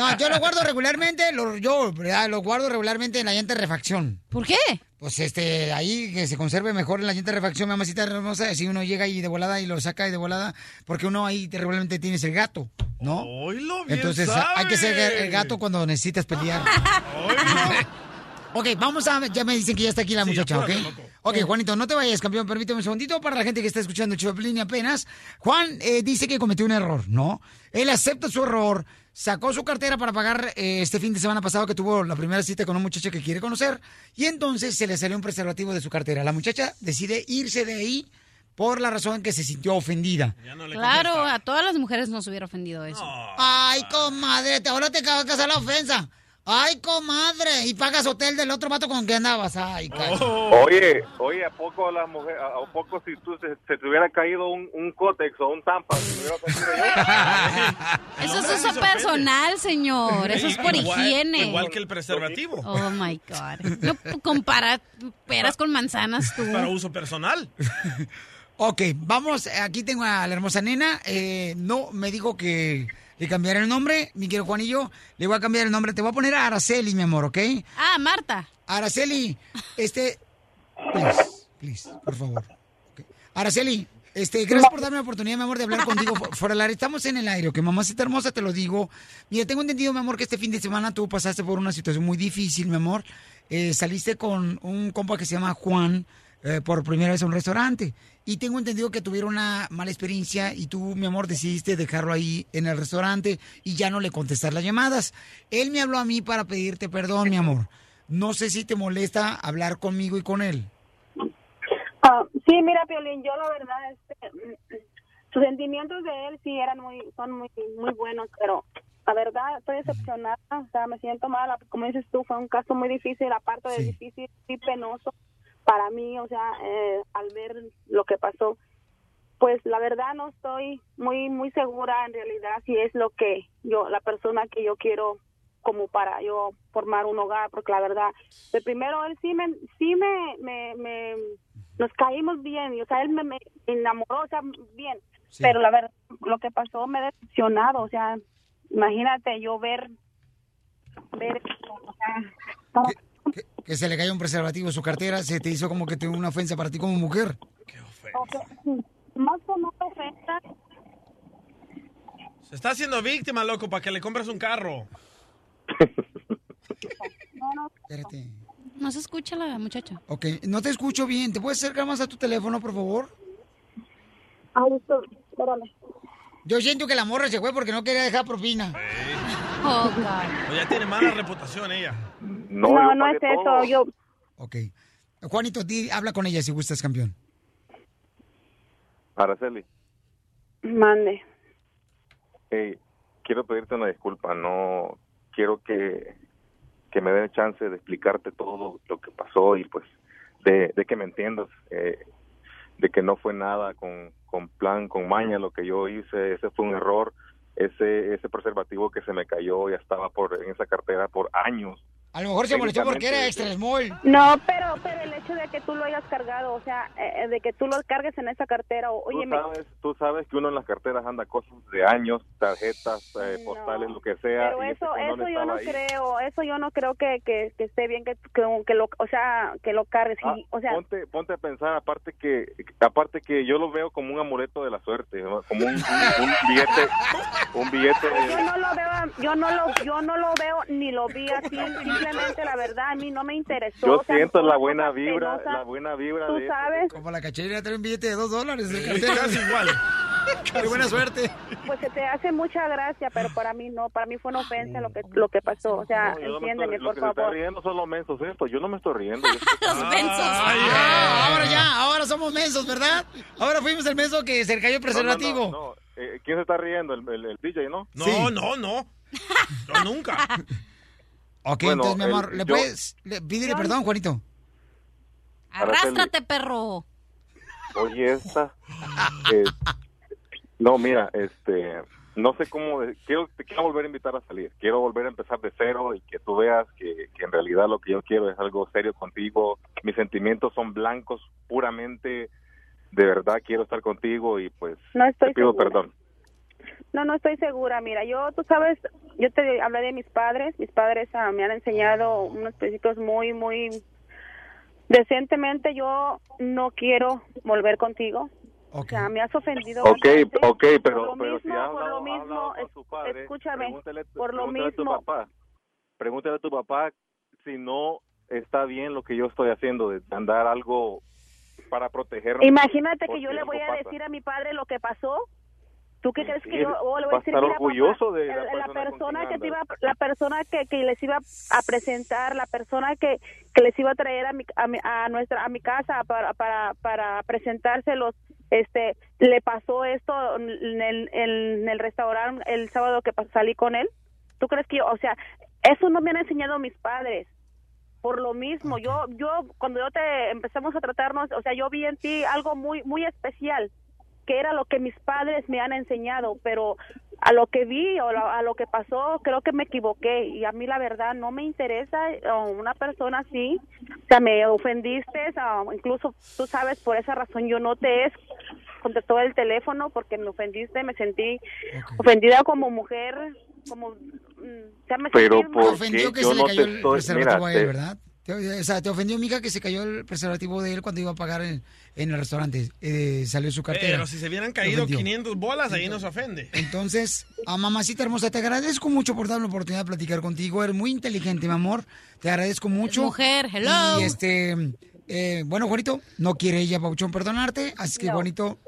No, yo lo guardo regularmente, lo, yo ¿verdad? lo guardo regularmente en la llanta de refacción. ¿Por qué? Pues este, ahí que se conserve mejor en la llanta de refacción, mamacita hermosa, si uno llega y de volada y lo saca y de volada, porque uno ahí te- regularmente tienes el gato, ¿no? Oilo, bien Entonces sabe. hay que ser el gato cuando necesitas pelear. Ok, vamos a. Ya me dicen que ya está aquí la muchacha, ¿ok? apúrate, loco. Ok, Juanito, no te vayas, campeón. Permíteme un segundito para la gente que está escuchando Choplin apenas. Juan eh, dice que cometió un error, ¿no? Él acepta su error, sacó su cartera para pagar eh, este fin de semana pasado que tuvo la primera cita con un muchacho que quiere conocer. Y entonces se le salió un preservativo de su cartera. La muchacha decide irse de ahí por la razón que se sintió ofendida. Claro, a todas las mujeres nos hubiera ofendido eso. Ay, comadre, te- ahora te acabas de casar la ofensa. Ay, comadre, y pagas hotel del otro vato con que andabas. Ay, cacho. Oye, oye, ¿a poco las mujeres, a, a poco si tú se, se te hubiera caído un, un cótex o un tampa? se te hubiera ofendido yo? Eso es uso personal, señor. Eso es por Igual- higiene. Igual que el preservativo. Oh my God. No compara peras con manzanas tú. Para uso personal. Ok, vamos, aquí tengo a la hermosa nena. eh, no, me dijo que le cambiara el nombre, mi querido Juanillo. Le voy a cambiar el nombre. Te voy a poner a Araceli, mi amor, ¿ok? Ah, Marta. Araceli, este... Please, please, por favor. Ok. Araceli, este, gracias por darme la oportunidad, mi amor, de hablar contigo fu- fuera del aire. Estamos en el aire, que mamacita hermosa, te lo digo. Mira, tengo entendido, mi amor, que este fin de semana tú pasaste por una situación muy difícil, mi amor. Eh, saliste con un compa que se llama Juan eh, por primera vez a un restaurante. Y tengo entendido que tuvieron una mala experiencia y tú, mi amor, decidiste dejarlo ahí en el restaurante y ya no le contestar las llamadas. Él me habló a mí para pedirte perdón, mi amor. No sé si te molesta hablar conmigo y con él. Ah, sí, mira, Piolín, yo la verdad, este, mm, mm, sus sentimientos de él sí eran muy, son muy, muy buenos, pero la verdad estoy decepcionada, o sea, me siento mal, como dices tú, fue un caso muy difícil, aparte de difícil, sí penoso para mí, o sea, eh, al ver lo que pasó, pues la verdad no estoy muy, muy segura en realidad si es lo que yo, la persona que yo quiero como para yo formar un hogar, porque la verdad, de primero él sí me, sí me, me, me- nos caímos bien, y, o sea, él me, me enamoró, o sea, bien, pero la verdad, lo que pasó me decepcionado, o sea, imagínate yo ver, ver, esto, o sea, Que se le cayó un preservativo en su cartera, se te hizo como que tuvo una ofensa para ti como mujer. o sea, más o menos ofensa, Se está haciendo víctima, loco, para que le compres un carro. no, no, Espérate. No se escucha la muchacha. Ok, no te escucho bien. ¿Te puedes acercar más a tu teléfono, por favor? ay, esto, Ah, espérame. Yo siento que la morra se fue porque no quería dejar propina. Oh, God. O Pues ya tiene mala reputación ella. No, no, es eso, yo, Ok. Juanito, di- habla con ella si gustas, campeón. Araceli, mande, hey, quiero pedirte una disculpa, no quiero que, que me den chance de explicarte todo lo que pasó y pues de, de que me entiendas, eh, de que no fue nada con, con plan, con maña lo que yo hice, ese fue un error, ese, ese preservativo que se me cayó ya estaba por, en esa cartera por años. A lo mejor se molestó porque era extra small. No, pero, pero el hecho de que tú lo hayas cargado, o sea, eh, eh, de que tú lo cargues en esa cartera, o, oye, Tú sabes, tú sabes que uno en las carteras anda cosas de años, tarjetas, eh, postales, lo que sea. pero ah, y ese eso, condón eso yo estaba no ahí. creo, eso yo no creo que, que, que esté bien que, que, que lo, o sea, que lo cargues, Ah, y, o sea, ponte, ponte a pensar, aparte que aparte que yo lo veo como un amuleto de la suerte, ¿no? como un, un- un billete, un billete yo de... no lo veo, yo no lo, yo no lo veo ni lo vi así, simplemente la verdad a mí no me interesó. Yo o sea, siento no- la buena vibra, penosa. la buena vibra Tú de... sabes, Como la cachera trae un billete de dos dólares. de Sí, cartera. casi igual. Qué buena suerte. pues se te hace mucha gracia, pero para mí no, para mí fue una ofensa lo que lo que pasó, o sea, No, yo no me entiéndeme estoy- lo por que se está favor. riendo son los mensos estos, yo no me estoy riendo. yo estoy- eh. Ah, ahora ya, ahora somos mensos, ¿verdad? Ahora fuimos el menso que se le cayó el No, no, no, preservativo. no, eh, ¿Quién se está riendo? ¿El, el- el DJ, no? No, no, no. Yo nunca. Ok, Bueno, entonces, mi el- amor, ¿le yo- puedes le- pídele perdón, Juanito? Arrástrate, perro. Oye, esta. eh, no, mira, este. No sé cómo. de- quiero, te quiero volver a invitar a salir. Quiero volver a empezar de cero y que tú veas que, que en realidad lo que yo quiero es algo serio contigo. Mis sentimientos son blancos, puramente de verdad quiero estar contigo y pues No estoy te pido segura. perdón. No, no estoy segura. Mira, yo, tú sabes, yo te hablé de mis padres. Mis padres ah, me han enseñado unos principios muy, muy decentemente. Yo no quiero volver contigo. O sea, me has ofendido. Ok, bastante. ok, Por pero, lo pero si mismo, por ha hablado, lo ha hablado mismo, con es- su padre, escúchame, pregúntale- por lo pregúntale a tu mismo. papá, pregúntale a tu papá si no está bien lo que yo estoy haciendo, de andar algo para protegerme. Imagínate que porque yo le algo voy a pasa. decir a mi padre lo que pasó. ¿Tú qué crees sí, que yo o le va voy a a decir? estar "Mira, papá, orgulloso de la el- persona con persona quien que te iba, andas". la persona que, que les iba a presentar, la persona que, que les iba a traer a mi, a, mi- a nuestra a mi casa para, para, para presentárselos, este, le pasó esto en el, en el restaurante el sábado que pas- salí con él. ¿Tú crees que yo, o sea, eso no me han enseñado mis padres? por lo mismo yo yo cuando yo te empezamos a tratarnos o sea yo vi en ti algo muy muy especial que era lo que mis padres me han enseñado pero a lo que vi o lo- a lo que pasó creo que me equivoqué y a mí la verdad no me interesa eh, una persona así o sea me ofendiste ah, incluso tú sabes por esa razón yo no te he contestó el teléfono porque me ofendiste me sentí ofendida como mujer como mm, o sea, me Pero sentí mal. ¿por qué ofendió que yo se le no cayó te el estoy- preservativo mira, a él, te- ¿verdad? Te- o sea, te ofendió, mica, que se cayó el preservativo de él cuando iba a pagar en, en el restaurante. Eh, salió su cartera. Pero si se hubieran caído 500 bolas, ahí nos ofende. Entonces, a mamacita hermosa, te agradezco mucho por darme la oportunidad de platicar contigo. Eres muy inteligente, mi amor. Te agradezco mucho. mujer, hello. Y este, eh, bueno, Juanito, no quiere ella, Pauchón, perdonarte. Así que, Juanito,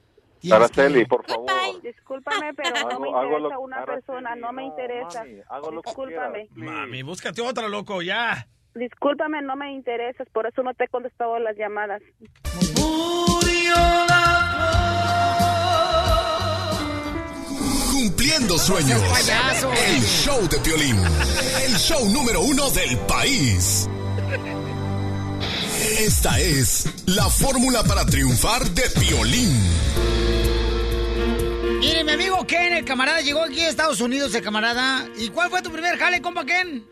tienes que- Araceli, por favor. Discúlpame, pero no me Hago- hago interesa lo- una ahora persona, no me interesa. Discúlpame. Mami, búscate otra, loco, ya. Discúlpame, no me interesas, por eso no te he contestado las llamadas. Cumpliendo sueños. El show de Piolín. El show número uno del país. Esta es la fórmula para triunfar de Piolín. Mire, mi amigo Ken, el camarada, llegó aquí a Estados Unidos, el camarada. ¿Y cuál fue tu primer jale, compa Ken?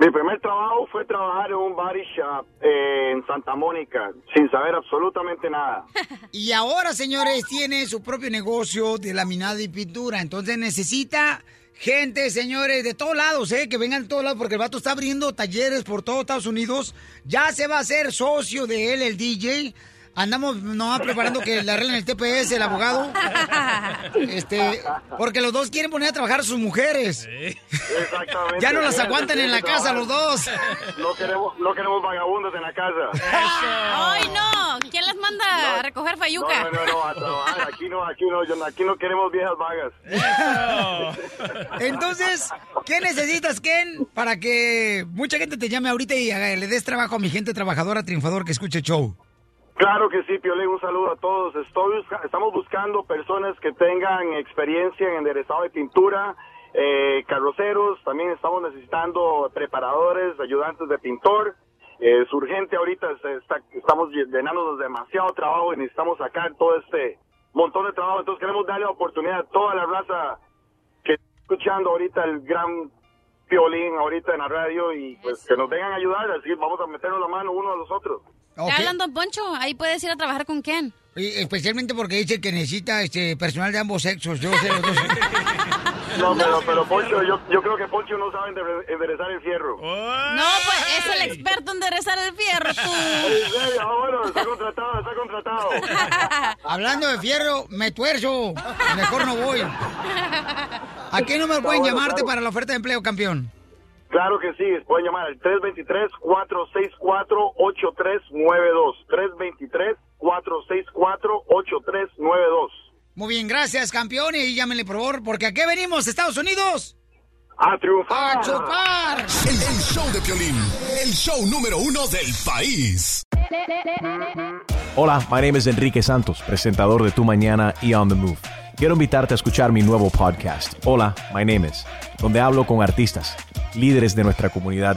Mi primer trabajo fue trabajar en un body shop eh, en Santa Mónica, sin saber absolutamente nada. Y ahora, señores, tiene su propio negocio de laminado y pintura. Entonces necesita gente, señores, de todos lados, ¿eh? Que vengan de todos lados, porque el vato está abriendo talleres por todo Estados Unidos. Ya se va a ser socio de él, el DJ. Andamos nomás preparando que le arreglen el TPS, el abogado. Este, porque los dos quieren poner a trabajar a sus mujeres. Exactamente. Ya no las aguantan en la casa los dos. No queremos, no queremos vagabundos en la casa. ¡Ay, no! ¿Quién las manda a recoger No, Fayuca? no, no, a trabajar. Aquí no, aquí no, yo- aquí no queremos viejas vagas. Entonces, ¿qué necesitas, Ken, para que mucha gente te llame ahorita y haga- le des trabajo a mi gente trabajadora, triunfador, que escuche el show? Claro que sí, Piolín, un saludo a todos. Estoy, busca- estamos buscando personas que tengan experiencia en enderezado de pintura, eh, carroceros, también estamos necesitando preparadores, ayudantes de pintor. Eh, es urgente ahorita, se está- estamos llenándonos de demasiado trabajo y necesitamos sacar todo este montón de trabajo. Entonces queremos darle la oportunidad a toda la raza que está escuchando ahorita el gran Piolín ahorita en la radio y pues que nos vengan a ayudar, así vamos a meternos la mano uno a los otros. Te hablan Don Poncho, ahí puedes ir a trabajar con Ken. Y especialmente porque dice que necesita este personal de ambos sexos. Yo sé los dos. No, pero, pero Poncho, yo, yo creo que Poncho no sabe endere- enderezar el fierro. No, pues es el experto en enderezar el fierro, tú. En serio, ah, bueno, está contratado, está contratado. Hablando de fierro, me tuerzo. Mejor no voy. ¿A qué número Está pueden bueno, llamarte claro. para la oferta de empleo, campeón? Claro que sí, pueden llamar al 323-464-8392. 323-464-8392. Muy bien, gracias, campeón. Y llámenle, por favor, porque ¿a qué venimos, Estados Unidos? A triunfar. ¡A chupar! El, el show de Piolín. El show número uno del país. Hola, my name is Enrique Santos, presentador de Tu Mañana y On the Move. Quiero invitarte a escuchar mi nuevo podcast, Hola, my name is, donde hablo con artistas, líderes de nuestra comunidad